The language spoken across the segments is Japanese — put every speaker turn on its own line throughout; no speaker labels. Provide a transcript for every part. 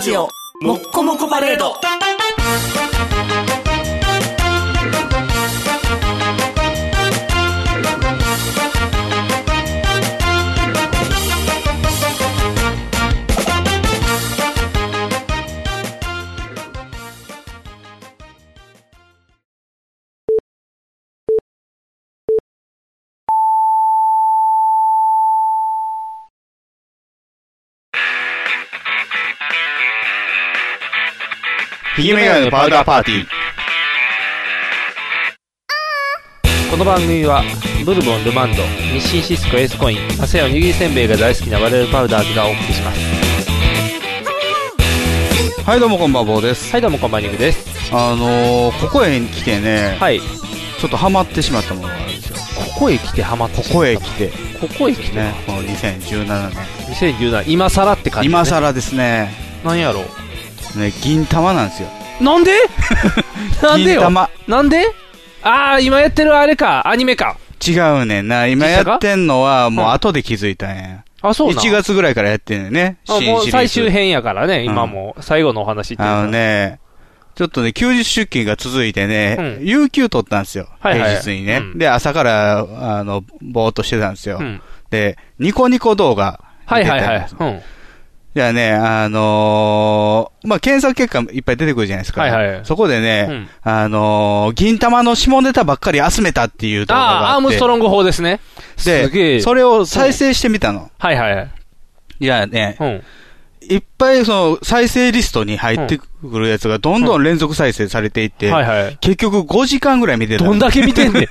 ジオもっこもこパレード
ひげメガネのパウダーパーティー。
この番組はブルボンルマンド日清シスコエースコインパセオにぎりせんべいが大好きな我々パウダーズがお送りします
はい、どうもこんばんは、坊です。
はいどうもこんばんにぐです
あのー、ここへ来てね、
はい
ちょっとハマってしまったものがあるんですよ。
ここへ来てハマって
ここへ来て、
ここへ来て、
ね、この2017年。
2017今更って感じ、ね、
今更ですね、
なんやろ
ね、銀玉なん ですよ。
なんでなんで
銀
よ
玉。
なんでああ今やってるあれかアニメか
違うねんな。今やってんのは、もう後で気づいたんや。
あそうなん
1月ぐらいからやってんねんね。
あ
新
も
シリーズ
う最終編やからね今もう最後のお話っていうのは
あのね、ちょっとね、休日出勤が続いてね、
うん
有給取ったんですよ。
はいはい
平日にね、
うん
で、朝から、あの、ぼーっとしてたんですよ。
うん
で、ニコニコ動画見て
はい
たん
はい
です。
はい、うん、
じゃあね、あのーまあ、検索結果いっぱい出てくるじゃないですか。
はいはい
そこでね、
うん
あのー銀玉の下ネタばっかり集めたっていう動画が
ああー
あっ
アー
て。
ムストロング法ですねすげえ
で、それを再生してみたの。
はいはいはい
じゃあね、
うん
いっぱいその再生リストに入ってくるやつがどんどん連続再生されていって、
はいはい
結局5時間ぐらい見てたの
どんだけ見 てんねん。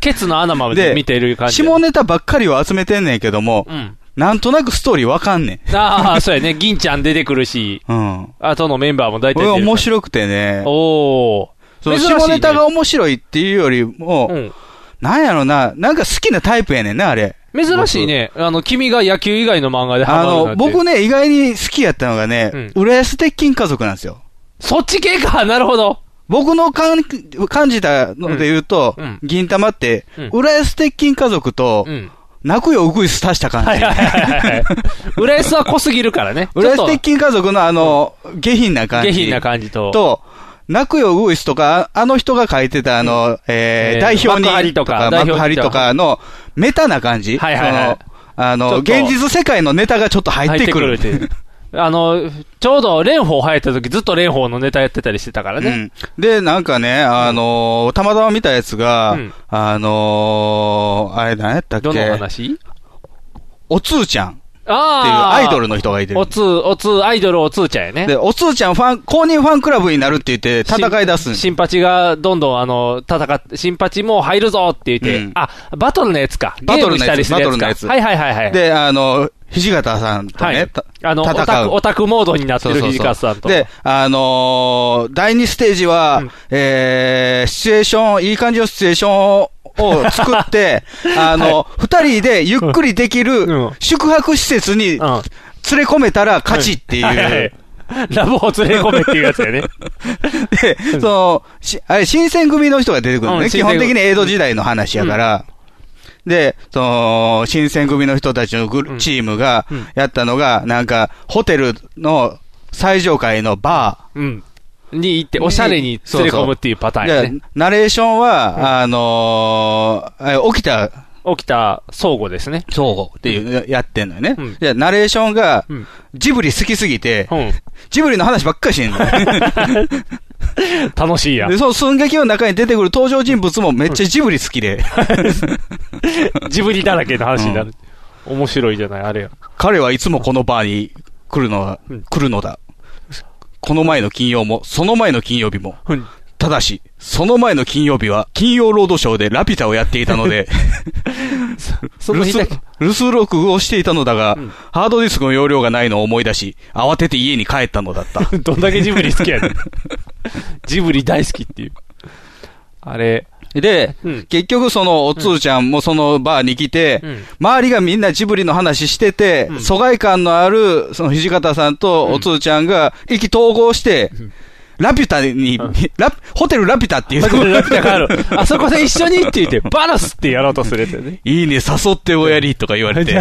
ケツの穴まで
で
見てる感じ。
下ネタばっかりを集めてんねんけども、
うん。
なんとなくストーリーわかんね
ああ、そうやね。銀ちゃん出てくるし、
ん。うん。
あとのメンバーも大
こ
体
れ
出てる。
面白くてね、
おお。
その
珍しいね
下ネタが面白いっていうよりも、
うん。
なんやろな、なんか好きなタイプやねんな、あれ。
珍しいね。あの、君が野球以外の漫画でハ
あ
マ
の、
るなんて。
僕ね、意外に好きやったのがね、
う
浦安鉄筋家族なんですよ。
そっち系か。なるほど。
僕の感感じたので言うと、
うんうん
銀玉って、
うん
浦安鉄筋家族と、
うん。
泣くよ、うぐいす足した感
はいはい
じ。
はいは いはい。浦安は濃すぎるからね。
浦安
ちょっ
鉄筋家族のあの、下品な
と
感じ。
下品な感じと。
と、泣くよ、ウグイスとか、ああの人が書いてた、あの、えー
えー
代表
幕張
に、
とか代表
幕張とかの、メタな感じ。
はいはいはい
そのあ
ち
の、
ょっと
現実世界のネタがちょっと入ってくる。
入ってくるっていう。あの、ちょうど蓮舫入った時ずっと蓮舫のネタやってたりしてたから
う
ね。
ん、で、なんかね、あのーたまたま見たやつが、
うん
あのーあれ何やったっ
どの
け
話
おつーちゃんっていう
ああ。
アイドルの人がいてる
お。つ、おつ、アイドルおつーちゃんやね。
で、おつーちゃんファン、公認ファンクラブになるって言って戦い出すん
新八がどんどんあの、戦って、新八もう入るぞって言って、
うん
あ、バトルのやつか。
バトルのやつ
ゲームした
バ
りするやつか。
トルのやつ
はいはいはいはい。、
で、あの、土方さんと
は
ね、
い
た。
あの、オタ
戦
ク、
う
オ。タクモードになって
そう
る
そう
藤
そう
川さんと。
で、あのー第2ステージは、
うん
えー、シチュエーション、いい感じのシチュエーションを作 って、あの、二、人でゆっくりでき
う
る
ん
宿泊施設に連
うん。
れ込めたら勝ちっていう。
はいはい ラボを連れ込めっていうやつやね。
で、その、しあれ、新選組の人が出てくるのね。
うん
基本的に江戸時代の話やから。で、その、新選組の人たちのグル
うん
チームが
うん
やったのが、なんか、ホテルの最上階のバー。
うん。に行って、おしゃれに連れ込むっていうパターンやね。
でナレーションは、あのー、え起きた
起きた相互ですね。
相互っていう、ややってんのよね。
うん
じゃあナレーションが、
うん。
ジブリ好きすぎて、
うん。
ジブリの話ばっかりしてんの。
楽しいやん
で、。その寸劇の中に出てくる登場人物もめっちゃジブリ好き で、
ジブリだらけの話になる。面白いじゃない、あれや。
彼はいつもこのバーに来るのは、
うん
来るのだ。この前の金曜も、その前の金曜日も。
うん
ただし、その前の金曜日は、金曜ロードショーでラピュタをやっていたので、
その
留
日
守
だけ。
留守録をしていたのだが、
うん
ハードディスクの容量がないのを思い出し、慌てて家に帰ったのだった。
どんだけジブリ好きやねん。ジブリ大好きっていう。あれ。
で、
うん。
結局そのおつーちゃんもそのバーに来て、
うん。
周りがみんなジブリの話してて、
うん
疎外感のあるその土方さんとおつーちゃんが意気投合して、
うん
ラピュタに、ラホテルラピュタっていう
ホ
と
テ
こ
ルラピュタがある。あそこで一緒にって言って、バラスってやろうとするやつだよね。
いいね、誘っておやりとか言われて、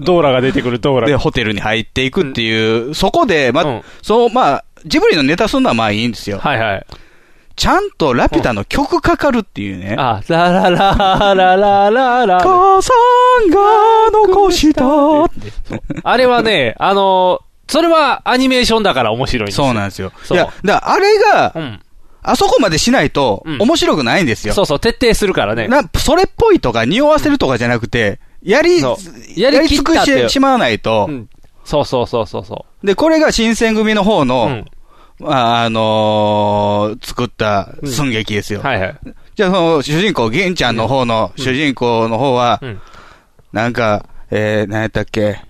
ドーラが出てくるドーラ
で、。ホテルに入っていくっていう、そこで、
う
ま
ん、
そう、まあ、ジブリのネタすんのはまあいいんですよ。
はいはい。
ちゃんとラピュタの曲かかるっていうね。
あ、ラララララララ。
母さんが残した。
そうあれはね、あのー、それはアニメーションだから面白いんですよ。
そうなんですよ。
そ
いうや、だからあれが、
うん。
あそこまでしないと
うん、
面白くないんですよ。
そうそう、徹底するからね。
なそれっぽいとか、匂わせるとかじゃなくて、やり、
そう
や
や
り
りきっ
尽く
たって
してしまわないと
う、ん。そうそうそうそうそ
で、これが新選組の方
う。う
の
ん、。
ああのー作った寸劇ですよ。
はいはい。
じゃあ、その、主人公、銀ちゃんの方の、
うん
主人公の方は
う、ん。
なんか、えー、何やったっけ。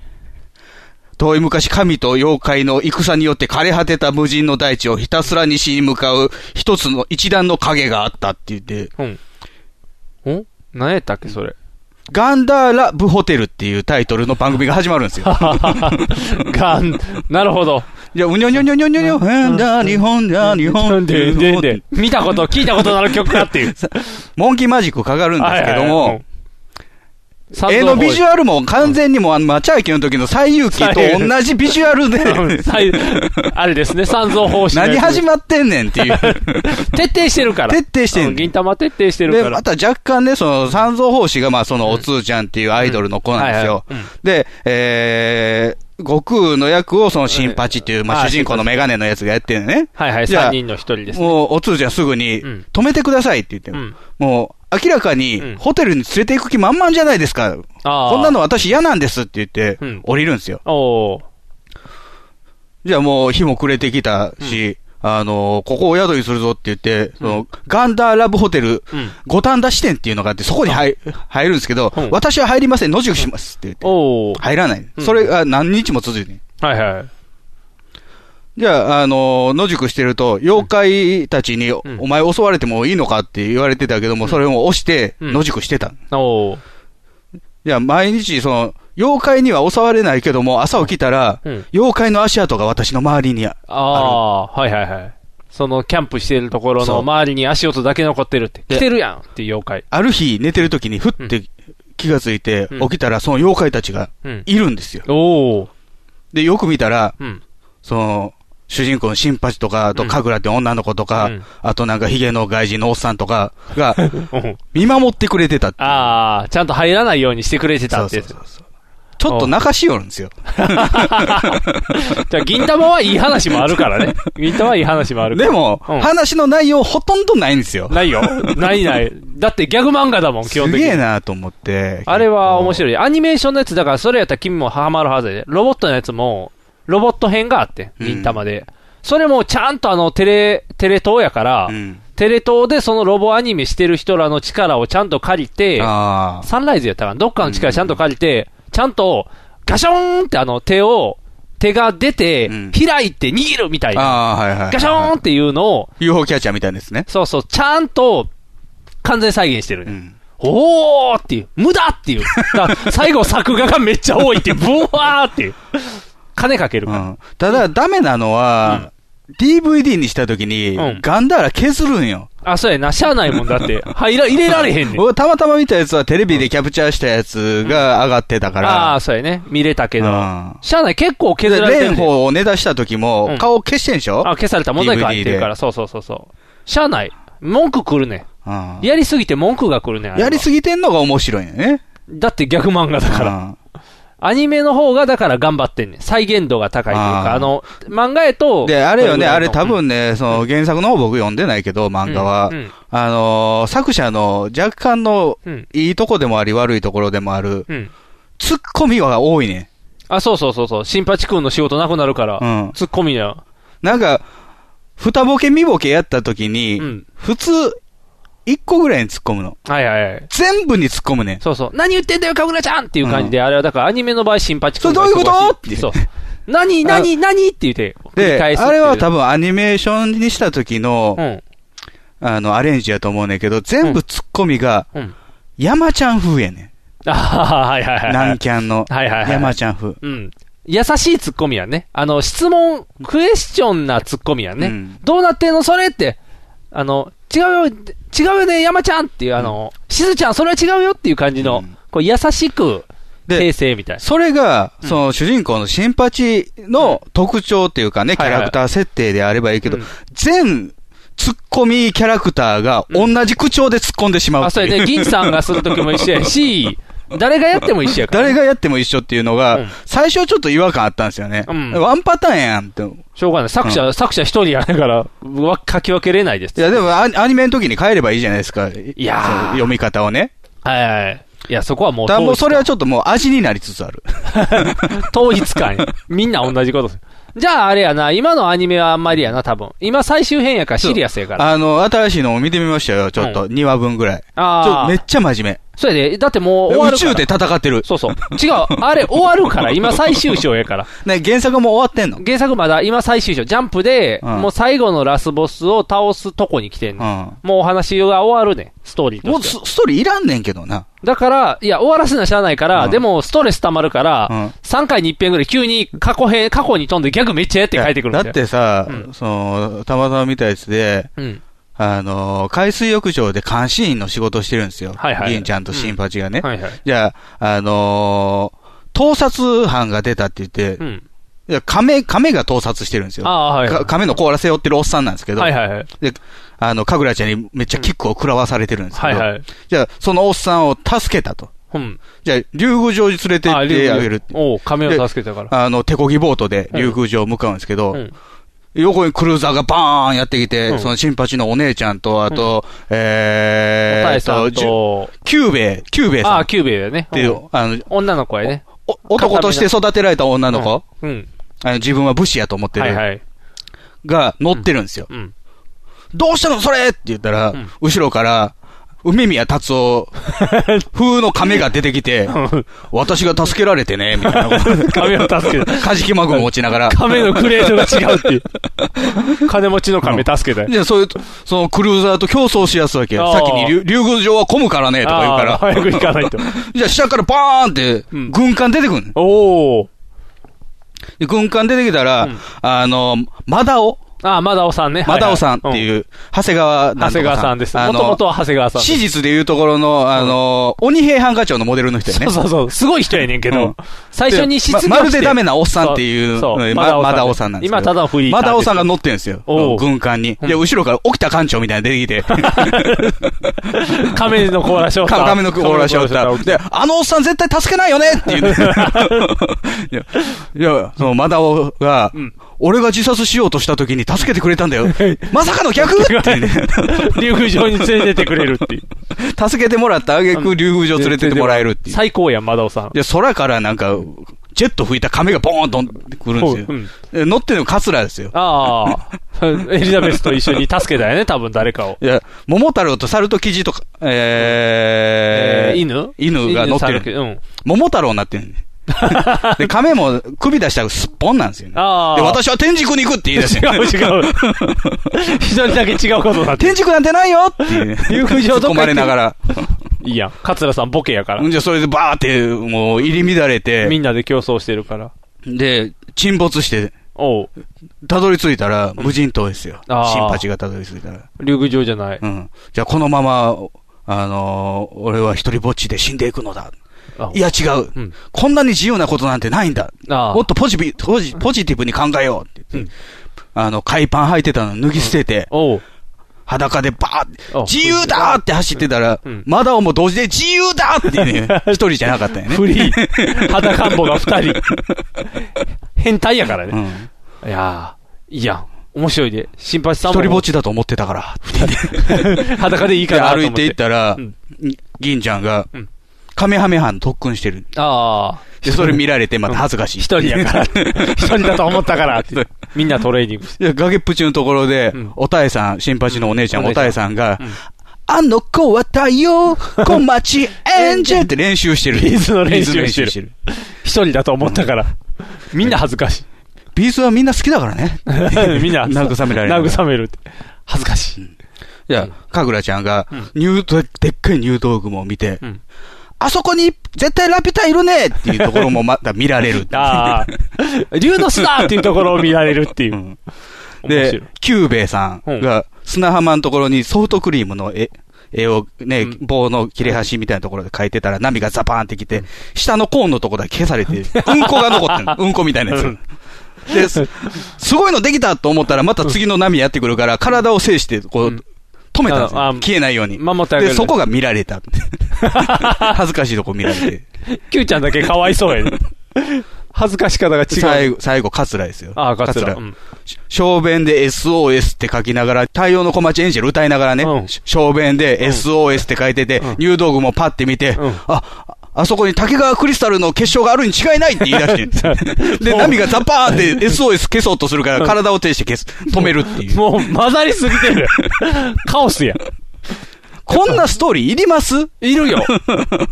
遠い昔、神と妖怪の戦によって枯れ果てた無人の大地をひたすら西に向かう一つの一段の影があったって言って、
うん。ん何やったっけ、それ。
ガンダーラブホテルっていうタイトルの番組が始まるんですよ。
ガン、なるほど。
いや、うにょにょにょにょにょにょ、へんだ、日本だ、日本
で、で、で、見たこと、聞いたことのある曲だっ ていう。
モンキーマジックかかるんですけども、絵
絵
のビジ
ュ
ュアルも完全にもう、あの、マチャーキの時の西遊記 と同じビジュアルで、
あれですね、三蔵法師のやつ。
何始まってんねんっていう。
徹底してるから。
徹底してんねん
うん銀玉徹底してる
で、
から。
また若干ね、その、三蔵法師が、まあ、その、おつーちゃんっていうアイドルの子なんですよ
はいはい。
で、えー、悟空の役をその、新八っていう、ま
は
あ、
い
主人公のメガネのやつがやってるね。
はいはい、
じゃあ
三人の一人です。
もう、おつーちゃんすぐに、
うん
止めてくださいって言って
う
も、
ん。
もう、明らか
う
に、
ん
ホテルに連れて行く気満々じゃないですか。
ああ。
こんな。の私嫌なんですって言って
うん、
降りるんですよ。
おー
じゃあもう、日も暮れてきたし、あのここを宿にするぞって言って、その、ガンダーラブホテル、
うん。
五反田支店っていうのがあって、そこに入入るんですけど、
うん
私は入りません、野宿しますって言って、
おー
入らない。
うん
それが何日も続いてね。
はいはい。
じゃあ、あのー野宿してると、妖怪たちに、
ん
お前襲われてもいいのかって言われてたけども、それを押して、
うん
野宿してた。
おー
じゃあ、毎日、その、妖怪には襲われないけども、朝起きたら、
うん
妖怪の足跡が私の周りにあ
ああー、はいはいはい。その、キャンプしてるところ
そう
の周りに足音だけ残ってるって。
で
来てるやんっていう妖怪。
ある日、寝てる時に、ふって気がついて、
うん
起きたら、その妖怪たちが
うん。
いるんですよ。
おー
で、よく見たら、
うん。
その、主人公の新八とか、あと、
うん
神楽って女の子とか、
うん
あとなんか、ヒゲの外人のおっさんとか が、
うん
見守ってくれてたっていう
ああ、ちゃんと入らないようにしてくれてたってやつ。
そうそうそうちょっと泣かしよるんですよ。
じゃあ、銀玉はいい話もあるか らね。銀玉はいい話もあるから
でも、
うん
話の内容ほとんどないんですよ。
ないよ。ないない。だってギャグ漫画だもん、基
す
本的
げえ
に。
なと思って。
あれは面白
い。
い。アニメーションのやつ、だからそれやったら君もハマるはずやで。ロボットのやつも、ロボット編があって、
うん
銀玉で。それもちゃんとあの、テレ、テレ東やから、
うん。
テレ東でそのロボアニメしてる人らの力をちゃんと借りて、
ああ。
サンライズやったかなどっかの力ちゃんと借りて、ちゃんと、ガショーンってあの、手を、手が出て
うん、
開いて握るみたいな。
ああ、はいはいはい。
ガショーンっていうのを、
!UFO キャッチャーみたいですね。
そうそう、ちゃんと、完全再現してる
う
ね。
ん。
おーっていう、無駄っていう。だから最後作画がめっちゃ多いっていう、ブワーっていう。金かける
う
か
ん、ただ、ダメなのは、DVD にしたときに、
うん
ガンダーラ削るんよ。
ら。あ、そうやな、しゃあないもんだって。入ら、入れられへんね ん。
僕たまたま見たやつはテレビでキャプチャーしたやつが上がってたから。
ああー、そうやね。見れたけど
うん。
しゃあない、結構削
で、
られて
蓮
るね。
舫をねだした時も、
うん
顔消してんでしょ、
あ、消された問題が入ってるから、そうそうそうそう。しゃあない。文句来るね。
うん
やりすぎて文句が来るね。あれは
やりすぎてんのが面白いんよね。
だって逆漫画だから。
うん
アニメの方がだから頑張ってんね。再現度が高いという
あー
か、あの、漫画やと。
で、あれよね、あれ多
うん
分ね、その原作の方僕読んでないけど、漫画は。
うん
あのー作者の若干の
うん。
いいとこでもあり悪いところでもある、
うん。
ツッコミは多いね。
あ、そうそうそうそう。新八君の仕事なくなるから、
うん
ツッコミや。
なんか、二ボケ三ボケやった時に、
うん。
普通、一個ぐらいに突っ込むの。
はいはいはい。
全部に突っ込むね。
そうそう。何言ってんだよ、かぐらちゃんっていう感じで、あれはだからアニメの場合、新八君が忙し
それどういうことって
そう。何、何、何って言って、繰り
で、
返すっていう
あれは多分アニメーションにした時の、
うん。
あの、アレンジやと思うねんけど、全部ツッコミが、
うん。
山ちゃん風やね
ああ、はいはいは
ん。
い。
南キャンの。
はいはいはい
山ちゃん風。
うん。優しいツッコミやね。あの、質問、クエスチョンなツッコミやね。
うん
どうなってんのそれって。あの、違うよ、違うよね、山ちゃんっていう、あの、しずちゃん、それは違うよっていう感じの、
うん
こう優しく、
で
訂正みたいな。
それが、
うん
その主人公のシンパチの特徴っていうかね、キ
はい
ャ
はい
ラクター設定であればいいけど、
うん
全ツッコミキャラクターが同じ口調で突っ込んでしまう
あ、
って
そ
いう
れで、銀さんがするときも一緒や し、誰がやっても一緒やから。
誰がやっても一緒っていうのが、
うん
最初ちょっと違和感あったんですよね。
うん
ワンパターンやんって。い
しょうがない。作者、作者一人やだから、わ書き分けれないです。
や、でもアニアニメの時に変えればいいじゃないですか。い
やー
読み方をね。
はいはいはい。いや、そこはもう
だから
統
もう
一
それ
感
は。ちょっともう味になりつつある。
統一感や。みんな同じことする。じゃあ、あれやな、今のアニメはあんまりやな、多分。今最終編やからシリアスやから。
あの、新しいのも見てみましたよ、ちょっと。2話分ぐらい。ちょ
ああ
めっ
ー。
ちゃ真面
それで、だってもう終
目。
わ
宇
るから。
宙で戦ってる。
そうそう。違う、あれ終わる から、今最終章やから。
ね、原作も終わってんの
原作まだ今最終章、ジャンプで、
うん
もう最後のラスボスを倒すとこに来てんの。
う
もうお話が終わるねん、ストーリー
ん。も
と
う
して
ス
は。
ストーリーいらんねんけどな。
だから、いや、終わらせなしゃあないから、
うん
でもストレス溜まるから、
うん
3回に1遍ぐらい急に過去編、過去に飛んでギャグめっちゃやって書いてくるんだ
だ
よ。
ってさ、
うん
その、たまたま見たやつで、
うん。
あの、海水浴場で監視員の仕事をしてるんですよ。
はいはい
銀ちゃんと新八がね。
はいはい。
じゃあ、あのー盗撮犯が出たって言って、
うん。
いや亀、亀が盗撮してるんですよ。
ああ、はい。
か亀の凍らせ寄ってるおっさんなんですけど、
はいはいはい。
で、あの、かぐらちゃんにめっちゃキックを食らわされてるんですけど、
はいはい。
じゃあ、そのおっさんを助けたと。
うん。
じゃあ、竜宮城に連れて行ってあげるっていう
おう、亀を助けたから。
あの、手こぎボートで竜宮城を向かうんですけど、
うん。
横にクルーザーがバーンやってきて、
うん
その新八のお姉ちゃんと、あと、え
おた
ー
えさん
じゅ
と、
キューベイ、キューベイさ
あ
ん
あ、
っ
キューベイだよね。
ていう、
うん
あの、
女の子やね。
お男として育てられた女の子、
うん。うん。
あの自分は武士やと思って
は
る、
いはい。
が乗ってるんですよ。
うん。
どうしたのそれって言ったら、
うん
後ろから、梅宮達 夫風の亀が出てきて、私が助けられてね、みたいなこと。
亀を助けた。
カジキマグを持ちながら。
亀のグレードが違うって いう。金持ちの亀助けたよ。
で、そういう、そのクルーザーと競争しやすわけ。
あー
さっきに竜竜宮城は混むからね、とか言うか
ああ
ら。
早く行か ないと。
じゃあ下からバーンって
うん、
軍艦出てくる、
おお。
で軍艦出てきたら、
うん
あの、マダオ、
ああ、マダオさんね。は
マ
いはい
ダオさんっていう、長谷川なんとかさ
長
ん。
谷川さんです。
あ
も
の
ともとは長谷川さん。
史実でいうところの、あの、鬼平犯科長のモデルの人やね。
そうそうそう。すごい人やねんけ
うん
ど、最初に失業して
ままるでダメなおっさんっていう、
そうそう
うん
マダ
ま
オさん
マダオさんなんですけど。
今ただのフリータ
マ
ーです
ダオさんが乗ってるんですよ。
おう
軍艦に。で、
うん
後ろから起きた艦長みたいなの出てきて、
亀の甲羅ショーター。
カメのコーラしよった。で、あのおっさん絶対助けないよね って言うねいや。いや、そのマダオが、
ん
俺が自殺しようとした時に助けてくれたんだよ。まさかの 逆って、ね、
竜宮城に連れてってくれる っていう。
助けてもらった挙句竜宮城連れてってもらえるっていう。
最高やん、マダオさん。
で、空からなんか、ジェット吹いた亀がボーンと来るんですよ。
うん
で乗ってるのカツラですよ。
ああ。 エリザベスと一緒に助けたよね、多分誰かを。
いや、桃太郎と猿とキジとか、えー、
犬
犬が乗って
猿
る。
うん。
桃太郎になってるね。 で、亀も首出したらすっぽんなんですよね。で、
あー
私は天竺に行くって言い出し
違
て。
う 違う。一人だけ違うことになって
天
る。
竺なんて ないよっていう。
竜宮城
突
ど
っ込
っか行って
まれながら。
いいやん。桂さんボケやから
うん。じゃあ、それでバーって、もう入り乱れ
み
て、
んなで競争してるから。
で、沈没して、
おう。
たどり着いたら、無人島ですよ。
あー
新八がたどり着いたら。
竜宮城じゃない。
うん。じゃあ、このまま、あのー俺は一人ぼっちで死んでいくのだ。
あ
いや、違う。
うん
こんなに自由なことなんてないんだ。
ああ
もっとポジビポジポジティブに考えようって言って、あの、海パン履いてたの脱ぎ捨てて、
おう。
裸でバーって
あ、
自由だーって走ってたら
うん、
マダオも同時で自由だーって ね、一人じゃなかったよね。
フリー。裸んぼが二 人。変態やから
う
ね。
ん。
いやー、いいやん。面白いで。新八さ
一
んも。
人ぼっちだと思ってたから、
裸でいいから
歩いていったら
うん、
銀ちゃんが
うん、
カメハメ班特訓してる。
ああ。
で、それ見られてまた恥ずかしい。
一人やから。 一人だと思ったからって。みんなトレーニングし
で
て。
崖っぷちのところで
うん、
おたえさん、新八のお姉ちゃん、
うん
おたえさんが
うん、
あの子は太陽、小町エンジェルって練習してる。
ビーズの練習をしてる
ビーズのる。
一人だと思ったから。みんな恥ずかしい。
ビーズはみんな好きだからね。
みんな。
慰められる。
慰めるって。恥ずかしい。
いや、かぐらちゃんが
うん、
ニュート、でっかいニュートークも見て
うん、。
あそこに絶対ラピュタいるねっていうところもまた見られる
ああ、竜の巣だっていうところを見られるっていう。
うん
面白
で
い、
久兵衛さんが砂浜のところにソフトクリームの絵、絵をね、
うん
棒の切れ端みたいなところで描いてたら波がザパーンってきて、下のコーンのとこだけ消さ れて、うんこが残ってんの。うんこみたいなや
う
つ
ん。
です、すごいのできたと思ったらまた次の波やってくるから、体を制して、こう、
うん
止めたんですよ
ああ
消えないように。
守ってあげる
で、そこが見られた。 恥ずかしいとこ見られて。
キューちゃんだけかわいそうやね。 恥ずかし方が違
最
う。
後、最後、カツラですよ。
ああ、カツラ。
桂
うん
小便で SOS って書きながら、太陽の小町エンジェル歌いながらね、
うん
小便で SOS って書いてて、
うん
入道具もパッて見て、
うん
あ、あそこに滝川クリスタルの結晶があるに違いないって言い出 して、で、波がザパーって SOS 消そうとするから、体を停止して消す、止めるっていう。
もう混ざりすぎてる。カオスや。
こんなストーリーいります
いるよ。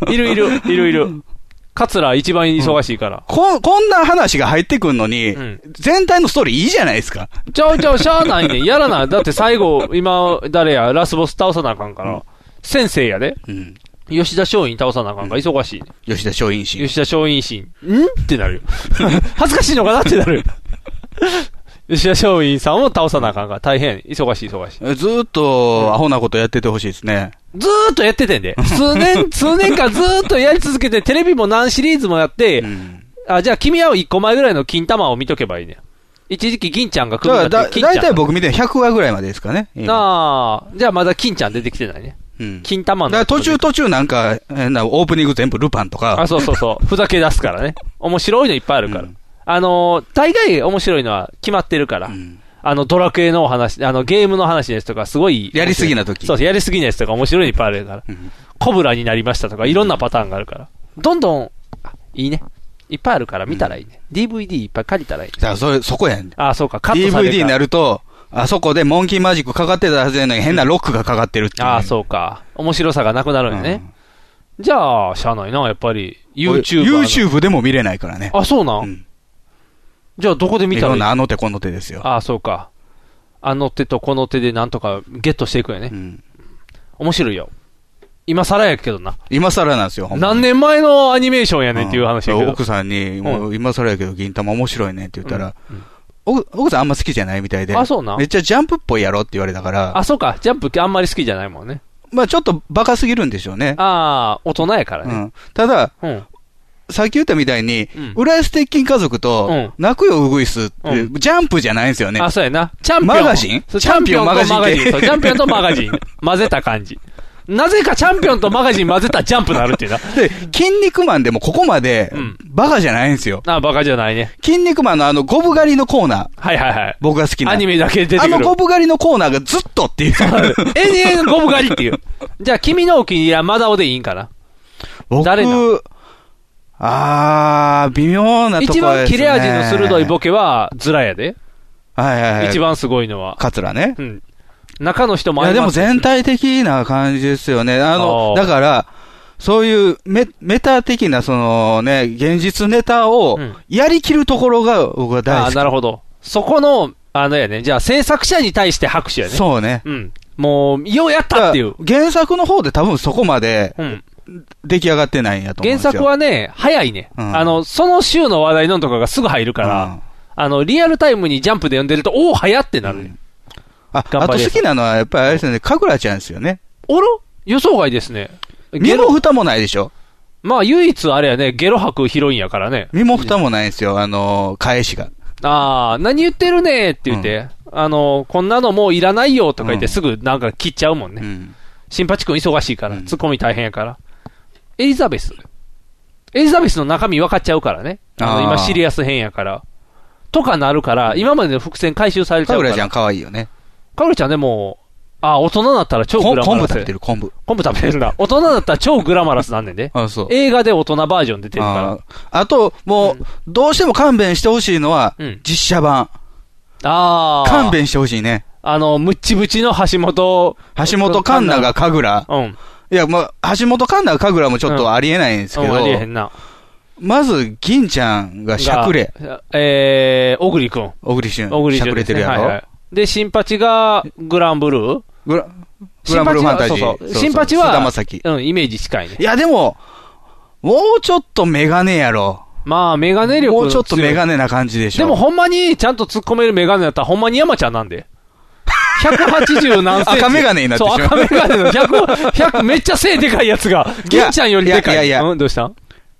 いるいる、いるいる。カツラ一番忙しいから。
こん、こんな話が入ってくんのに、
うん
全体のストーリーいいじゃないですか。
ちゃうちゃう、しゃあないねん。やらない。だって最後、今、誰や、ラスボス倒さなあかんから。
うん
先生やで。
うん。
吉田松陰倒さなあかんから、忙しいね、
吉田松陰氏。
吉田松陰神、んってなるよ。 恥ずかしいのかなってなる よ。吉田松陰さんを倒さなあかんから、大変、忙しい忙しい。
ずーっと、アホなことやっててほしいですね。
ずーっとやっててんで。数年、 数年間ずーっとやり続けて、テレビも何シリーズもやって、
うん
あ、じゃあ君は一個前ぐらいの金玉を見とけばいいね。一時期銀ちゃんが来
だ
る
から
んだっ
だ、
て、金
だい
ち
た
ゃ
い
ん。
僕見て100話ぐらいまでですかね。今
なあ、じゃあまだ金ちゃん出てきてないね。
うん
金玉
だ
の。
から途中途中なんか、変なオープニング全部ルパンとか
あ、、そうそうそう。ふざけ出すからね。面白いのいっぱいあるから。
うん
あのー大概面白いのは決まってるから。
うん
あの、ドラクエのお話、あの、ゲームの話ですとか、すごい。
やりすぎな時
そうそう、やりすぎなやつとか面白いのいっぱいあるから。
うん
コブラになりましたとか、いろんなパターンがあるから。どんどん、あいいね。いっぱいあるから見たらいいね。DVD いっぱい借りたらいいね。
だからそれ、そこやん。
あ、そうか、カットされ
DVD になると、あそこでモンキーマジックかかってたはずやのに変なロックがかかってるってい
ああ、
う
そうか。面白さがなくなる
ね。
よね。じゃあ、しゃあないな、やっぱり。
うん
YouTube。
YouTube でも見れないからね。
あ、そうなん、
うん
じゃあ、どこで
い
見たら
ろん
いい
なあの手この手ですよ。
ああ、そうか。あの手とこの手でなんとかゲットしていくよね。
うん
面白いよ。今更やけどな。
今更なんですよ、ほんま
何年前のアニメーションやねんっていう話やけ
うん
ど。
奥さんに、もう今更やけど銀玉面白いねって言ったら、
うんうん
奥奥さんあんま好きじゃないみたいで、
あそうなん
めっちゃジャンプっぽいやろって言われたから、
あ、そうか。ジャンプあんまり好きじゃないもんね。
まあちょっとバカすぎるんでしょうね。
ああ、大人やから
う
ね。
ん、ただ、
うん。
さっき言ったみたいに、
うん
浦安鉄筋家族
う
と
ん、
泣くよウグイスって、
う
ジャンプじゃないんですよね。
あ、そうやな。チャンピオン。
マガジン
そうチ
チ
ャ
ャ
ン
ン
ピ
ピオ
オ
ン
ンと
マ
マ
ガジン
ガジン。
系
そうチャンピオンとマ ガジン。混ぜた感じ。なぜかチャンピオンとマガジン混ぜたらジャンプなるっていうな。
で、筋肉マンでもここまで
うん、
バカじゃないんですよ。
あ、バカじゃないね。
筋肉マンのあの、ゴブ狩りのコーナー、
はいはいはい。
僕が好きな。
アニメだけ出てく
あ
る。
のゴブ狩りのコーナーがずっとっていう。
永遠ゴム狩りっていう。じゃあ、君のお気に入りはマダオでいいんかな。
僕、
誰な
あー、微妙なとこ
一番切れ味の鋭いボ
ケ。
ケは、ズラやで。
はいはいはい。
一。番すごいのは。
カツラね。
うん。中の人
い
も
や、で
ま
も
す
全体的な感じですよね。あの
あ、ー
だから、そういうメメタ的な、そのね、現実ネタを
うん
やりきるところが僕は
あ
大
あ、
好き。
なるほど。そこの、あのやね、じゃあ制作者に対して拍手やね。
そうね。
うん。もう、ようやったっていう。
原作の方で多分そこまで
うん。
出来上がってないんやと思うんで
原
すよ。
作はね、早いね。
うん
あの、その週の話題のとかがすぐ入るから、
うん
あの、リアルタイムにジャンプで読んでると、おお、早ってなるね。
うんあ、
頑
あ
張
と
れ
好きなのはやっぱりあれですよね、かぐらちゃんですよね。
おろ予想外ですね。
身
ゲ
も
ロ、
蓋もないでしょ
まあ唯一あれやね、ゲロ吐くヒロインやからね。
身も蓋もないんですよ、あのー、返しが。
ああ、何言ってるねーって言って、あの、こんなのもういらないよとか言って
うん
すぐなんか切っちゃうもんね。
うん
新八君忙しいから、
うん
ツッコミ大変やから。エリザベス。エリザベスの中身分かっちゃうからね。あの
あー
今シリアス編やから。とかなるから、今までの伏線回収されち
か
ゃう
ぐ
からら。
ちゃん可愛いよね。
かぐらちゃんでも、あー、大人になったら超
こ
グ
ん
ラマ
昆布
ラス。
食べてる、昆布。
昆布食べてる な。大人になったら超グラマラスなんねんで。
あ、そう。
映画で大人バージョン出てる
あ
か
ーあと、もう、どうしても勘弁してほしいのは、
うん
実写版。
ら。ああ。
勘弁してほしいね。
あの、ムッチムチの橋本。
橋本環奈が神楽。
うん。
いや、まあ、橋本環奈が神楽もちょっ
うん
とありえないんですけ
うん
ど、
ありえへんな。
まず、銀ちゃんがしゃくれ。
が。えー、小栗くん。
小栗旬。
小栗
しゃ
旬
く
で
れ
す
て
ね
るやろ、
はいはい、で、新八がグランブルー
グラグランブルーファンタジー。
新八はそうそう新八は
菅田将暉
うん、イメージ近いね。
いや、でも、もうちょっとメガネやろ。
まあ、メガネ力
もうちょっとメガ
ネ。
ネな感じでし
で
ょ。
も、ほんまにちゃんと突っ込めるメガネだったらほんまに山ちゃんなんで。180何センチ。
赤メガネになってしまう
そう、赤メガネの100、100めっちゃ背でかいやつが、銀ちゃんよりでかい。
いやいやいや
うん、どうしたん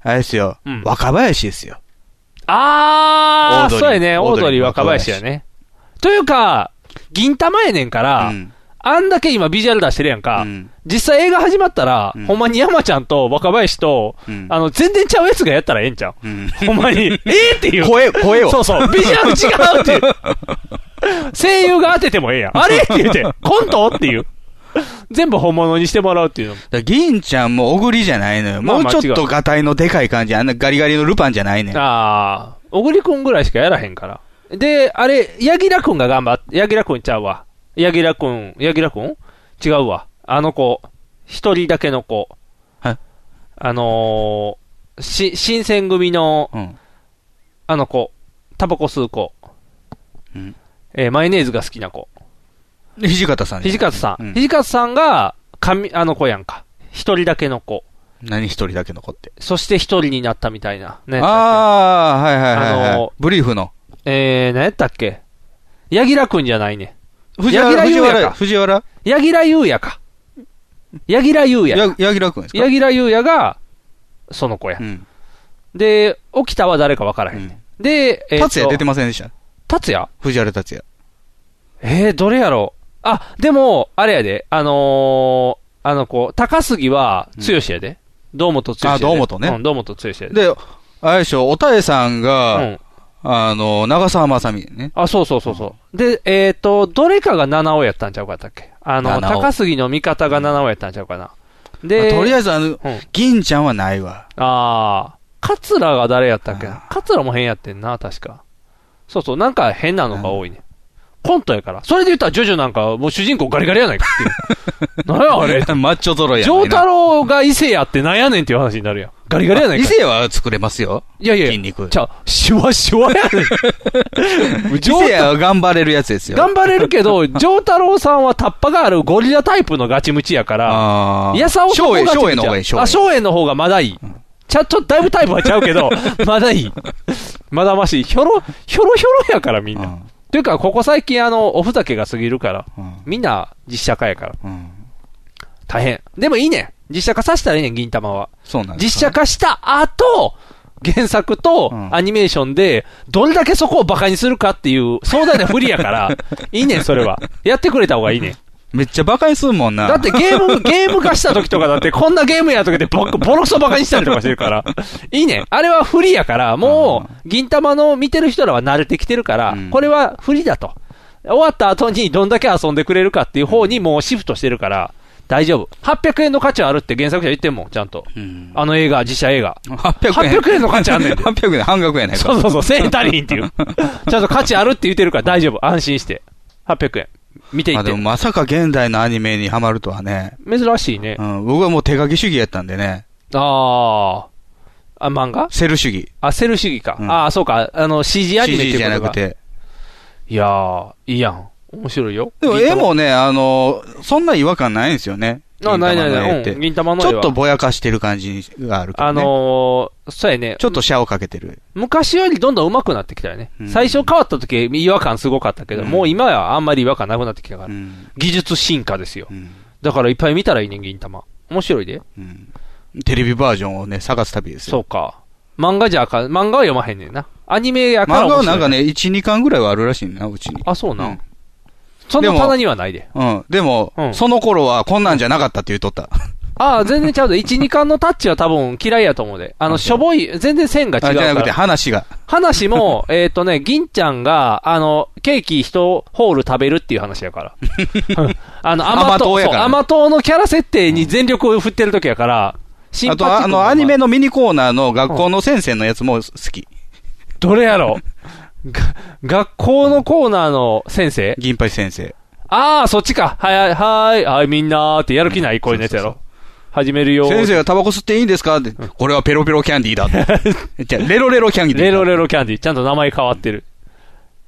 あれですよ、
うん
若林ですよ。
あ
オー
ー、
ドリー
そうやね。オ
オ
ー
ー
ド
ド
リ
リ
ー
ー
若林やね。というか、銀玉やねんから、
うん
あんだけ今ビジュアル出してるやんか、
うん
実際映画始まったら、
うん
ほんまに山ちゃんと若林と、
うん
あの、全然ちゃうやつがやったらええ んちゃう、
うん
ほんまに、ええっていう。
声、声を。
そうそう、ビジュアル違うっていう。 声優が当ててもええやん。あれって言って、コントっていう。全部本物にしてもらうっていうのも。
だから銀ちゃんもおぐりじゃないのよ。
まあ
もう
まあ
ちょっとガタイのでかい感じ。あんなガリガリのルパンじゃないねん。
ああ、小栗くんぐらいしかやらへんから。で、あれ、柳楽くんが頑張って、柳楽くんちゃうわ。柳楽くん、柳楽くん違うわ。あの子、一人だけの子。
はい
あのー、し、新選組の、
うん。
あの子、タバコ吸う子。
うん
えーマヨネーズが好きな子。
で土方さんじゃん
土方さん。
うん
土方さんが、髪、あの子やんか。一人だけの子。
何一人だけ残って。
そして一人になったみたいな。ね。
ああ、はいはいはい、はい
あの
ブリーフの。
えー、何やったっけ柳楽くんじゃないね。
藤原、
柳楽
藤
優也
原、
か
藤原
柳楽優弥か。柳楽優弥。
や柳楽くんですか
柳楽優弥が、その子や
う。ん。
で、沖田は誰かわからへんね。で、えーと
達也出てませんでした
達也
藤原達也。
えー、どれやろう。あ、でも、あれやで、あのー、あの子、高杉は、剛やで。堂本剛やで。
あ堂本ね
うん、堂本剛やで。
で、あれでしょ、おたえさん
う
が、
ん。
あの、長澤まさみね。
あ、そうそうそうそう。で、えっ、と、どれかが七尾やったんちゃうかったっけあの、
七尾
高杉の味方が七尾やったんちゃうかな。で、
とりあ
え
えず、あの、
ず、うん、
銀ちゃんはないわ。
あー、桂が誰やったっけ
あー
桂も変やってんな、確か。そうそう、なんか変なのが多いね。コントやから。それで言ったら、ジョジョなんか、もう主人公ガリガリやないか っていう。なんやあれ。ジ
マッチョ揃いやないな。
ョータロが伊勢やってなんやねんっていう話になるやん。ガリガリやない
伊
か。
勢は作れますよ。
いやいや、
筋肉
じゃあ、シュワシュワ やねん。
伊勢は頑張れるやつですよ。
頑張れるけど、丈太郎さんはタッパがあるゴリラタイプのガチムチやから、
あー
やさおさんも
松栄、
ガチ
松
ム
栄
チ
の
や
方がいい、松栄。
あ、松栄の方がまだいい。ちゃんとだいぶタイプはちゃう けど、まだいい。まだまし、ひょろ、ひょろひょろやからみん
う
な。
ん
というか、ここ最近あの、おふざけが過ぎるから、
うん
みんな実写化やから、
うん
大変。でもいいねん。実写化させたらいいねん、銀玉は。
そうなんです
実写化した後、原作と
うん
アニメーションで、どれだけそこをバカにするかっていう壮大な不利や から、いいねん、それは。やってくれた方がいいねん。
めっちゃ馬鹿にするもんな。
だってゲーム、ゲーム化した時とかだって、こんなゲームやとかでボボロクソバカにしたりとかして るから、いいねん。あれは不利やから、もう、銀玉の見てる人らは慣れてきてるから
うん、
これは不利だと。終わった後にどんだけ遊んでくれるかっていう方にもうシフトしてるから、大丈夫。800円の価値はあるって原作者言ってんもん、ちゃんと。
うん、
あの映画、自社映画。
800円。
800円の価値あんね んで
800円半額やないか。
そうそうそう、1000円足りひんっていう。ちゃんと価値あるって言ってるから大丈夫。安心して。800円。見てい
ま
っ
あ
て
でも。まさか現代のアニメにハマるとはね。
珍しいね。
うん、僕はもう手書き主義やったんでね。
ああ。あ、漫画
セル主義。
あ、セル主義か。
うん
ああ、そうか。あの、CG アニメっていう
CG
こと
じゃなく
が。
て。
いやー、いいやん。面白いよ。
でも
銀
絵
玉
もね、あの、そんな違和感ないんですよね。
あ、ないない
銀
な
玉の絵
い。
っ
う
て
ん、銀玉の絵
ち
は。
ょっとぼやかしてる感じがあるから、
あ
ね。
のー、そうやね。
ちょっとシャをかけてる。
昔よりどんどん上手くなってきたよね。
うん
最初変わった時、違和感すごかったけど、
うん
もう今はあんまり違和感なくなってきたから。
うん。
技術進化ですよ。
うん。
だからいっぱい見たらいいねん、銀玉。面白いで。
うん。テレビバージョンをね、探す旅です
そ
よ。
うか。漫画じゃあかん、漫画は読まへんねんな。アニメやから
漫画
面白。
はいなんかね、1、2巻ぐらいはあるらしいな、うちに。
あ、そうな。
うん
そんな
でも
棚にはないで。
うん。でも、
うん
その頃はこんなんじゃなかったって言うとった。
ああ、全然ちゃうで。1、2巻のタッチは多分嫌いやと思うで。あの、
あ
しょぼい、全然線が違
あ
う
じ
か
ゃなくて
ら。
話が。
話も、えっとね、銀ちゃんが、あの、ケーキ1ホール食べるっていう話や から。あの、甘
甘
党
党や
そう
からね
甘党のキャラ設定に全力を振ってる時やから、新
あと、あの、アニメのミニコーナーの学
う
校の先生のやつも好き。
どれやろ が学校のコーナーの先生
銀八先生。
ああ、そっちか。はいはい、はい、はい、みんなーってやる気ない声のやつや
うん
ろ。始めるよー。
先生がタバコ吸っていいんですかって。これはペロペロキャンデ ィーだって。じゃあレロレロキャンディーだ
レロレロキャンディー。ちゃんと名前変わってる。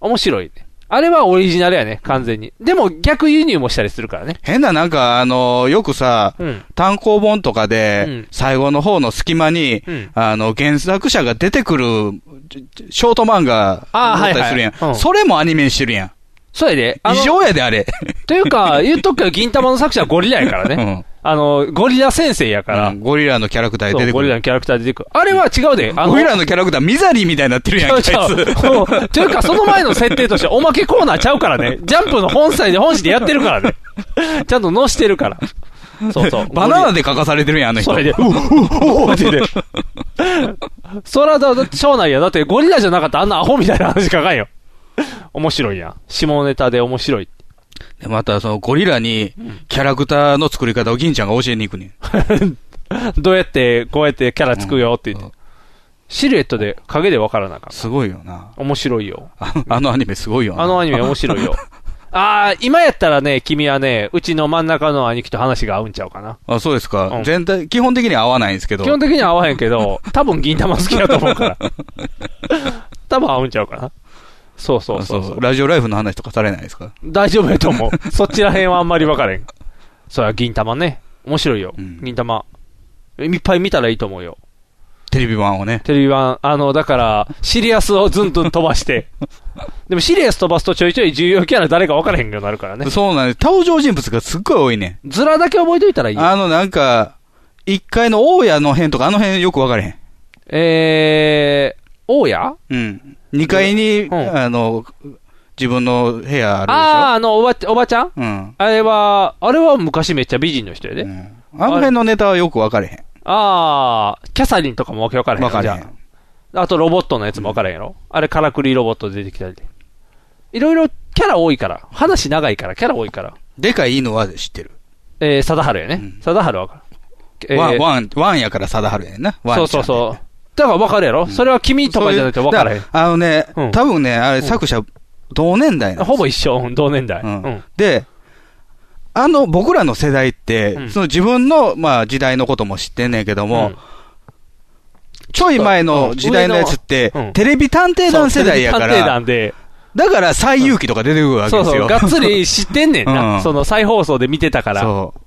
面白いね。あれはオリジナルやね、完全に。でも逆輸入もしたりするからね。
変ななんか、あの、よくさ、
うん。
単行本とかで、
うん
最後の方の隙間に、
うん
あの、原作者が出てくる、ちショート漫画、
あー
だっ
はい
たり
はい
するやん、
うん
それもアニメにしてるやん。
そうやで。あの
異常やで、あれ。
というか、言っとくけど、銀玉の作者はゴリラやからね。あの、ゴリラ先生やか
う
ら
ん。ゴリラのキャラクター
そう
で出て
ゴ
く
リラ
る。
のキャラクター出てくる。あれは違うで。あの
ゴリラのキャラクター、ミザリーみたいになってるやん、あいつ
ち。ゃうち ゃ ううんというか、その前の設定としておまけコーナーちゃうからね。ジャンプの本祭で本誌でやってるからね。ちゃんと載してるから。そう そう。
バナナで書かされてるやん、あの人。
それで、うおうおうおうって言って。そらだ、だって庄内や。だってゴリラじゃなかったらあんなアホみたいな話書かんよ。面白いやん。下ネタで面白い。
でまた、そのゴリラに、キャラクターの作り方を銀ちゃんが教えに行くねん。
どうやって、こうやってキャラつくよって言って。シルエットで、影でわからなあかん。
すごいよな。
面白いよ。
あのあのアニメすごいよな。
あのアニメ面白いよ。ああ、今やったらね、君はね、うちの真ん中の兄貴と話が合うんちゃうかな。
あ、そうですか。
うん
全体、基本的には合わないんですけど。
基本的には合わへんけど、多分銀玉好きだと思うから。多分合うんちゃうかな。そうそう
あ
そ
そうう
そ
そうう。ラジオライフの話とかされないですか
大丈夫やと思う。 そっちら辺はあんまり分からへん。そりゃ銀玉ね。面白いよ。
うん
銀玉。いっぱい見たらいいと思うよ。
テレビ版をね。
テレビ版、あの、だから、シリアスをずんずん飛ば して。でもシリアス飛ばすとちょいちょい重要キャラ誰か分からへんようになるからね。
そうなんです。登場人物がすっごい多いね
ズラだけ覚えといたらいい
ん。
よ。
あの、なんか、一階の大家の辺とか、あの辺よくわからへん。
えー、大家
うん。二階に、
うん
あの、自分の部屋
あ
あ
あー、あの、おば、おばちゃん
るでしょうん。
あれは、あれは昔めっちゃ美人の人やで。
うんあの辺のネタはよくわからへ
ああ、キャサリンとかもわけわからへ
ん。
ん
わからへ
じゃ
ん。
ああとロボットのやつもわからへんやろ、あれ、からくりロボット出てきたりで。いろいろキャラ多いから。話長いから、キャラ多いから。
でかい犬は知ってる。
えー、貞治やね。
うん
貞治わかる。
ワン、
えー
ワン、ワンやから貞治やんな。ワンちゃん
そうそうそう。だからわかるやろ、それは君とかじゃなくてわからへん
だ。らあのね
うん、
多分ね、あれ
ん
作者、同年代なんです
ほぼ一緒、うん同年代。う。
うんんで、あの、僕らの世代って、
うん
その自分の、まあ、時代のことも知ってんねんけども、
うん
ちょい前の時代のやつって、
うん
テレビ探偵団世代やか
そうテレ
ら、
ビ探偵団で。
だから最遊記とか出てくるわけ
そ
で
う
す
そう、
よ。
がっつり知ってんねん
う
な。
ん
その再放送で見てたから。だか
そう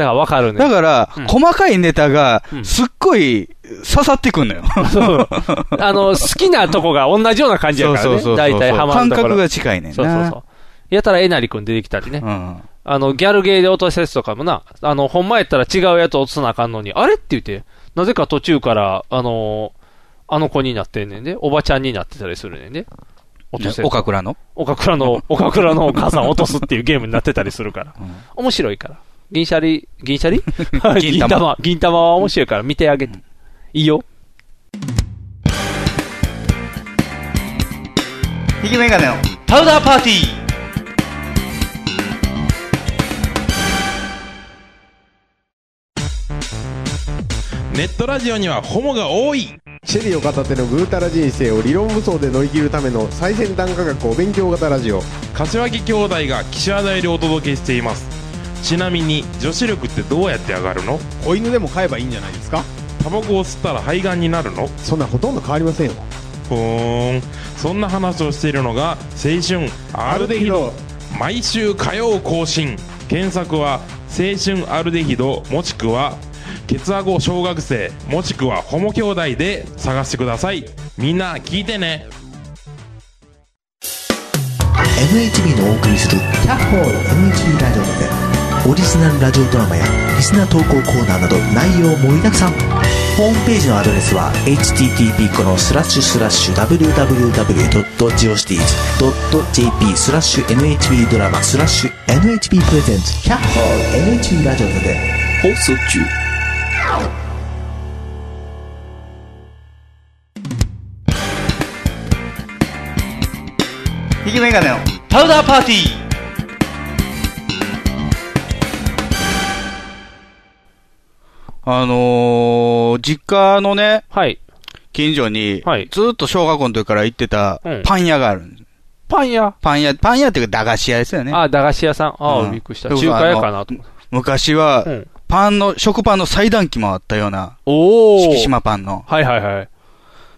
らわかるね。
だから、
うん
細かいネタが
う、ん
すっごい刺さってくんのよ。
そう。あの、好きなとこが同じような感じやからね。大体ハマる
感
ところ。
覚が近いねんな。
そうそうそう。やたらえなりくん出てきたりね。
うん
あの、ギャルゲーで落としたやつとかもな、あの、ほんまやったら違うやつ落とさなあかんのに、あれって言って、なぜか途中から、あのーあの子になってんねんで、おばちゃんになってたりするねんで。落とせ
岡倉の
岡倉 の、岡倉のお母さんを落とすっていうゲームになってたりするから。面白いから。銀シャリ、銀シャリ 銀玉。銀玉は面白いから見てあげて。いいよ。
ひげメガネの
パウダーパーティー
ネットラジオにはホモが多い
シェリーを片手のぐうたら人生を理論武装で乗り切るための最先端科学お勉強型ラジオ
柏木兄弟が岸和田よりお届けしていますちなみに女子力ってどうやって上がるの
子犬でも飼えばいいんじゃないですか
タバコを吸ったら肺がんになるの
そんなほとんど変わりませんよ
ふーんそんな話をしているのが青春アルデヒド毎週火曜更新検索は青春アルデヒドもしくはケツアゴ小学生もしくはホモ兄弟で探してくださいみんな聞いてね
NHB のお送りする「キャッホール NHB ラジオ」でオリジナルラジオドラマやリスナー投稿コーナーなど内容盛りだくさんホームページのアドレスは http このスラッシュスラッシュ www.geocities.jp スラッシュ NHB ドラマスラッシュ NHB プレゼンツキャッホール NHB ラジオで
放送中
ひげメガネの
パウダーパーティー
あのー、実家のね、
はい。
近所に、
はい
ずっと小学校の時から行ってた
うん
パン屋があるんです。
パン屋。
パン屋、パン屋っていうか駄菓子屋ですよね。
あ、駄菓子屋さん。あ
う
あ、
ん
びっくりした。
というこ
中
とは
華屋かなと思っ
昔
た。う
は、
ん。
パンの、食パンの裁断機もあったような、
おー。
敷島パンの。
はいはいはい。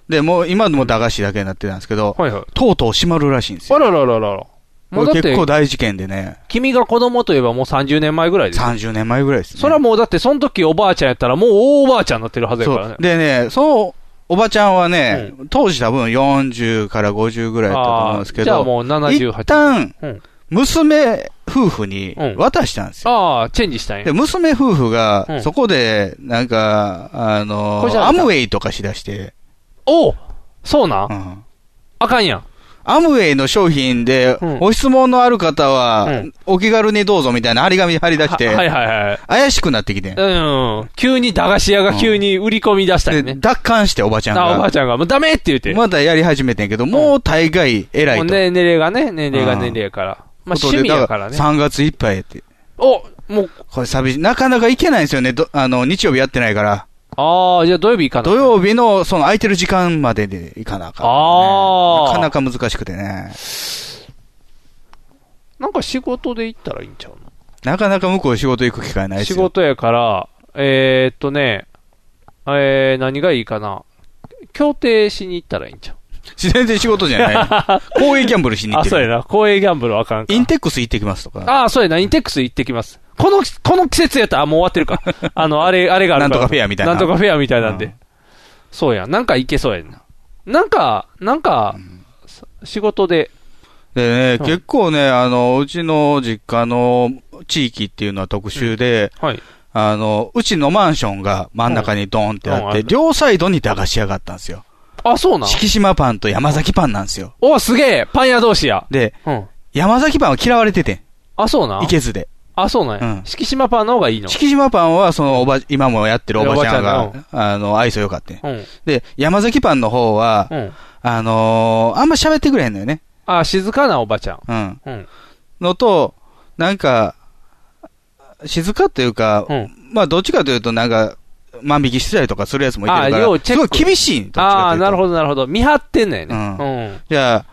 で、もう今でも駄菓子だけになってたんですけど、
はいはい。
とうとう閉まるらしいんです
あ
よ。
ららららら。も
こ
うだ
れ結
って、
構大事件でね、
君が子供といえばもう30年前ぐらいですよ。
30年前ぐらいですね。
それはもうだって、その時おばあちゃんやったら、もう大おばあちゃんになってるはずや
そ
からね
う。。でね、そのおばちゃんはね、当時多分40から50ぐらいだったと思うんですけ
あーじゃあ
ど、
もう78
一旦
うん、
娘夫婦に
うん
渡したんですよ。
ああ、チェンジしたんや
で、。娘夫婦
う
が、
ん
そこで、なんか、あの
これじ
ー、
ゃな
ア
いか
ムウェイとかしだして、
おうそうなん、
うん
あかんやん。
アムウェイの商品で
うん、
ご質問のある方
う
は
ん、
お気軽にどうぞみたいな張り紙貼り出し
ははい
て、
はいはい。
怪しくなってきてん、
うん。急に駄菓子屋が急に売り込み出したよ
で
ね。
奪還しておばちゃん
あおばあ
が、
ちゃんが、もうダメって言って。も
まだやり始めてんけど、もう大概偉
う
いと。
ね、年齢がね、年齢が
うん
年齢やから。まあ
こと
趣
でだ
味や
か
かららね。
3月いっぱいやって。
おもう、
これ寂しい。なかなか行けないんですよね。どあの、日曜日やってないから。
ああ、じゃあ土曜日行かな
土曜日の、その空いてる時間までで行かなあかん、
あー
なかなか難しくてね。
なんか仕事で行ったらいいんちゃう
なかなか向こう仕事行く機会ない
の
です
仕
よ。
事やから、えー、っとね、えー、何がいいかな。協定しに行ったらいいんちゃう
全然仕事じゃない。 公営ギャンブルしに行っ
あ、
て
そうや
る。
な。公営ギャンブルはあかんか。
インテックス行ってきますとか。
ああ、そうやな、インテックス行ってきます。この、この季節やったら、あもう終わって るか。あの、あれ、あれがある
な
から。
んとかフェアみたいなん
とかフェアみたいなんで。
うん
そうやん、なんか行けそうやんな。なんか、なんか、さ仕事で、
でね、
うん
結構ね、あの、うちの実家の地域っていうのは特殊で、
はい。
あの、うちのマンションが真ん中にドーンってあ
うん
っ
うんあ
て、
る
両サイドに駄菓子屋があったんですよ。
あ、そうなん
四季島パンと山崎パンなんですよ。
おすげえパン屋同士や。
で、
うん。
山崎パンは嫌われててん。
あ、そうなん
いけずで。
あ、そうなんや。
うん
敷島パンの方がいいの
敷島パンは、そのおば、今もやってるおばちゃん
おばち
が、あの、愛想良かったね。
うん。
で、山崎パンの方は、
うん。
あのーあんま喋ってくれへんのよね。
あ、静かなおばちゃん。
うん。
うん。
のと、なんか、静かっていうか、
うん。
まあ、どっちかというと、なんか、万引きしてたりとかするやつもいてるか
あ要
ら、
チェ
す
ッ
ごい
ク
厳しいんどっち
あ
かと
あ、
いうと
なるほど、なるほど。見張ってんのやね。
う
うん。
じゃあ、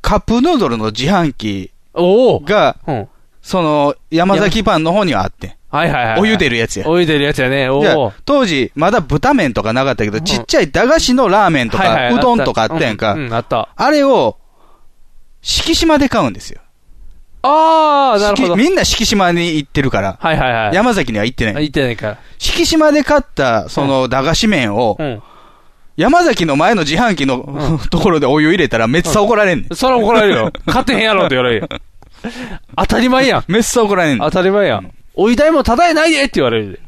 カップヌードルの自販機
おお
が、
うん。はい
その、山崎パンの方にはあって、
はいはいはい。
お湯出
る
るやつや。
お湯出るやつやね。お
じゃ
お
あ。当時、まだ豚麺とかなかったけど、
ん
ちっちゃい駄菓子のラーメンと
はいはい
か、うどんとかあったやん
う
か。
ん、うんあった。
あれを、敷島で買うんですよ。
ああ、なるほど。
敷みんな敷島に行ってるから、
はいはいはい。
山崎には行ってない。
行ってないか
敷島で買った、その、駄菓子麺を、
ら。うん。
山崎の前の自販機の ところでお湯入れたらめっちゃ怒られんねん。
そら怒られるよ。勝てへんやろって言われるよ。 当たり前やん。
めっちゃ怒られんねん
当。たり前やん。お湯代もただえないでって言われるで。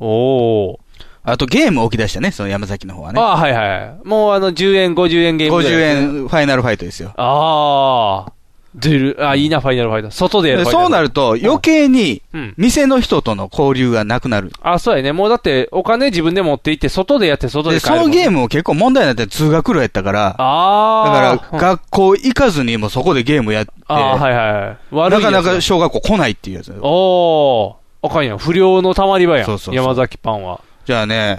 おー。
あとゲーム起き出したね、その山崎の方はね。
ああ、はいはい。もうあの、10円、50円ゲームぐらい。
50円ファイナルファイトですよ。
ああ。出る。あ、いいな、ファイナルファイト。外でやる
で
ファイナル。
そうな
る。
ると余計に
うん。
店の人との交流がなくなる。
あ、そうやね。もうだって、お金自分で持って行って、外でやって、外
で、
で
そ
買える
の
もんね。
ゲームも結構問題になって通学路やったから、だ
ああ。
から学校行かずにもうそこでゲームやって、
うんああ、はいはいはい。悪
ない
や
か
つや
なか小学校来ないっていうやつ。
おー、あかんやん。不良のたまり場やん。
そうそうそう
山崎パンは。
じゃあ
う
ね、
ん。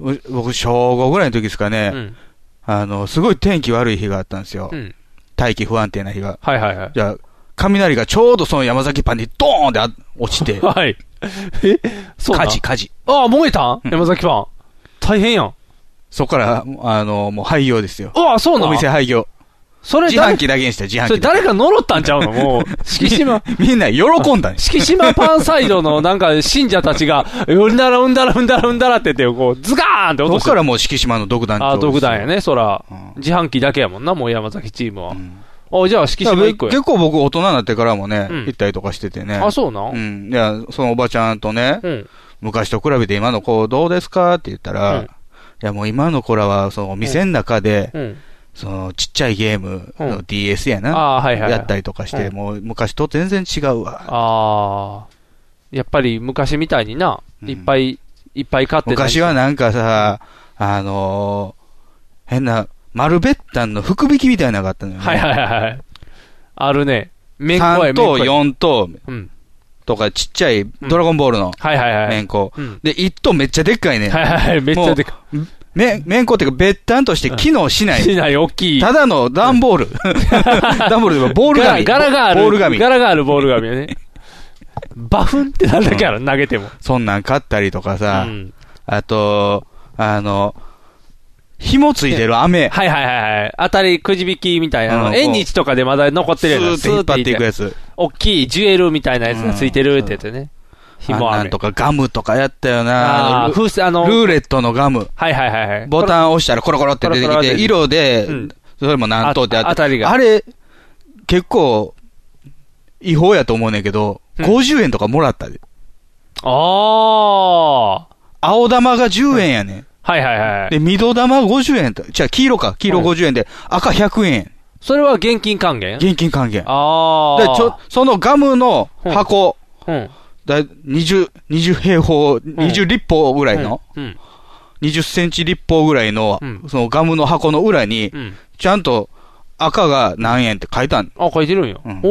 う僕小5ぐらいの時ですか
う
ね、
ん。
あの、すごい天気悪い日があったんですよ。
うん。
大気不安定な日が。
はいはいはい。、
じゃあ、雷がちょうどその山崎パンにドーンってあ落ちて
はい。えそうなん
火事、火事。
ああ、燃えたん
うん
山崎パン。大変やん。
そこから、あの、もう廃業ですよ。
うわ、そうなん
お店廃業。
それ
自販
誰、
機だけにして、自販
それ
機だ
誰か呪ったんちゃうの もう、敷島。
け。みんな喜んだん です
敷島パンサイドのなんか信者たちが、 うんだらうんだらうんだらうんだらって言って、こう、ズガーンって
そ
落と
っ
して
からもう敷島の独断
ああ、独断や
ね。
ね、そら
うん。
自販機だけやもんな、もう山崎チームは
う。ん
あじゃあ、敷
だか
島
ら
一個や
結。構僕大人になってからもね、
うん
行ったりとかしててね。
あ、そうな
うんん。いや、そのおばちゃんとね、
うん。
昔と比べて今の子どうですかって言ったら、
うん
いやもう今の子らは、そのお店の中で、
うん。
そのちっちゃいゲーム
う
の DS やな、
ああー、はいはいはい。
やったりとかして、
うん
もう昔と全然違うわ。
ああ。やっぱり昔みたいにな、
うん
いっぱい、いっぱい買ってない
昔はなんかさ、あのー変な、丸べったんの福引きみたいなのがあったのよ、ね。
はいはいはいはい。あるね。めんこや
3
めん
等、
こや
4等
うん。
とかちっちゃいドラゴンボールの
はいはいはい。
面子。
うん。
で、1等めっちゃでっかいね。
はいはいはい。めっちゃでか。
め面子っていうか、べったんとして機能しないい。
しない、大きい。
ただの段ボール。 段ボールでもボール紙。
柄柄がある。
ボール紙。
柄があるボール紙やね。 バフンってなんだっけある、投げても。
そんなん買ったりとか
う
さ、
ん。
あと、あの、紐ついてる飴。
はいはいはいはい。当たりくじ引きみたいな
うん
の。縁日とかでまだ残ってるやつ。
スーって引っ張っていくや
つ。
つ。
大きいジュエルみたいなやつがついてるって言ってね。紐
あん
あ
なん
る
と。かガムとかやったよ
あ
な。
あ、
ル
風船、あの、
ルーレットのガム。
はいはいはいはい。
ボタン押したらコロコロって出て
コロ
き
コロって
て、色で
うん、
それも何等ってあ
あ
っ
当たり
て。
が
あれ、結構、違法やと思うねんけど、
うん
50円とかもらったで。
ああ。は
青玉が10円やねん。
いはいはい。
で、緑玉50円と、じゃあ黄色か。黄色
はい
50円で、赤100円。
それは現金還元
現金還元。
あ
で、
あ。
ちょ、そのガムの箱、
うん。
だい20、20平方、20立方ぐらいの、
うん。
20センチ立方ぐらいの
うん、
そのガムの箱の裏に
う、ん。
ちゃんと赤が何円って書いたん。
あ、書いてるんや
うん。
お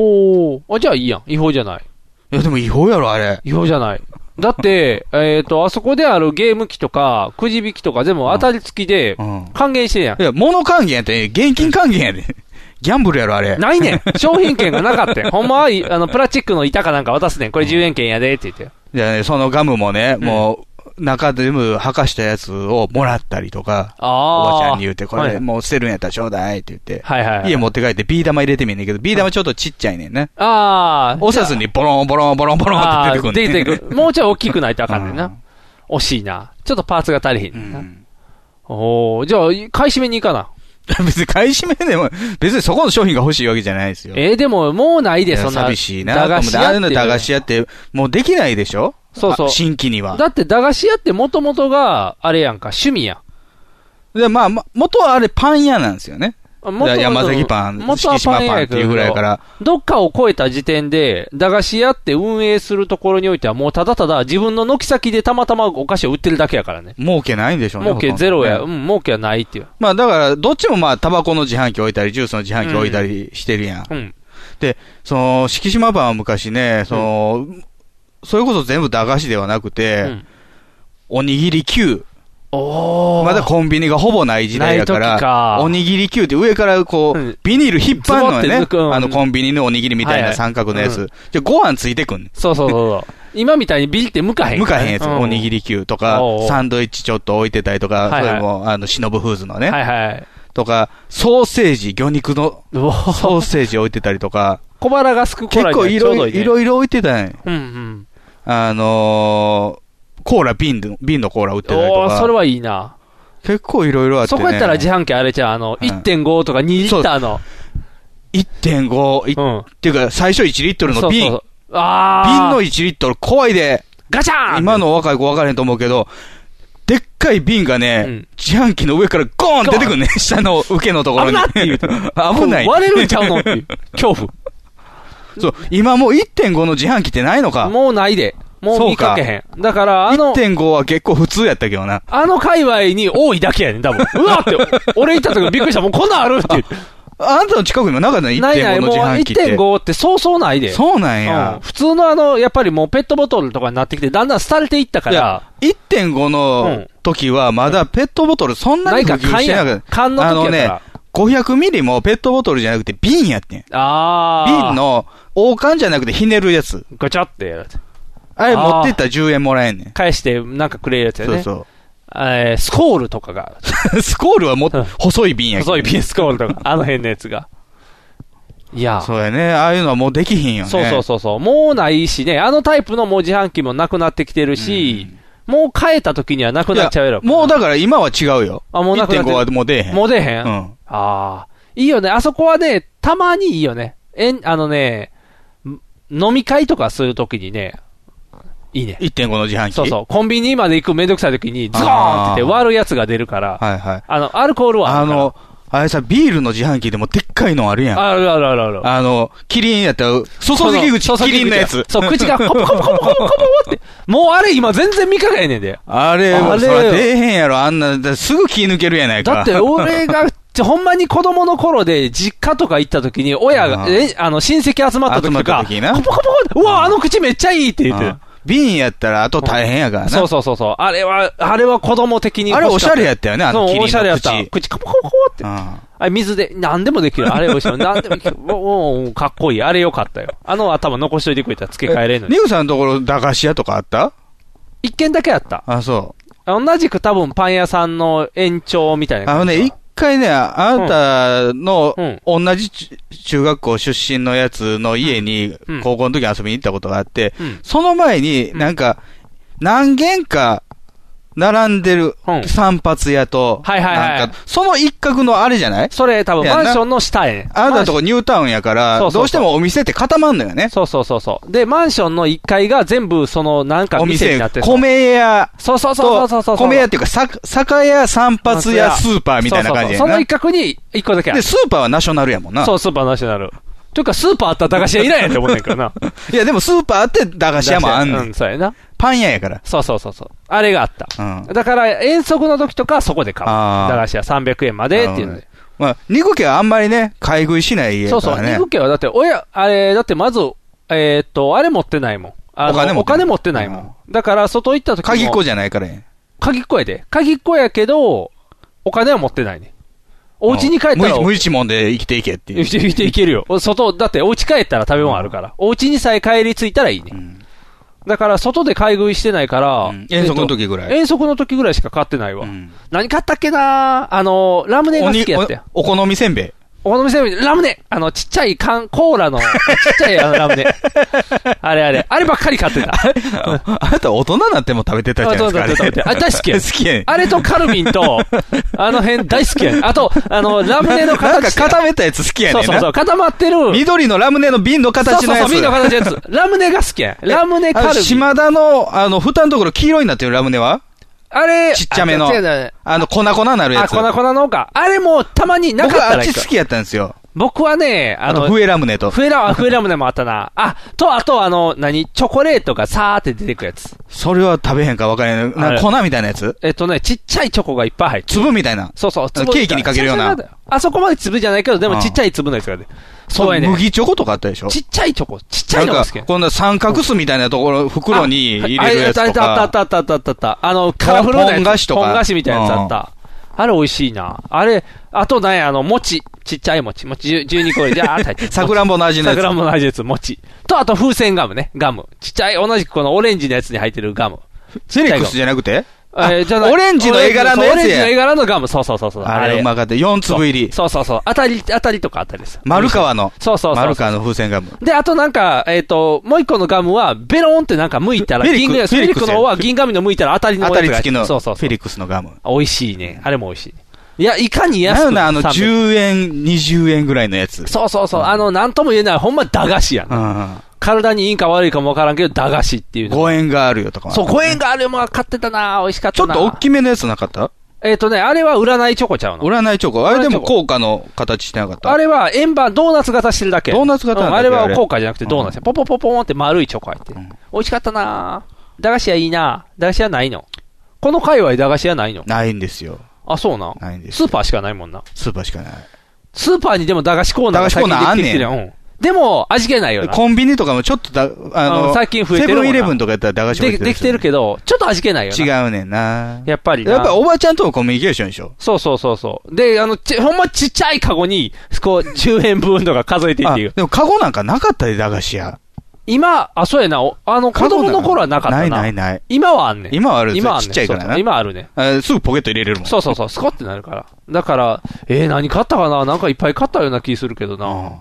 お。あ、じゃあいいやん。違法じゃない。
いや、でも違法やろ、あれ。
違法じゃない。だって、えっと、あそこであるゲーム機とか、くじ引きとか全部当たり付きで
う、ん。
還元してんやん
い。や、物還元やって、現金還元やで。ギャンブルやろ、あれ。
ないね ん。商品券がなかったん。ほんまはいあの、プラスチックの板かなんか渡すねん。これ10円券やで、って言って。
じゃあね、そのガムもね、
うん
もう、中でも吐かしたやつをもらったりとか、お
あ
ば
あ。
ちゃんに言うて、こ
はい
れもう捨てるんやったらちょうだいって言って、
はいはいはい。
家持って帰ってビー玉入れてみんねんけど、ビー玉ちょっとちっちゃいねんね。
ああ。
押さずにボロンボロンボロンボロンって出てくんねん。
あー出てくる。もうちょい大きくないとあかんねん
う
な。惜しいな。ちょっとパーツが足りひんねん
う
な。
ん
おおじゃあ、買い占めに行かな。
別に買い占めでも、別にそこの商品が欲しいわけじゃないですよ。
えー、でも、もうないで、
いや
そんな。
寂しいなと思っ
駄菓子
て。
屋
あ
っ
あい
て
うの駄菓子屋って、もうできないでしょ
そうそう
あ新規には。
だって駄菓子屋ってもともとが、あれやんか、趣味やん。
で、まあ、ま元はあれパン屋なんですよね。
元
だ
は
から山崎パン、
元
敷
は
島
パン屋
パン
や
っ
け
て
ど
いうぐらいから。
どっかを超えた時点で、駄菓子屋って運営するところにおいては、もうただただ自分の軒先でたまたまお菓子を売ってるだけやからね。
儲けないんでしょうね。
儲け
ほとんど
ゼロや、う
ね
ん、儲けはないっていう。
まあだから、どっちもまあ、タバコの自販機置いたり、ジュースの自販機置いたりしてるやん。
うん。
その、敷島パンは昔ね、その、それこそ全部駄菓子ではなくて、
うん
おにぎり Q。
おー。
まだコンビニがほぼない時代やか
ない
ら、
時か
おにぎり Q って上からこう、
うん
ビニール引っ張るのよね
ズボって抜。くうん
あのコンビニのおにぎりみたい
はい
な
はい
三角のやつ。
う
じゃあご飯ついてくんね
そうそうそうそう。今みたいにビリって向かへん
向かへんやつ。おにぎ
り。
り Q とか
おうお、う
サンドイッチちょっと置いてたりとか、
はいはい
それも、あの、忍ぶフーズのね。
はいはい。
とか、ソーセージ、魚肉の
うお
ソーセージ置いてたりと か、
小腹がすく
結
頃に
構
はいちょう
ろ
ど
い
いい、ね、
ろ、いろいろ置いてたんや
うんうん。
あのー、コーラ瓶の、瓶のコーラ売ってたりと
おー、それ
か、
はいいな。
結構いろいろあって
そ
ね。
こやったら自販機あれじゃうあの、
うん
1.5とか2リッターの。
1.5、いっ
うん。
ていうか、最初1リットルの
そう
瓶
そう。そうあ
瓶
ー。
の1リットル怖いで、
ガチャーン
今の若い子分からへんと思うけど、でっかい瓶がね、
うん
自販機の上からゴーンって出てくるね、下の受けのところに。
危なって言うと
危ない。
割れるんちゃうのって いう。恐
そう、今もう1.5の自販機ってないの
怖。
か。
もうないで。もう見かけへん。だから、あの、
1.5は結構普通やったけどな。
あの界隈に多いだけやねん、多分。うわって、俺行った時びっくりした。もうこんなんあるっていう。
あんたの近くにもなかったの
ないな
?1.5 の
い、もう
自販機って。
1.5ってそうそうないで。
そうなん
うん
や。
普通のあの、やっぱりもうペットボトルとかになってきて、だんだん廃れていったか
い
ら
や、1.5の時はまだペットボトルそんな
な
に
い
普
か
及
缶
してな
や
かっ
ん。
た。
缶の時やから。
500ミリもペットボトルじゃなくて瓶やってん。
あー。
瓶の王冠じゃなくてひねるやつ。
ガチャってやられて
あれ持ってったら10円もらえんねん。
返して、なんかくれるやつや
そう
ね。
そ
えースコールとかが、
う。 スコールはもっ
うん
と細い瓶やけど
細いピンスコールとか、あの辺のやつが。いや、
そうやね。ああいうのはもうできひんよね。
そうそうそうそう。もうないしね、あのタイプのもう自販機もなくなってきてるし、もう変えた時にはなく
い
なっ
や
ちゃうやろ。
もうだから今は違うよ。
あもうなくなって
1.5はもう出えへん。
もう出えへん、
う
あ
ん。
あー。いいよね。あそこはね、たまにいいよね。えん、あのね、ん飲み会とかするときにね、いいね。
1.5の自販機。
そうそう。コンビニまで行くめんどくさいときに、ズコーンって言って割るやつが出るから、あ
はいはい。
の、アルコールは
あ
るから
の、あれさ、ビールの自販機でもでっかいのあるやん。あ
あるあるあるある。
の、キリンやったら、注ぎ口、キリンのやつ。
そ う、口がコポコポコポコポコポって。もうあれ今全然見かけへんねんで。
あれ
あ
は、
れ
そら出えへんやろ、あんな、だすぐ気抜けるやないか。
だって俺が、ちょほんまに子供の頃で実家とか行った時に、親
あ
が、
あ
え、あの、親戚集まった
集
時とか、
まった時な
コポコポコってうわ、あの口めっちゃいいって言って
うん瓶やったら、あと大変やからな。
そうそうそうそう。あれは、あれは子供的に
あれお
欲
し
か
ゃ
た
れやったよね、あのキ
そ
リ
う、
ンの口。
おしゃれやった。口コポコポコって。
うん
あれ水で、なんでもできる。あれ美味しい。なんでもできる。おおおかっこいい。あれよかったよ。あの頭残しといてくれたら付け替えれんのに。
ニグさんのところ、駄菓子屋とかあった
一軒だけやった。
あ、そ
同じく多分パン屋さんの延長みたいな
あの
感じ
ね、一回ね、あなたの
うん、
同じ中中学校出身のやつの家に
うん、
高校の時遊びに行ったことがあって、
うん
その前に、なんか、何軒か、並んでる
うん、
散髪屋と、
はいはいはい
なんか、その一角のあれじゃない
それ多分マンションの下へ。
あなたのとこニュータウンやか
そ
ら、
うそうそう
どうしてもお店って固まんのよね。
そうそうそうそう。で、マンションの1階が全部、その、なんか
お
店に
店
なって、る。
米屋
そうそうそうそうそ
と、
うそう。
米屋っていうか、さ酒屋、散髪屋、スーパーみたいな感じや
そうそうそうその
な。
一角に1個だけあ
で、。
る
スーパーはナショナルやもんな。
そう、スーパーナショナル。というか、スーパーあったら駄菓子屋いらんやんって思うねんけどな。
いや、でもスーパー あって駄菓子屋もあんね
うんん、。そうやな。
パン屋やから。
そうそうそうそう。あれがあった。
うん。
だから、遠足の時とか、そこで買う。
あー
駄菓子屋300円までっていうので。
まあ、肉系はあんまりね、買い食いしない家
そ
やか
うそ
ら
う。
ね。
肉系はだって、親、あれ、だってまず、えーっと、あれ持ってないもん。あの
お金持ってない
お金持ってないもん。だから、外行った時も。
鍵っ子じゃないからね。
鍵っ子やで。鍵っ子やけど、お金は持ってないね。お家に帰ったら、
無無一文で生きていけっていう。
生きて生き ていけるよ。外、だってお家帰ったら食べ物あるから。お家にさえ帰り着いたらいいね。
うん
だから、外で買い食いしてないから、
うん遠足の時ぐらい
えっと遠足の時ぐらいしか買ってないわ。
うん
何買ったっけなあの、ラムネ
お
が好
に
きやったよ。
おお好みせんべい。
お好みせんべい、ラムネあの、ちっちゃい缶、コーラの、ちっちゃいあのラ ムネ。あれあれ、あればっかり買ってた。
ああなた大人になっても食べてたじゃないですか、
あそうそうそう食べてたあ大好きや
好きやねん
あれとカルビン と、あの辺大好きやねん。あと、あの、ラムネ
な
の
んか
形。
固めたやつ好きやねん
そ
な。
うそうそう、固まってる。
緑のラムネの瓶の形のやつ。
そうそうそう、瓶の形のやつ。ラムネが好きやん。ラムネカ
あ
ル
の
ビン。
島田の、あの、蓋のところ黄色になってるラムネは
あれ、
ちっちゃめの
あ違う違う
あの、粉々なるや
あ、
つ。
粉々のか。あれもたまになか
僕
っ
は
た
あっ
らいい
ち
か
好。きやったんですよ。
僕はね、あ
あの、
の、
笛ラムネと。
フエラ、フエラムネもあったな。あ、と、あと、あの、何チョコレートがさーって出てくるやつ。
それは食べへんか分からへん。
あ
な
れ
粉みたいなやつ
えっとね、ちっちゃいチョコがいっぱい入ってる。
粒みたいな。
そうそう、粒
ケーキにかけるような
そうそうそうあそこまで粒じゃないけど、で
う
も
ん
ちっちゃい粒のやつがね。そうやね。
麦チョコとかあったでしょ
ちっちゃいチョコ。ちっちゃ
ないん
のが
か
好きや、ん。
こんな三角巣みたいなところ、袋に入れるやつと
あああっ
か。
たあったあったあったあったあった。あの、カラフルなやつ。
ポン菓子とか
ポン菓子みたいなやつあった。あれ美味しいな。あれ、あとね、あの、餅。ちっちゃい餅。餅10 12個入りで、あーって入ってる。
さくらんぼの味のやつ。
桜も同じやつ、餅。と、あと風船ガムね。ガム。ちっちゃい、同じくこのオレンジのやつに入ってるガム。
フェニックスじゃなくて
えーじゃない
オレンジの絵柄のやつや
オレンジの絵柄のガム。そうそうそうそう。
あれうまかった。4粒入り。
そうそうそう。当たり、当たりとか当たりです。
丸川の。
そうそうそうそう
丸川の風船ガム。
で、あとなんか、えっ、と、もう一個のガムは、ベローンってなんか剥いたら、
フェリッ
銀
ク
ガム、
フ
フ
ェ
ェ
リ
リ
ッ
ッ
クス
クの方は銀紙の剥いたら当たりの
当
やつ
た
が
り付きのフ
そうそうそ
ェ
う。
リックスのガム。
美味しいね。あれも美味しい。いや、いかに安
な
く
よな、あの、
300
10円、20円ぐらいのやつ。
そうそうそう。あの、なんとも言えない、ほんま駄菓子やん。
うん。
体にいいんか悪いかもわからんけど、駄菓子っていうの。
5円があるよとか。
そう、5円があれも買ってたな美味しかっ
ちょ
た
っ
な
と大きめのやつなかった
えっ、とね、あれは占いチョコちゃうの。
占いチョコ。あれでも
占いチョコ
効果の形してなかった。
あれは円盤、ドーナツ型してるだけ。
ドーナツ型なんだ
うんあれ
あ
は
れ
効果じゃなくてドーナツ。ポポポポンって丸いチョコ入ってる。
うん
美味しかったな駄菓子屋いいな駄菓子屋ないのこの界隈駄菓子屋ないの
ないんですよ。
あ、そうな。
ないんです
スーパーしかないもんな。
スーパーしかない。
スーパーにでも駄菓子コーナーが最近
駄菓子コーナーあんねん
できてきてるやん。うんでも、味気ないよな。
コンビニとかもちょっとだ、あ
あの
の、
最近増えて
セ
るもん
ブ
な
ンイレブンとかやったら駄菓子置い
で
る
できてるけど、ちょっと味気ないよな。
違うねんな。
やっぱりな。
やっぱおばちゃんとのコミュニケーションでしょ。
そうそうそうそう。で、あの、ちほんまちっちゃいカゴに、こう、10円分とか数えてっ
あ
ていう。
でもカゴなんかなかったで、駄菓子屋。
今、あ、そうやな、おあの、子
カゴ
供
なん
の頃はなかったな。
ないないない。
今はあんねん。
今はあるんですよ
今はあんね
ちっちゃいからな
そうそう今あるね。
あすぐポケット入れれるもん。
そうそうそう、スコってなるから。だから、えー、何買ったかななんかいっぱい買ったような気するけどな。
うん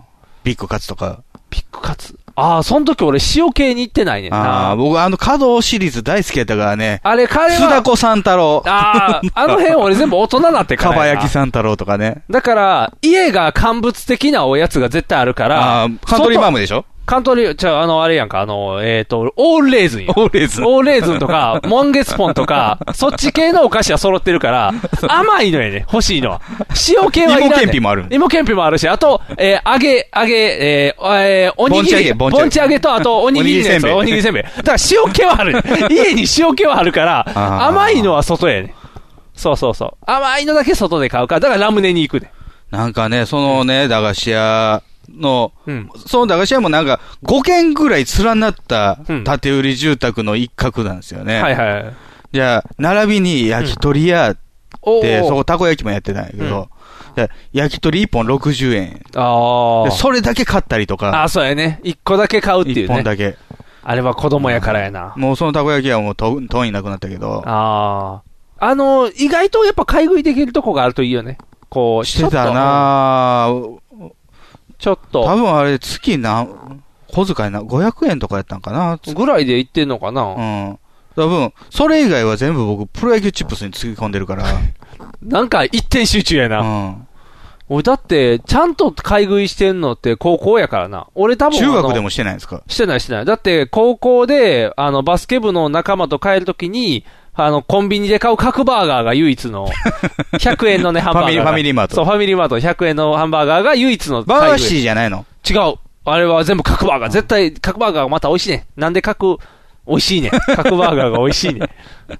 ビッグカツとか。
ピックカツ。ああ、その時俺塩系に行ってないねんな。
ああー、
あ
僕あの、カドーシリーズ大好きやったからね。
れ、彼は。
須田子三太郎。
ああ、あの 辺俺全部大人になって
か
か
ば
らやな。
焼き三太郎とかね。
だから、家が乾物的なおやつが絶対あるから。
ああー、カントリーマー
ム。
ムでしょ
カントリー、ちゃうあの、あれやんか、あの、えっ、と、オールレーズンや
オーレーズン。
オーレーズン とか、モンゲスポンとか、そっち系のお菓子は揃って るから、甘いのやね、欲しいのは。塩系はいらん、ねん。
芋けんぴもある
芋けんぴもあるし、あと、えー揚げ、揚げ、えーえーおにぎり。
ぼんち揚げぼんち揚げ
ぼんち揚げと、あと、おにぎりのやつお
お
に
にぎり
ぎりせ
せ
んべい。だから塩気はある。 家に塩気はあるから、
あー
甘いのは外やね。そうそうそう。甘いのだけ外で買うから、だからラムネに行くね。
なんかね、そのね、駄菓子屋の、
うん。
その駄菓子屋もなんか5軒ぐらい連なった
うん
建て売り住宅の一角なんですよね。
はいはい。
じゃあ、並びに焼き鳥屋っ
お
て、そ
ー
こたこ焼きもやってたんやけど、で焼き鳥1本60円。で
あー
それだけ買ったりと
あー。
か、
そうやね。一個だけ買うってい
1
うね
本。だけ。
あれは子供やからやな。
もうそのたこ焼きはもうと遠いなくなったけど、
ああ。あの、意外とやっぱ買い食いできるとこがあるといいよね。こう、
してたなぁ。
ちょっと。
多分あれ、月な、小遣いな、500円とかやったんかな。
ぐらいで行ってんのかな、
うん。多分、それ以外は全部僕、プロ野球チップスにつぎ込んでる から。
なんか一点集中やな。
うん。
俺だって、ちゃんと買い食いしてんのって高校やからな。俺多分。
中
あの
学でもしてないんですか
してないしてない。だって、高校で、あの、バスケ部の仲間と帰るときに、あの、コンビニで買う角バーガーが唯一 の、100円のね、ハンバーガーが。
ファミリーマート
そう、ファミリーマート。100円のハンバーガーが唯一の買い食い。
バーシーじゃないの
違う。あれは全部角バーガー。絶対、角バーガーがまた美味しいね。なんで角、美味しいね。角バーガーが美味しい ね。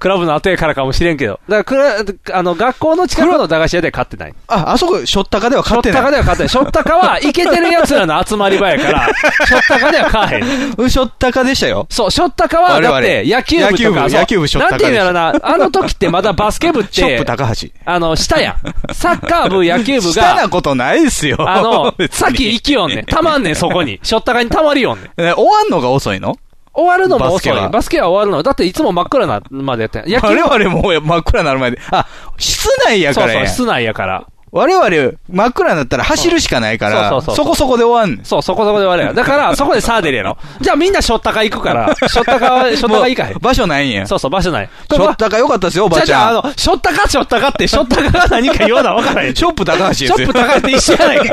クラブの後やからかもしれんけど。だから、クラ、あの、学校の近くの駄菓子屋で買ってない。
あ、あそこ、ショッタカでは
ショ
買って
ッタ
な
カ
い。
では買ってない。ショッタカは、イケてる奴らの集まり場や から、ショッタカでは買わへん。
うんショッタカでしたよ。
そう、ショッタカは、
我
だっ
々
て、野球部と
野球部
か、そう
野球部ショッタカ
なんていうんやろな、あの時ってまだバスケ部っ て、
ショップ高橋。
あの、下やん。サッカー 部、野球部
したな
が、
ことないですよ。、
あの
別に
さっき行きよんねん。たまんねん、そこに。ショッタカにたまりよんねん。
え終わんのが遅いの
終わるのも遅
バスケ
い。
は
バスケは終わるの。だっていつも真っ暗な、までやってん野球
我々もう真っ暗になる前で。あ、室内や
そ
か
う
ら
そう、
や。
室内やから。
我々、真っ暗になったら走るしかないから、そ
そうそうそうそう
こそこで終わんねん。
そう、そこそこで終わるやん。だから、そこでサーデルやろ。じゃあみんなショッタカ行くから、ショッタ カは、ショッタカ行かへん
もう。場所ないんや。シ
そうそう、場所ない。
ョッタカ良かったですよ、おば
じゃ
ち
あじゃ
ゃん。
あ、あの、ショッタカ、ショッタカって、ショッタカが何か言わな分からへん。
ショップ高橋です
シ
よ。
ョップ高いって一緒やない か。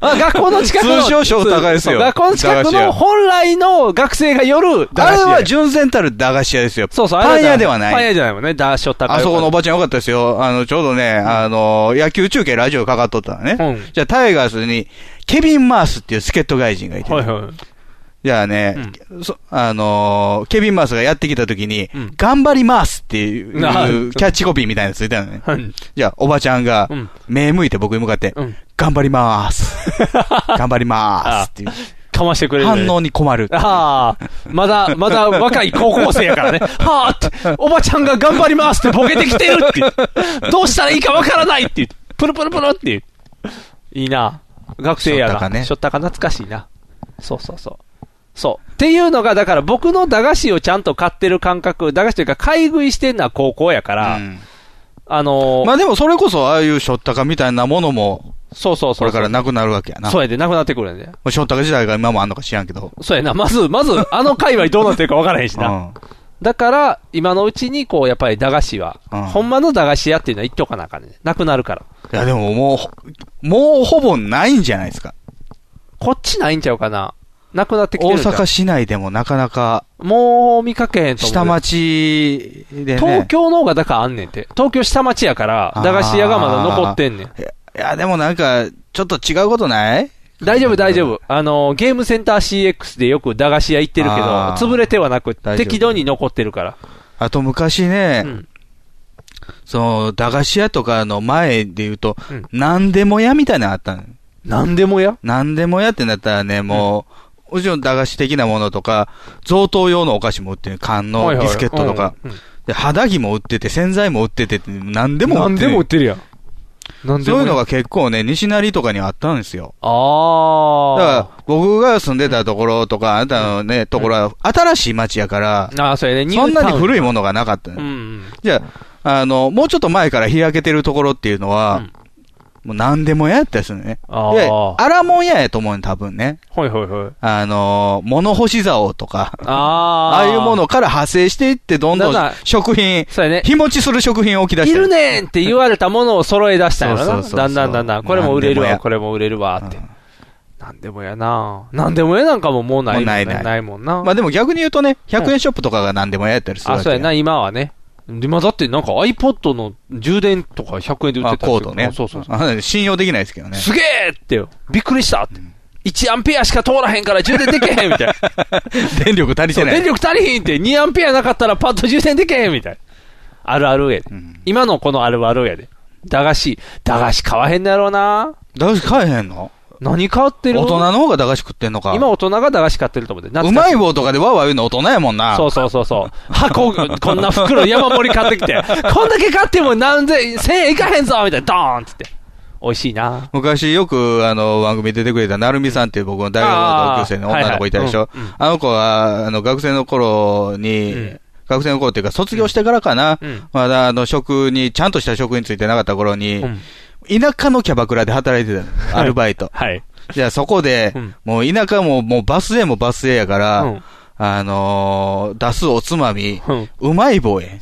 あ学校の近くの。
通称ショップ高いですよ
そう学校の近く
駄菓子
の
屋
本来の学生が寄る駄
あ
菓
れ
子屋
は純然たる駄菓子屋ですよ。
そうそう、あれ
パン屋では
パン
ない。
屋じゃないもんね、ダショッタカ。
あそこのおばちゃん良かったですよ。あの、ちょうどね、あの、野球中継ラジオかかっとったのね。
うん
じゃあ、タイガースに、ケビン・マースっていう助っ人外人がいて、
はいはい。
じゃあね、そあのーケビン・マースがやってきた時に、
うん
頑張りますっていうキ
な
ャッチコピーみたいなのついたのね。
はい
じゃあ、おばちゃんが
うん、
目向いて僕に向かって、
うん
頑張り ます。頑張りますっていう。
かましてくれる。
反応に困る。
ああ、まだ、まだ若い高校生やからね。はあって、おばちゃんが頑張りますってボケてきてるっていう。どうしたらいいかわからないっていう。プルプルプルっていう。いいな。学生や
ショッタ
な。
カね
ショッタカ懐かしいな。そうそうそう。そう。っていうのが、だから僕の駄菓子をちゃんと買ってる感覚、駄菓子というか買い食いしてんのは高校やから、
うん
あのー
まあでもそれこそああいうショッタカみたいなものも、
そうそうそ
こ
う。
れからなくなるわけやな。
そうやで、なくなってくるんで。
ショッタカ時代が今もあんのか知らんけど。
そうやな。まず、まず、あの界隈どうなってるかわからへんし
う
な。
ん。
だから、今のうちに、こう、やっぱり駄菓子は、
うん
ほんまの駄菓子屋っていうのは言っとかなあかんね。なくなるから。
いやでももう、もうほぼないんじゃないですか。
こっちないんちゃうかな。なくなってきて
大
るんちゃう
阪市内でもなかなか、
もう見かけへんと思う。
下町でね。
東京の方がだからあんねんて。東京下町やから、
あー
駄菓子屋がまだ残ってんねん。
いやいや、でもなんか、ちょっと違うことない
大丈夫大丈夫。あの、ゲームセンター CX でよく駄菓子屋行ってるけど、
あー
潰れてはなく、
大丈夫
適度に残ってるから。
あと昔ね、
うん。
その、駄菓子屋とかの前で言うと、
うん
何でも屋みたいなのあったの。
なんでもや
何でも屋ってなったらね、もう、もちろん駄菓子的なものとか、贈答用のお菓子も売ってる。缶のビスケットとか。
うんうん
で、肌着も売ってて、洗剤も売っててって、何でも
な
売っ
ん
て
で
る
も売ってるやん。なんで
そ
も
うい
や
うのが結構ね、西成とかにはあったんですよ。
あ
だ
あ。
から、僕が住んでたところとか、あなたのね、ところは、新しい町やから、
ああ、そうやね。
そんなに古い
も
ものがなかった
う
の。
ん。
じゃあ、あの、もうちょっと前から開けてるところっていうの
う
は
ん、
もう何でも屋やったでするね。
あ
で、
あ。
アラモン屋やと思うね、多分ね。
はいはいはい。
あの、物干し竿とか、
あ
あ
あ。
あいうも。のから派生していって、どんど
だか
ん
ら
食品、
そうやね。
日持ちする食品を置き出し
い
て
るねんって言われたものを揃え出したんや
そ
ろ
う
な。
そうそうそう
だんだんだんだん。これも売れる
なんでも
わ、
や
これも売れるわっ
う
て
ん。
なんでもやな。なんでもやなんかももうないもんね。
もうないない
ないもんな。
まあでも逆に言うとね、100円ショップとかが何でも屋やったりするわ
あ、
け
そうやな、今はね。今だってなんか iPod の充電とか100円で売っ
あ
てたりする
コードね。
そうそうそう。
あ信用できないですけどね。
すげえってよ。びっくりしたって。1アンペアしか通らへんから充電できへんみたいな。
電力足り
そ
て
う、
ない。
電力足りひんって、2アンペアなかったらパッと充電できへんみたいな。あるあるやで。
うん
今のこのあるあるやで。駄菓子、駄菓子買わへんのやろうな。
駄菓子買えへんの
何買っ
大
てる
人の方が駄菓子食ってんのか。
今大人が駄菓子買ってると思って。
う
懐か
ま
し
い棒とかでわーわー言うの大人やもんな。
そうそうそうそう。箱、こんな袋 山盛り買ってきて、こんだけ買っても何千、1000円いかへんぞみたいな、ドーンっつって。美味しいな。
昔よく、あの、番組出てくれた、なるみさんっていう僕の大学の同級生の
あー
女の子いたでしょ
はいはいうんうん。
あの子は、あの、学生の頃
う
に
ん、
学生の頃っていうか、卒業してからかな、
うん。
まだあの職に、ちゃんとした職についてなかった頃に、
うん。
田舎のキャバクラで働いてたの、アルバイト。
はい。
じゃあそこで、
うん
もう田舎ももうバスへもバスへやから、
うん。
あのー出すおつまみ、
うん。
うまい棒へ。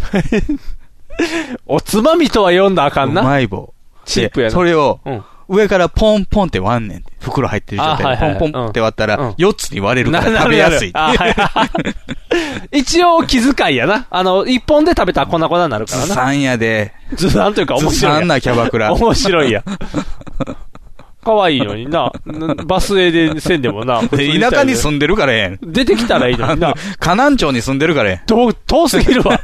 おつまみとは読んだらあか
うん
な。
まい棒。
チップや
でそ
な。
れを、
うん。
上からポンポンって割んねん。袋入ってる状態で、
あはいはい
ポンポンって割った
うん
ら、4つに割れるか
な
ら食べやすい。
なるなるあはい 一応気遣いやな。あの、一本で食べたら粉々になるから
ず
な。
さんやで、
ずさんというか面
ず
白
さ
い
ん
や。
なキャバクラ。
面白いや。可愛いのにな。なバスへでせんでもな。普通
で
に
田舎に住んでるからええん。
出てきたらいいのにな。
河南町に住んでるからえ
遠遠すぎるわ。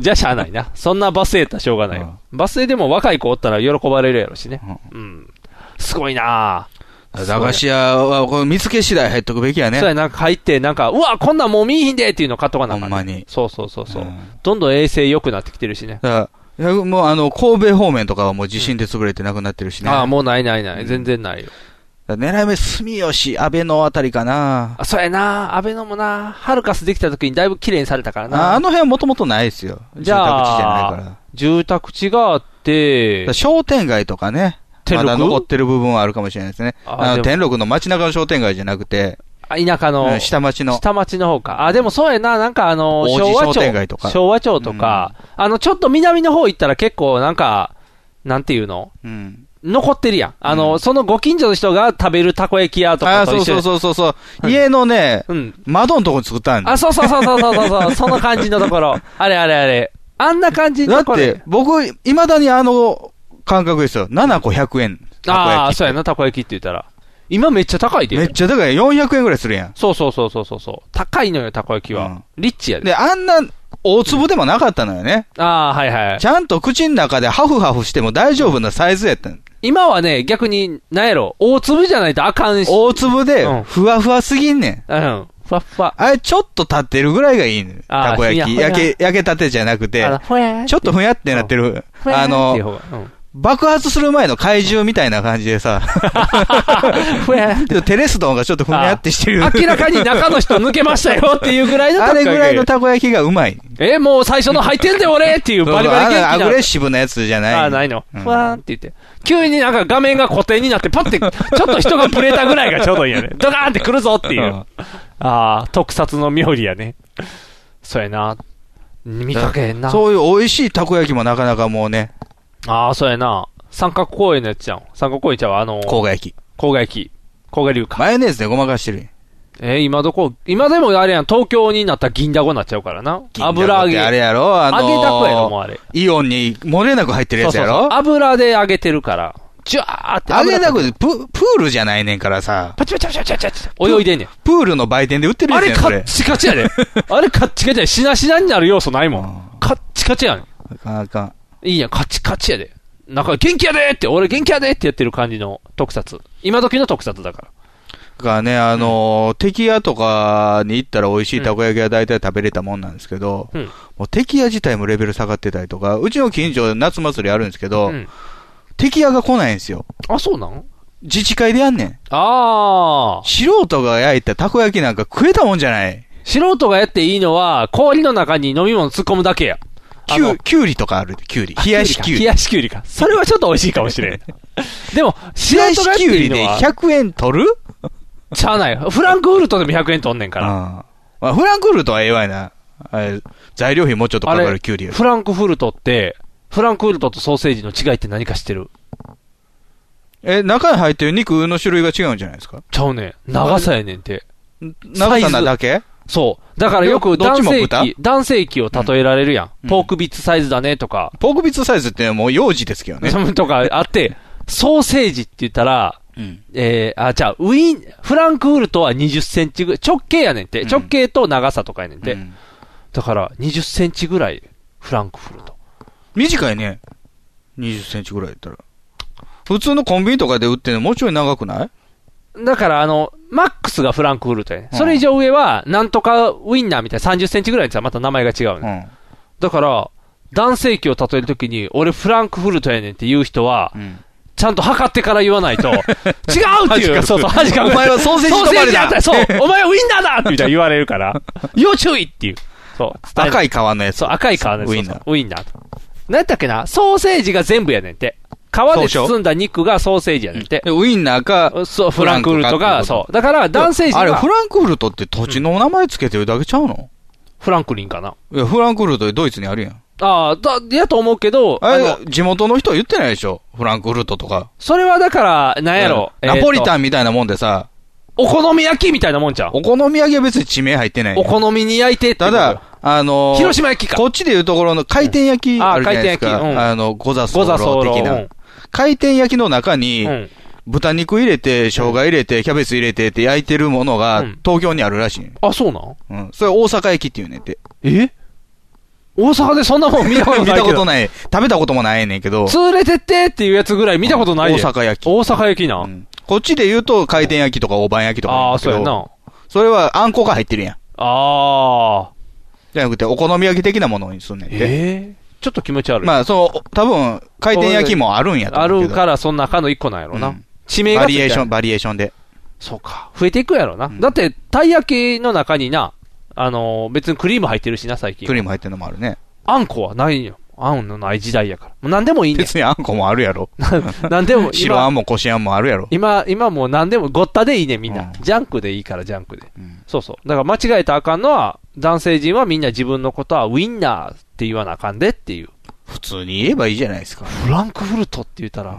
じゃあしゃあないな。そんなバスへやったらしょうがないよ。バスへでも若い子おったら喜ばれるやろしね。うん。すごいな
えん。駄菓子屋はこれ見つけ次第入っとくべきやね。
そうや、なんか入って、なんか、うわ、こんなんもう見いひんでっていうの買っとかなあか
ほ
んね
んまに
そうそうそうそう、
うん
どんどん衛生良くなってきてるしね。
だからいやもうあの、神戸方面とかはもう地震で潰れてなくなってるしね。
ああ、もうないないない。全然ないよ。
だから狙い目、住吉、安倍のあたりかな。
あ、そうやな。安倍のもな。ハルカスできた時にだいぶ綺麗にされたからな。
ああの辺はもともとないですよ。
じゃあ
住宅地じゃないから。だか
住宅地があって
ら、商店街とかね。
天
ま
禄
だ残ってる部分はあるかもしれないですね。あ
あで
の、
も
天禄の街中の商店街じゃなくて、
あ田舎
う
の
ん、下町の。
下町の方か。あ、でもそうやな。なんかあの、
王子
昭和
商店
町
街とか
昭和町とか、あの、ちょっと南の方行ったら結構なんか、なんていうの
うん。
残ってるやん。あの、
うん
そのご近所の人が食べるたこ焼き屋と
あ
か
あ、
と
そう
一緒
そう
に
そうそうそう。家のね、
うん。
窓のとこに作ったんだ
あ、そうそうそうそうそうそうそう、その感じのと ころ。あれあれあれ。あんな感じの
だっ
ところ。
て、僕、いまだにあの感覚ですよ。7個100円。
ああ、
たこ焼き
そうやな、たこ焼きって言ったら。今めっちゃ高い
め
で
っ。ちゃ高い。400円ぐらいするやん。
そうそうそうそうそうそう。高いのよ、たこ焼きは。
うん
リッチやで。
で、あんな大粒でもなかったのよね。
ああ、はいはい
ち。ゃんと口の中でハフハフしても大丈夫なサイズやったの。
今はね、逆に、なんやろ、大粒じゃないとあかんし。
大粒で
うん、
ふわふわすぎんねん。
うん。ふわっふわ。
あれ、ちょっと立ってるぐらいがいいねん。
あー
たこ焼き。
いや
焼け、焼けたてじゃなくて
あ、のほやー
ちょっとふやってなってる。
ほやー
あ
っていう
の、
方がうん
爆発する前の怪獣みたいな感じで さ、
ふやー
テレスドンがちょっとふやってして る。
明らかに中の人抜けましたよっていうぐらいの
あれぐらいの
た
た
こ
こ焼きがうまい。
焼きえ、もう最初の入ってんで俺っていうバリバリ元気
あ
な
のアグレッシブなやつじゃない。
ああ、ないの。
うん
ふわーんって言って。急になんか画面が固定になって、パッて、ちょっと人がブレたぐらいがちょうどいいよね。ドカーンって来るぞっていうう。
ん
ああ、特撮の妙理やね。そうやな。見かけへんな。
そういう美味しいたこ焼きもなかなかもうね、
ああ、そうやな。三角公園のやつじゃん。三角公園ちゃうわあの、
郊外焼き。
郊外駅。郊外流か。
マヨネーズでごまかしてるやん。
えー今どこ、今でもあれやん、東京になったら銀だこになっちゃうからな。油揚
銀だこって
げ。
あれやろあのー
揚げだこやろ、もうあれ。
イオンに漏れなく入ってるやつやろ
そうそうそう油で揚げてるから。ジュワーって
揚げだ
こ。
こでプ、プールじゃないねんからさ、
パチパチパチパチパチパチ泳いでんねん。
プールの売店で売ってる
あ
やつ
れ
やん、そ
カッ
れ。
チカチやで。 あれカッチカチやで。しなしなになる要素ないも
あ
ん。カッチカチやね
あかんあかん。
ん。いいやん、カチカチやで。なんか元気やでって、俺元気やでってやってる感じの特撮。今時の特撮だから。
だからね、あのー、敵屋とかに行ったら美味しいたこ焼きは大体食べれたもんなんですけど、
うん
もう敵屋自体もレベル下がってたりとか、うちの近所夏祭りあるんですけど、
うん。
敵屋が来ないんですよ。
あ、そうなん
自治会でやんねん。
ああ。
素人が焼いたたこ焼きなんか食えたもんじゃない。
素人がやっていいのは、氷の中に飲み物突っ込むだけや。
きゅう、きゅうりとかあるで、きゅうり。冷やしきゅう
冷
り。
やしきゅうりか。それはちょっと美味しいかもしれん。 でも、素
冷や
人が
し
やっ
きゅう
ていい
り
の
で
は、
100円取る
ちゃうない。フランクフルトでも100円取んねんから。
ああフランクフルトはええわいな。あれ材料費もうちょっとかかるキュウリや
フランクフルトって、フランクフルトとソーセージの違いって何か知ってる
え、中に入ってる肉の種類が違うんじゃないですか
ちゃうねん。長さやねんて。
長さなだけ
そう。だからよく
どどっち
男
も
性
豚
器、男性器を例えられるやん。
うん
ポークビッツサイズだねとか、
ポークビッツサイズってもう幼児ですけどね。
とかあって、ソーセージって言ったら、
うん。
えー、あ、じゃあ、ウィン、フランクフルトは20センチぐらい、直径やねんて。
うん
直径と長さとかやねんて。
うん
だから、20センチぐらい、フランクフルト。
短いね。20センチぐらいやったら。普通のコンビニとかで売ってるのもうちょい長くない
だから、あの、マックスがフランクフルトやねん。それ以上上は、なんとかウィンナーみたいな30センチぐらいのやつはまた名前が違うねん。
ん。
だから、男性器を例えるときに、俺フランクフルトやねんって言う人は、
うん。
ちゃんと測ってから言わない と、違うってい
か
う、
く
そうそう、恥かく
お前はソーセージ止まりだ
ソーセージやったそう、お前はウィンナーだみたいな言われるから、要注意っていう。そう。
赤
い。
い皮のやつ。
そう、赤い皮のやつ。
ウインナー
そうそうウインナー。なんだっけな、ソーセージが全部やねんて。皮で包んだ肉がソーセージやねんて。
でウインナーか、
そう、フランクフルトが、
フランク
そう。だから、男性陣
あれ、
は
フ、ランクフルトって土地の名前つけてるだけちゃうの、
フランクリンかな。
いや、フランクフルトでドイツにあるやん。
ああ、だ、やと思うけど、
あ
あ
れ
の、
地元の人は言ってないでしょフランクフルトとか。
それはだから、なんやろ。
ナポリタ
ン。
ンみたいなもんでさ、
お好み焼きみたいなもんじゃん。
お好み焼きは別に地名入ってない。
お好みに焼いてってい
た
うことよ
だ、、あのー
広島焼きか。
こっちでいうところの回転焼き
うんあー
あるじゃないですか。
回転焼きうん
あの、ゴザソ
ゴザソ
ー
ーロ
ロ的な。回転焼きの中に、
うん。
豚肉入れて、生姜入れて、キャベツ入れてって焼いてるものが
うん
東京にあるらしい。
あ、そうなん
うん。それ大阪駅っていうねんて。
え大阪でそんなもん見たことな い
見
けど。
たことない。食べたこともないねんけど。
連れてってっていうやつぐらい見たことない
大
で。
阪焼き。
大阪焼きな。
うんこっちで言うと回転焼きとか大判焼きとかん
ああ、
だけ
そう
ど
やな。
それはあんこが入ってるやん。
ああ。
じゃなくて、お好み焼き的なものにすんねんて。
ええちょっと気持ち悪い。
まあ、その、多分、回転焼きもあるんやと
あ
思うけ
る
ど。
から、その中の一個なんやろ
う。
なん地名が
バ
つい
リ
て
エ
る
ーション、バリエーションで。
そうか。増えていくやろな。
ん
だって、たい焼きの中にな、あのー別にクリーム入ってるしな、最近。
クリーム入ってるのもあるね。
あんこはないんよ。あんのない時代やから。もう何でもい いね
別にあんこもあるやろ。
ん。何で も、
白あ
今、
んもこしあんもあるやろ。
今、今もう何でも、ごったでいいね、みんな。
うん
ジャンクでいいから、ジャンクで。
うん
そうそう。だから間違えたらあかんのは、男性陣はみんな自分のことはウィンナーって言わなあかんでっていう。
普通に言えばいいじゃないですか。
フランクフルトって言ったら、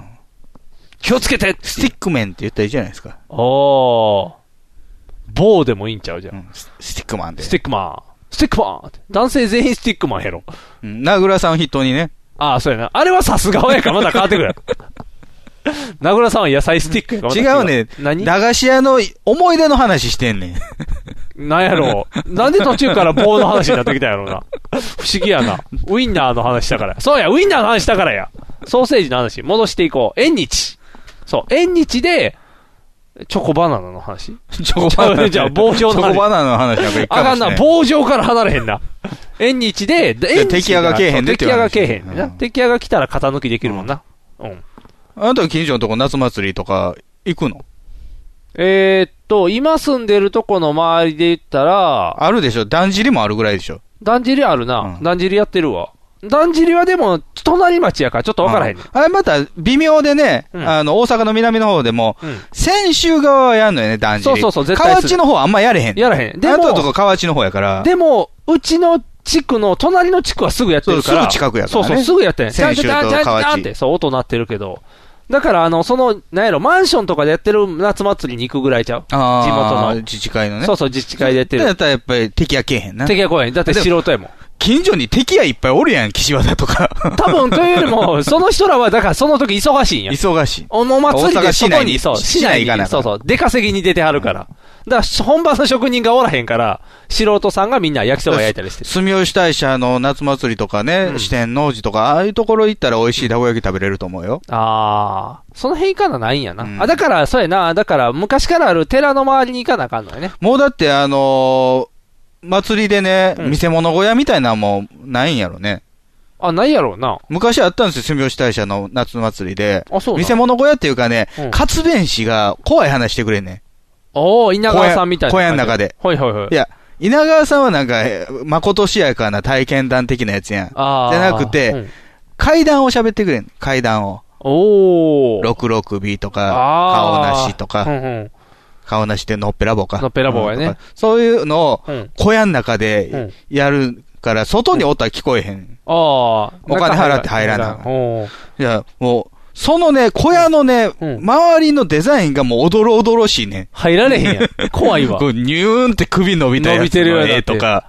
気をつけてって
スティック麺って言ったらいいじゃないですか。
おー。棒でもいいんちゃうじゃん
う。んススティックマンで
ス。ティックマン。スティックマンって男性全員スティックマンやろ。
うん名倉さん筆頭にね。
ああ、そうやな。あれはさすがやからまだ変わってくる。名倉さんは野菜スティックやから
違
まだ
うね。
何
駄菓子屋の思い出の話して んねん。
なんやろう。なんで途中から棒の話になってきたんやろうな。不思議やな。ウインナーの話したから。そうや、ウインナーの話したからや。ソーセージの話、戻していこう。縁日。そう、縁日で、チョコバナナの話
チョコバナナ。
じゃあ棒状の話
チョコバナナの話なんか一
あ
回
か
も
ん
して
な、
い。
棒状から離れへ んな。縁日で、で
敵屋が来えへんでってい
敵
う
屋
話
がけえへんな。
うん
敵屋が来たら型抜きできるもんな。うん。
あなた近所のとこ夏祭りとか行くの
えーっと、今住んでるとこの周りで言ったら、
あるでしょだんじりもあるぐらいでしょ
だんじりあるな。
うん
だんじりやってるわ。だんじりはでも、隣町やからちょっとわからへんねん。
ああれまた微妙でね、
うん
あの、大阪の南の方でも、
うん
泉州側はやんのよね、だんじり。
そうそうそう絶対
河
する
内の方はあんまやれへん。
やらへん。で
あなたのと
も、
こ河内の方やから。
でも、うちの地区の、隣の地区はすぐやってるか
そうす
ら。
ぐ近くやから
そう
ね
そう、すぐやってん。
先週と河内
じゃんじゃんじゃんじゃんって、そう、音鳴ってるけど。だから、あの、その、なんやろ、マンションとかでやってる夏祭りに行くぐらいちゃう。
あー
地元の
自治会のね。
そうそう、自治会でやって
だ
る
っ。たらやっぱり敵はけえへんな。
敵屋公園。だって素人やもん。
近所に敵はいっぱいおるやん、岸和田と か。
多分、というよ りも、その人らは、だからその時忙しいんや。
忙しい。
お祭り
大阪
で
市
そ
内
こ
に
に、そう、
市
市
内
内
行かなあか
に、そ
ん
うそう、出稼ぎに出てはるから。だから、本場の職人がおらへんから、素人さんがみんな焼きそば焼いたりしてる。
住吉大社の夏祭りとかね、
うん
四天王寺とか、ああいうところ行ったら美味しいたこ焼き食べれると思うよ。
ああ、その辺行かなないんやな。
うん
あ、だから、そうやな。だから、昔からある寺の周りに行かなあかんのよね。
もうだって、あのー祭りでね、
うん
見せ物小屋みたいなのもないんやろね。
あ、ないやろうな。
昔あったんですよ、住吉大社の夏祭りで。
あ、そう
見
な
せ
の。
物小屋っていうかね、
うん
活弁士が怖い話してくれんねん。
おお稲川さんみたいな。
小屋の中で。
はいはいはい
い。や、稲川さんはなんか、え誠しやかな体験談的なやつやん。
ああ。
じゃなくて
うん
階段を喋ってくれん。階段を。
おお。
66B とか、顔
あー
なしと
う
か、
んうん。
顔なしってのっぺらぼうか。
のっぺらぼうやね
んとかそういうのを
うん。
小屋の中
う
で
ん
やるから、外におったら聞こえへん。
ああ。
お金払って入らな
中おー
いや、もう、そのね、小屋のね、
うん
周りのデザインがもうおどろおどろしいね。
入ら れへんやん。怖いわ
こ。うニューンって首伸びたや
伸び
つ
てるよ
の
うにな
絵
って
とか、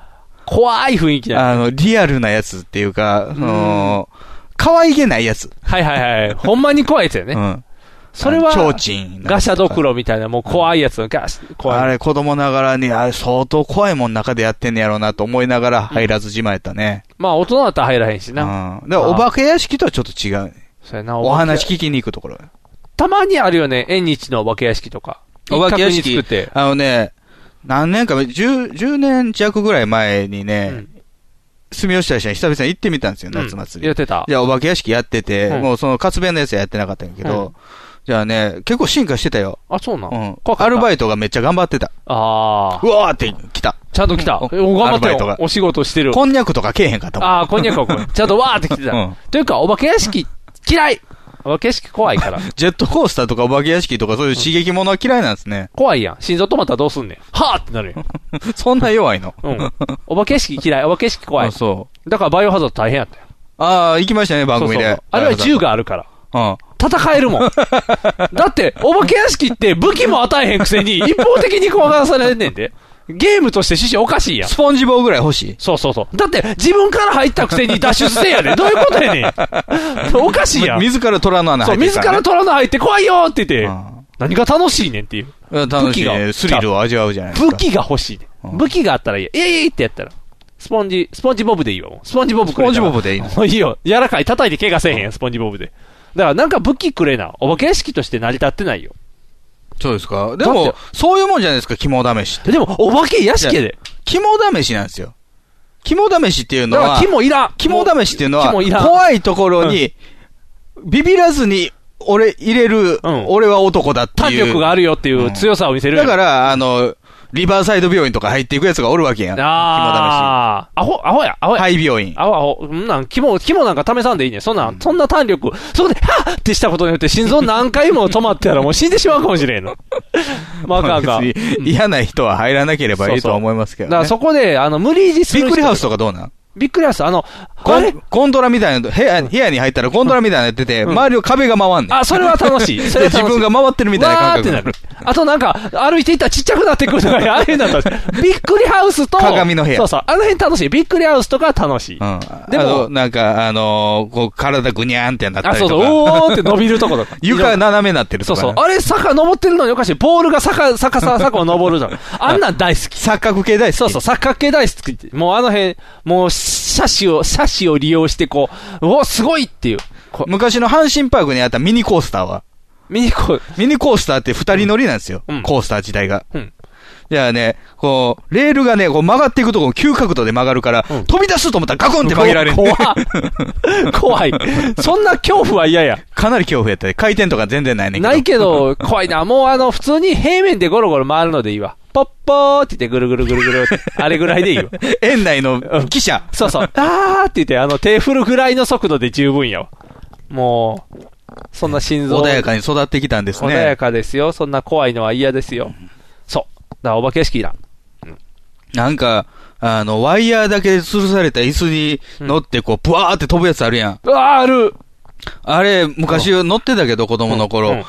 怖い雰囲気だ。
あの、リアルなやつっていうか、その、可愛げないやつ。
はいはいはい。ほんまに怖いやつや
う
ね。
ん。
それは
あ、の提灯。
ガシャドク。ロみたいな、もう怖いやつのガシ怖い。
あれ、子供ながらに、あれ、相当怖いもん中でやってんねやろうなと思いながら入らずじまえたね。
まあ、大人だったら入らへんし
う
な。
ん。で、お化け屋敷とはちょっと違う。
そうやな、
お
化け
話聞きに行くところ。
たまにあるよね、縁日のお化け屋敷とか。
お化け屋敷
一角に作って。
あのね、何年か前、10、10年弱ぐらい前にね、
うん
住吉大社に久々に行ってみたんですよ、夏祭り。
やってた。
じゃあ、お化け屋敷やってて、
うん
もうその活弁のやつはやってなかったんやけど、じゃあね、結構進化してたよ。
あ、そうな。
うんん。アル
イ
バイトがめっちゃ頑張ってた。
ト。あ
う
あ。
わーって来た。
ちゃんと来た。
うん
お頑
ア
張っ
ルバイト
てよ
が。
お仕事してる。
こんにゃくとかけえへんかったもん。
ああ、こんにゃくはこん。ちゃんとわーって来てた。
うん
というか、お化け屋敷嫌いお化け屋敷怖い から。
ジェットコースターとかお化け屋敷とかそういう刺激物は嫌いなんです ね。
怖いやん。心臓止まったらどうすんねん。はーってなるやん。
そんな弱いの。
うん。お化け屋敷嫌い。お化け屋敷怖い
あ、。そう。
だからバイオハザード大変やったよ。
ああ、行きましたね、番組
そうそう
で
そう。あれは銃があるから。
うん。
戦える もん。だって、お化け屋敷って武器も与えへんく せに、一方的に怖がらされんねんで。ゲームとして趣旨おかしいやん
ス。ポンジ棒ぐらい欲しい。
そうそうそう。だって、自分から入ったくせに脱出せやで。どういうことやね ん。おかしいやん。
自ら虎の穴
そ
入
う、
って
自
た
ら虎の入って怖いよって言って
うん、
何が楽しいねんっていう。
ら楽しいね。
武器が
スリルを味わうじゃないですか。
武器が欲しいねん。
うん
武器があったらいい。えいえいってやったら。スポンジ、スポンジボブでいいわ。もうスポンジボブ
ス
くれ
ポ
た
ン
ら
ジボブでいいの。
もう いいよ。柔らかい。叩いて怪我せえへん、スポンジボブで。だからなんか武器くれな。お化け屋敷として成り立ってないよ。
そうですか。で
だっ
も
て、
そういうもんじゃないですか、肝試しって。
でも、お化け屋敷やで。
肝試しなんですよ。肝試しっていうの
だから、
は、
肝いらん。
肝試しっていうのは、
肝いらん。
怖いところに、ビビらずに、俺、入れる、
うん
俺は男だって
胆
いう。
力があるよっていう強さを見せるや
だ
ん。
から、あの、リバーサイド病院とか入っていくやつがおるわけやん。肝
ああ。アホ、アホや、アホ
試し。
や。
肺病院。
アホアホ。そんなん、肝、肝なんか試さんでいいねん。そんなん、そんな胆力。そこで、はっってしたことによって心臓何回も止まってたらもう死んでしまうかも しれんの。まああかんあかん。
別に嫌な人は入らなければいいとは思いますけ
だ
ど
か
ね。
らそこで、あの、無理強いする
ビ
人
ックリハウスとかどうなん
ビックリハウス、あの、
コ
あ
ン
れ
コントラみたいな、部屋部屋に入ったらコントラみたいなのやってて、周りの壁が回んねん。
あ、それは楽しい。そ
で
れは楽し
自
い
分が回ってるみたいな感覚
わーってなる。あとなんか、歩いていったらちっちゃくなってくるとか、ああいうの だったらびっくりハウスと、
鏡の部屋
そうそう、あの辺楽しい。びっくりハウスとか楽しい。
うん。で
でも
も、なんか、あのーこう、体ぐにゃーんってなった
あ、
り
そ
と
う
か。。
そう、おーって伸びるとことか
床斜めになってる
そ
とか、
うそう。あれ、坂登ってるのにおかしい。ボールが坂、坂、坂、坂を登 るじゃん。あんなん大好き。
錯覚系大好き。
そうそう、錯覚系大好きって。もうあの辺、もう、車種を、車種を利用してこう、おすごいっていう。こう
昔の阪神パークにあったミニコースターは。
見にこう。
ミニコースターって二人乗りなんですよ。
うん
コースター自体が。
うん。
じゃあね、こう、レールがね、こう曲がっていくとこ急角度で曲がるから、
うん
飛び出すと思ったらガコンって曲げられる。
怖っ 怖い。そんな恐怖は嫌や。
かなり恐怖やったね。回転とか全然 ないねんけど。
ないけど、怖いな。もうあの、普通に平面でゴロゴロ回るのでいいわ。ポッポーって言ってぐるぐるぐるぐるって、あれぐらいでいいわ。
園内の汽車。
そうそう。あーって言って、あの、手振るぐらいの速度で十分やわ。もう、そんな心臓。
穏やかに育ってきたんですね。
穏やかですよ。そんな怖いのは嫌ですよ。そう。だからお化け屋敷いらん。
なんか、あの、ワイヤーだけ吊るされた椅子に乗って、こう、ブワーって飛ぶやつあるやん。
うわーある
あれ、昔乗ってたけど、子供の頃。
うん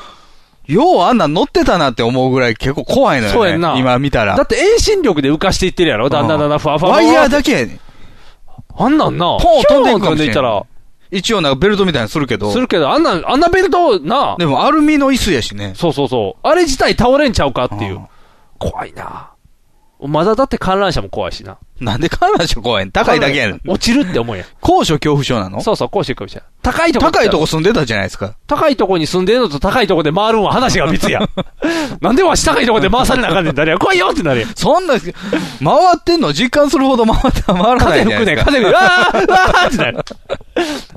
ようあんなん乗ってたなって思うぐらい結構怖いのよね。
そうやんな
今見たら。
だって遠心力で浮かしていってるやろだんだんだんだんふわふわふ
ワ
わふ
イ
わ
ヤーだけやねん。
あんなんな、
ポン飛んでいくか
飛
も
ん
し
でい
れん
ったら、
一応なんかベルトみたいにするけど。
するけど、あんなん、あんなベルト、な
でもアルミの椅子やしね。。
そうそうそう。あれ自体倒れんちゃうかっていううん怖いなまだだって観覧車も怖いしな。
なんで観覧車怖いん高いだけやねん。
落ちるって思うやん。
高所恐怖症なの
そうそう、こうしていくかもしれん高いとこ。
高いとこ。住んでたじゃないですか。
高いとこに住んでるのと高いとこで回るんは話が別や ん。なんでわし高いとこで回されなあかんねん。誰や。怖いよってなるやん。
そんな、回ってんの実感するほど回った、回らないじゃ
風
な
吹
い
く
で
ねん、
すか。
風吹く。うわーうわーってな る。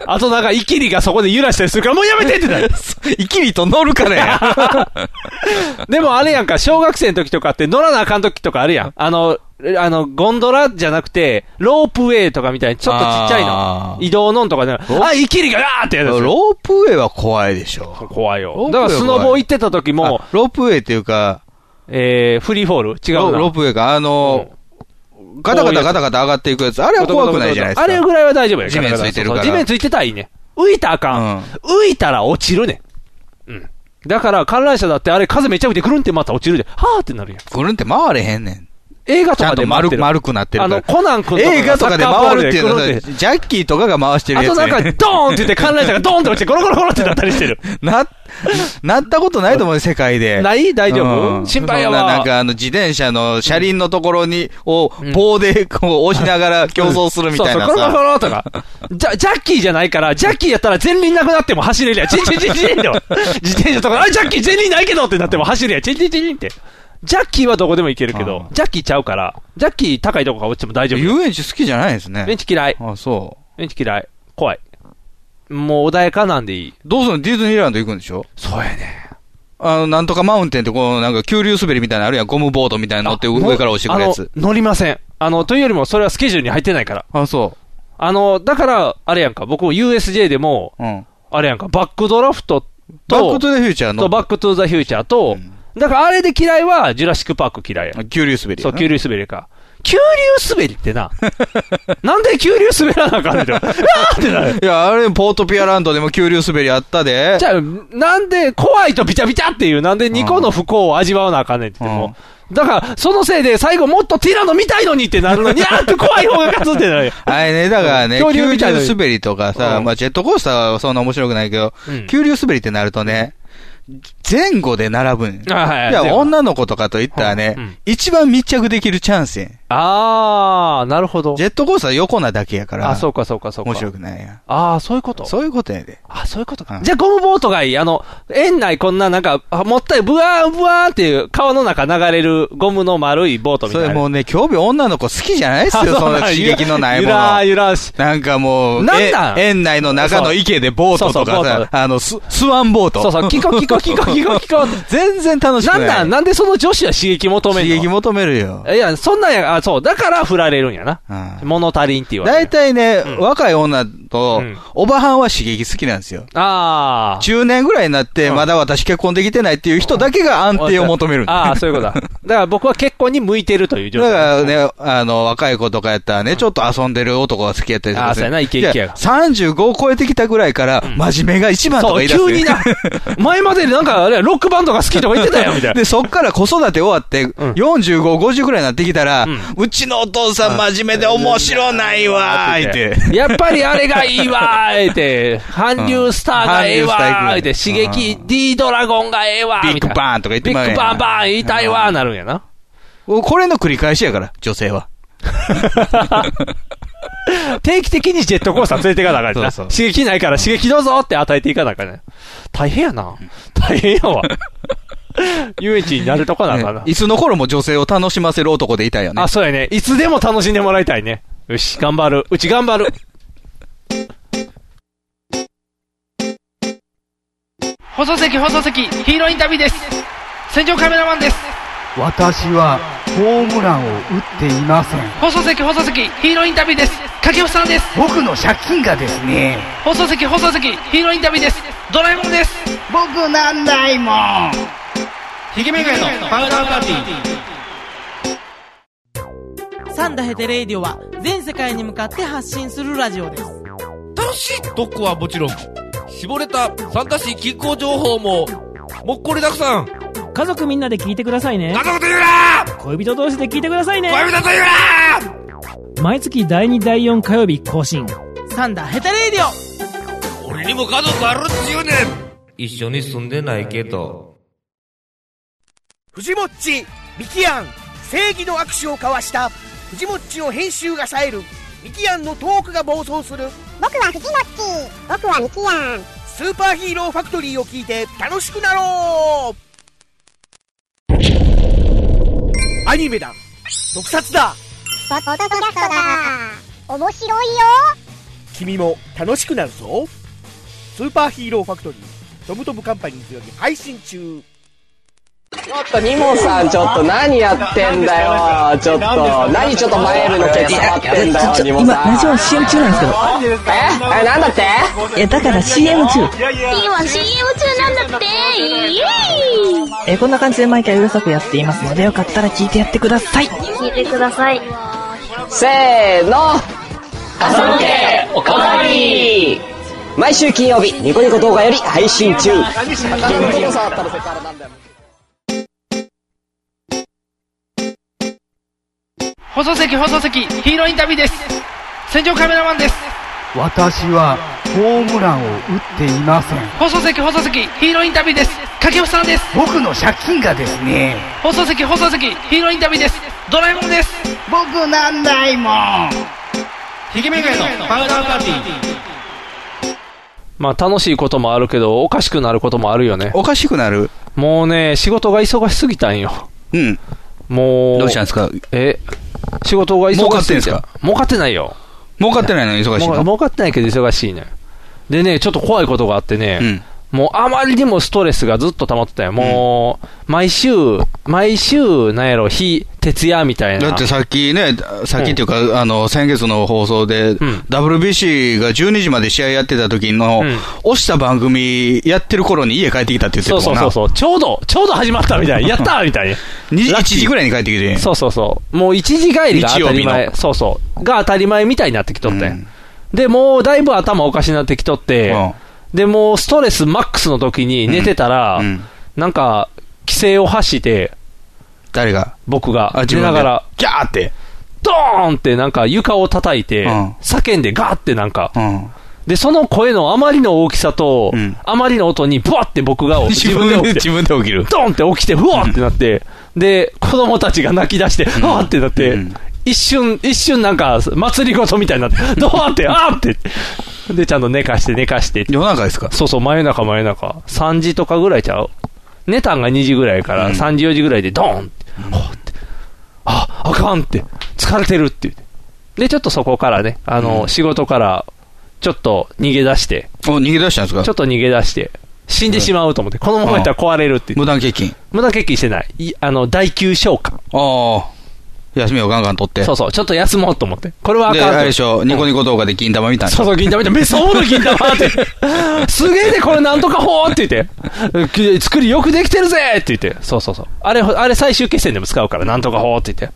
あとなんか、イキリがそこで揺らしたりするから、もうやめてってなる。
生きりと乗るからや。
でもあれやんか、小学生の時とかって乗らなあかん時とかあるやん。あの、えあの、ゴンドラじゃなくて、ロープウェイとかみたいにちょっとちっちゃい
あ
の。
ー
移動のんとかね。あ、イキリがあーってやるやつ
ロープウェイは怖いでしょ。
怖いよ
ロ。ープ
だ
ウェイ
からスノボ行ってた時も
あ、ロープウェイっていうか、
えー、フリーフォール違
ロ
うな。
ロープウェイか、あの、ガタガタガタガタ上がっていくやつ、あれは怖くないじゃないですか。
あれぐらいは大丈夫や
地面ついてるから
そうそう地面ついてたらいいね。浮いたらあかん。浮いたら落ちるね。うん。だから、観覧車だってあれ風めちゃ吹いてくるんってまた落ちるで。はーってなるやん。
ぐるんって回れへんねん。
映画と
ちゃ
か
んと
で回って
丸
る。
丸くなって
あ
るか
の、
ら。
コナン君
映画とかで回るっていうの
サッカーボール
は、
で
ジャッキーとかが回してる
あ
や
と
つ
な
や
ん
ね、
か、ドーンって言って観覧車がドーンって落ちて、ゴロゴロゴロってなったりしてる。
な、なったことないと思うよ、世界で。
ない大丈夫
うん
心配や
そんななん
わ。
か、あの、自転車の車輪のところに、を
うん、
棒で、こう、押しなが ら競争す るみ
そう
た
そ、
いうな
ゴロゴロゴ
さ。
ロとか。じゃ、ジャッキーじゃないから、ジャッキーやったら前輪なくなっても走れるやん。チンチンチンチンって。自転車とか、あ、ジャッキー前輪ないけどってなっても走るやん。チンチンチンチンって。ジャッキーはどこでも行けるけど
う、ん
ジャッキーちゃうから、ジャッキー高いとこから落ちても大丈夫。
遊園地好きじゃないです
ベン
ね。
チ嫌い。
あ、そう。
ベンチ嫌い。怖い。もう穏やかなんでいい。
どうするのディズニーランド行くんでしょ
そうやね。
あの、なんとかマウンテンって、こう、なんか、急流滑りみたいなのあるやん。ゴムボードみたいなの乗って上から押してくるやつ。
あの乗りません。あの、というよりも、それはスケジュールに入ってないから。
あ、そ
あの、だから、あれやんか、僕も USJ でも、
う。うん。
あれやんか、バックドラフトと、
バックトゥザフューチャー
と
の、
バックトゥザフューチャーと、だからあれで嫌いは、ジュラシックパーク嫌いや。
急流滑りや
そ
な。
う、急流滑りか。急流滑りって な、なんで急流滑らなあかんねんて。あーってなる。
いや、あれ、ポートピアランドでも急流滑りあったで。
じゃあ、なんで怖いとビチャビチャっていう、なんで2個の不幸を味わわなあかんねんって言っても。だから、そのせいで最後もっとティラノ見たいのにってなるのに、あーって怖い方が勝つってなる。
あれね、だからね、
恐
急
竜みたいな
流滑りとかさ、
うん
まあ、ジェットコースターはそんな面白くないけど、
うん
急流滑りってなるとね、前後で並ぶんよ
あはいはい
いや、
前後
女の子とかといったらね、
うん
一番密着できるチャンスやん。
あー、なるほど
ジ。ェットコースター横なだけやから、
あ、そうかそうかそうか。
面白くないやん。
ああ、そういうこと。
そういうことやで。
あ、そういうことか。
うん
じゃあ、ゴムボートがいい。あの、園内こんななんか、あもったい、ブワーブワーっていう、川の中流れるゴムの丸いボートみ
そ
たいな。
れもうね、興味女の子好きじゃ ないっすよ、そんな刺激のないも
ゆら
の。
ゆらし。
なんかもう、
なんなん
え園内の中の池でボートと
そうそ
か
うボー
さ、
ト
あの、ススワンボート。
そうそう、キコ キコキコキコキコ。
全然楽しく
な
ない。
んだ、なんでその女子は刺激求めん
刺
の
激求めるよ。
いや、そんなんや、あ、そう、だから振られるんやな。
うん
物足りんって言われ
大
る。
体ね、
うん
若い女
う
と
ん、
おばはんは刺激好きなんですよ。
ああ。
中年ぐらいになって、
うん
まだ私結婚できてないっていう人だけが安定を求めるん
ああ、
だ
そういうことだ。だから僕は結婚に向いてるという状
だ
態。
からね、あの、若い子とかやったらね、ちょっと遊んでる男が好きやったりと
あー
か
そうやなイケイケやが
い35を超えてきたぐらいから、真面目が一番とか
そ
言
う、
い出す
急
ね
にな。前までなんか、あれやロックバンドが好き とか言ってたよ、みたいな。
で、そっから子育て終わって、45、50ぐらいになってきたら、
う
うんちのお父さん真面目で面白ないわーって。
やっぱりあれがいいわ ーって、韓流スターがええわーって、
うん
刺激 D ドラゴンがええわー
ビッ
みた
グ
いな
バーンとか言って
ビ
まう
ッ
やん
グバンバン言いたいわーなるん やな。
これの繰り返しやから、女性は。
定期的にジェットコースター連れていかなあかんねんな
そうそう
刺激ないから刺激どうぞって与えていかなあかんねん大変やな。大変やわ。遊園地になるとこなんかな
ね。いつの頃も女性を楽しませる男でいたいよね
あ、。そうやね。いつでも楽しんでもらいたいね。よし、頑張る。うち頑張る。
放送席放送席ヒーローインタビューです戦場カメラマンです
私はホームランを打っていません
放送席放送席ヒーローインタビューです掛布さんです
僕の借金がですね
放送席放送席ヒーローインタビューですドラえもんです
僕なんないもん
ひげめがえのパウダーパーティー
サンダヘテレイディオは全世界に向かって発信するラジオです。
楽しい特攻はもちろん、絞れた参加し気候情報も、もっこりたくさん
家族みんなで聞いてくださいね
家族と言うな
恋人同士で聞いてくださいね
恋人と言うな
毎月第2第4火曜日更新
サンダヘテレイディオ
俺にも家族あるっちゅうねん一緒に住んでないけど。
藤もっちミキアン正義の握手を交わした藤もっちの編集が冴えるミキアンのトークが暴走する僕は藤もっち僕はミキアンスーパーヒーローファクトリーを聞いて楽しくなろうアニメだ特撮だ
ポッドキャストだ面白いよ
君も楽しくなるぞスーパーヒーローファクトリートムトムカンパニーズより配信中
ちょっとニモさんちょっと何やってんだよちょっと何ちょっとマイルのケツ触ってんだよニモさん今ラジオ CM 中なんですけどええなんだって
え、だから CM 中。
今 CM 中なんだってイエーイ
え、こんな感じで毎回うるさくやっていますので、よかったら聞いてやってください。
聞いてください
せ
Eh,
ーの朝向けおかわり毎週金曜日ニコニコ動画より配信中放送席放送席ヒーローインタビューです戦場カメラマンです
私はホームランを打っていません
放送席放送席ヒーローインタビューです掛布さんです
僕の借金がですね
放送席放送席ヒーローインタビューですドラえもんです
僕なんないもん
ひげめがえのパウダーパーティー
まあ楽しいこともあるけど、おかしくなることもあるよね。
おかしくなる
もうね、仕事が忙しすぎたんよ。
うん。
もう。
どうしたんですか
え、仕事が忙しすぎ
儲かってんすか
儲かってないよ。
儲かってないのに忙しい
儲か
の
儲かってないけど忙しいね。でね、ちょっと怖いことがあってね、
うん。
もうあまりにもストレスがずっと溜まってたよ。もう、毎週、毎週、なんやろ、日、徹夜みたいな。
だってさっきね、さっきっていうか、あの、先月の放送で、WBC が12時まで試合やってた時の、押した番組やってる頃に家帰ってきたって言ってたも
そう
ん
そう
な。
そうそう。ちょうど、ちょうど始まった みたいな。やったーみたいな。1
時ぐらいに帰ってきて。
そうそうそう。もう1時帰りが当た
日
り
曜日
前。
の
そうそう。が当たり前みたいになってきとって。で、もうだいぶ頭おかしになってきとって、で、もうストレスマックスの時に寝てたら、なんか、規制を発して、
誰が
僕が。
自
寝
分で
ながら、
ギャーって。
ドーンってなんか床を叩いて、叫んでガーってなんか、で、その声のあまりの大きさと、あまりの音に、ブワって僕が
自
自
分で
分で起きて、
自分で起きる
ドーンって起きて、うわーってなって、で、子供たちが泣き出して、あーってなって、一瞬、一瞬なんか、祭り事みたいになって、ドーンって、あーって。で、ちゃんと寝かして、寝かして。
夜中ですか
そうそう、真夜中、真夜中。3時とかぐらいちゃう寝たんが2時ぐらいから、3時、4時ぐらいで、ドーンって、ほーって、あ、あかんって、疲れてるって言って。で、ちょっとそこからね、あの、仕事から、ちょっと逃げ出して。
お、逃げ出したんですか
ちょっと逃げ出して。死んでしまうと思って、このままやったら壊れるって
無断欠勤。
無駄欠勤してない。いあの、第9消化。
ああ。休みをガンガン取って。
そうそう、ちょっと休もうと思って。これはあ
で、
かん
あ
と
れでしょ、ニコニコ動画で銀玉見たんでしょ
そうそう、銀玉見た。めっそうもろい銀玉って。すげえで、これなんとかほーって言って。作りよくできてるぜって言って。そうそうそう。あれ、あれ最終決戦でも使うから、なんとかほーって言って。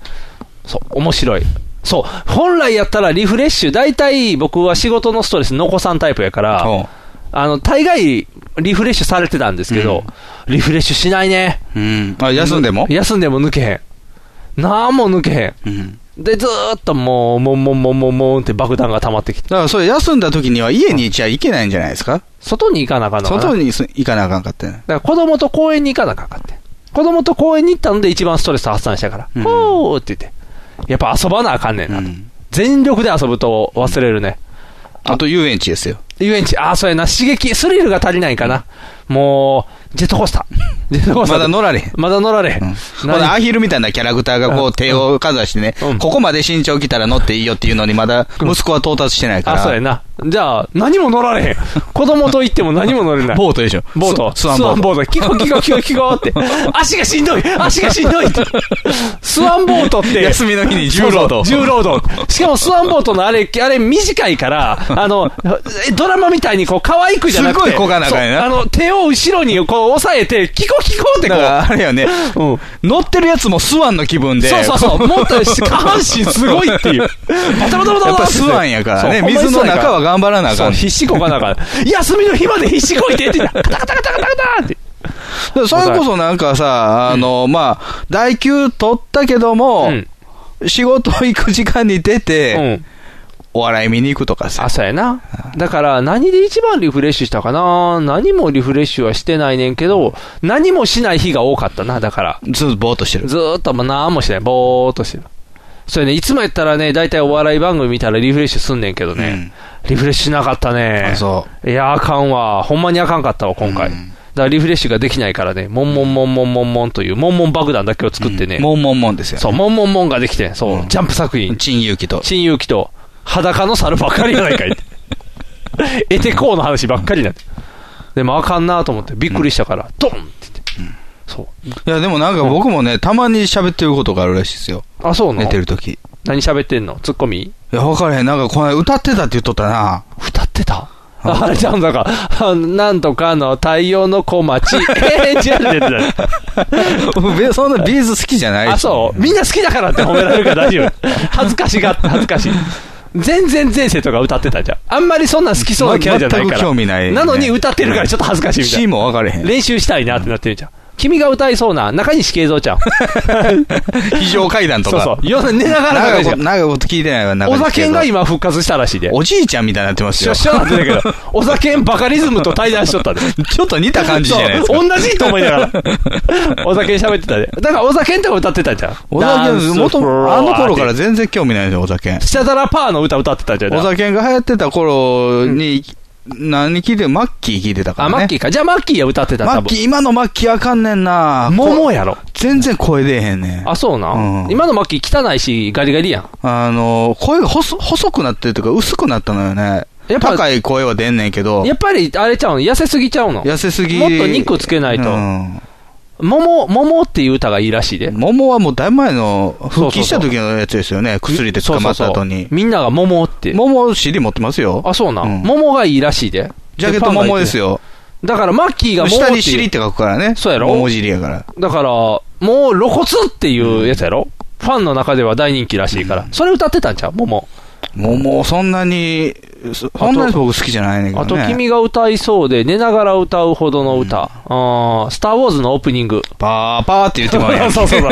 そう、面白い。そう、本来やったらリフレッシュ、大体僕は仕事のストレス残さんタイプやから、あの、大概リフレッシュされてたんですけど、リフレッシュしないね。
うん。あ、休んでも
休んでも抜けへん。なんも抜けへん。で、ずーっともう、もんもんもんもんもんって爆弾が溜まってきて。
だからそれ休んだ時には家にじゃ行けないんじゃないですか
外に行かなあかんのかな
外にす行かなあかんかったよね。
だから子供と公園に行かなあかんかって。子供と公園に行ったので一番ストレス発散したから。ほーって言って。やっぱ遊ばなあかんねんなと。全力で遊ぶと忘れるね。
あと遊園地ですよ。
遊園地、ああ、そうやな。刺激、スリルが足りないかな。もう、ジェットコース ター。ジェットコースター。
まだ乗られへん。
まだ乗られへん。
まだアヒルみたいなキャラクターがこう手をかざしてね、ここまで身長来たら乗っていいよっていうのにまだ息子は到達してないから。
あ、そうやな。じゃあ、何も乗られへん。子供と行っても何も乗れない。
ボートでしょ。
ボート。
ススワンボート
キコキコキコキコ って。足がしんどい足がしんどいってスワンボートって。
休みの日に重労働
そうそう重労働。しかもスワンボートのあれ、あれ短 いから、あの、えドラマみたいにこう可愛くじゃなくて。
すごい小が長いな
そうあの、手を後ろにこう押さえて、キコキコってこ
だ
う。
からあれよね、乗ってるやつもスワンの気分で。
そうそうそう。もっと下半身すご いっていう。バタバタバタバ
や
タって
っぱスワンやからね。水の中は頑張らなあかん。
必死こがなあかん。休みの日まで必死こいてって言ったらカタカタカタカタカタって。
だからそれこそなんかさ、あの、まあ、代休取ったけども、仕事行く時間に出て、お笑い見に行くとかさ。
あ、そうやな。だから、何で一番リフレッシュしたかな何もリフレッシュはしてないねんけど、何もしない日が多かったな、だから。
ずっとぼーっとしてる。
ずーっと、まあ、何もしない。ぼーっとしてる。それね、いつもやったらね、大体お笑い番組見たらリフレッシュすんねんけどね。リフレッシュしなかったね。いや、あかんわ。ほんまにあかんかったわ、今回。だからリフレッシュができないからね、もんもんもんもんもんもんという、もんもん爆弾だけを作ってね。
もんもんもんですよ。
そう、もんもんもんができてんそう、ジャンプ作品。
陳勇気と。
陳勇気と、裸の猿ばっかりやないかいって。 エテコーの話ばっかりになって。でもあかんなと思って、びっくりしたから、ドンって
いや、でもなんか僕もね、たまに喋ってることがあるらしいですよ。
あ、そうな
寝てる時い
何喋ってんのツッコミ
や、わからへん。なんかこの間歌ってたって言っとった な。
ああれちゃうんだから、あなんとかの太陽の小 町。えー、違う違う違う。
べそんなビーズ好きじゃない
あ、そう。みんな好きだからって褒められるから大丈 夫。恥ずかしがって、恥ずかしい。全然前世とか歌ってたじゃん。あんまりそんなん好きそうなキャラじゃないから。
全く興味ないね
のに歌ってるからちょっと恥ずかしいみたいな。
C も分かれへん
練習したいなってなってるじゃん。君が歌いそうな、中西慶三ちゃん。
非常階段とか。
そうそう夜寝ながら
長いこと長いこと聞いてないわ、
お酒が
今
復活したらしいで。
おじいちゃんみたいになってますよ。
しょしょなってたけど、お酒んバカリズムと対談しとったで。
ちょっと似た感じじゃないですか
そう同じと思いながら。お酒喋ってたで。だからお酒んとか歌ってたじゃん。
お酒、もともあの頃から
全
全然興味ないんですよ、お酒。
スチャダラパーの歌歌ってたじゃん。
お酒が流行ってた頃に、何聞いてるマッキー聞いてたからね。
あマッキーかじゃあマッキーや歌ってた
マ
多分
ッキー、今のマッキーあかんねんな
桃やろ。
全然声出えへんねん。
あ、そうな。今のマッキー汚いし、ガリガリやん。
あの、声が細細くなってるというか、薄くなったのよね。高い声は出んねんけど、
やっぱりあれちゃうの痩せすぎちゃうの
痩せすぎ
もっと肉つけないと。
うん
桃、桃っていう歌がいいらしいで。
桃はもうだいぶ前の、復帰した時のやつですよね。薬で捕まった後に。
みんなが桃って。
桃尻持ってますよ。
あ、そうなん。桃がいいらしいで。
ジャケット桃ですよ。
だからマッキーが桃って
下
いう
に尻って書くからね。
そうやろ
桃尻やから。
だから、もう露骨っていうやつやろ、ファンの中では大人気らしいから。それ歌ってたんちゃう桃。
桃、そんなに、そそんなに僕好きじゃないねんけ
あ
ど
と、
ね。
君が歌いそうで、寝ながら歌うほどの歌。あースター・ウォーズのオープニング。
パーパーって言ってもらえ
そうそうそう。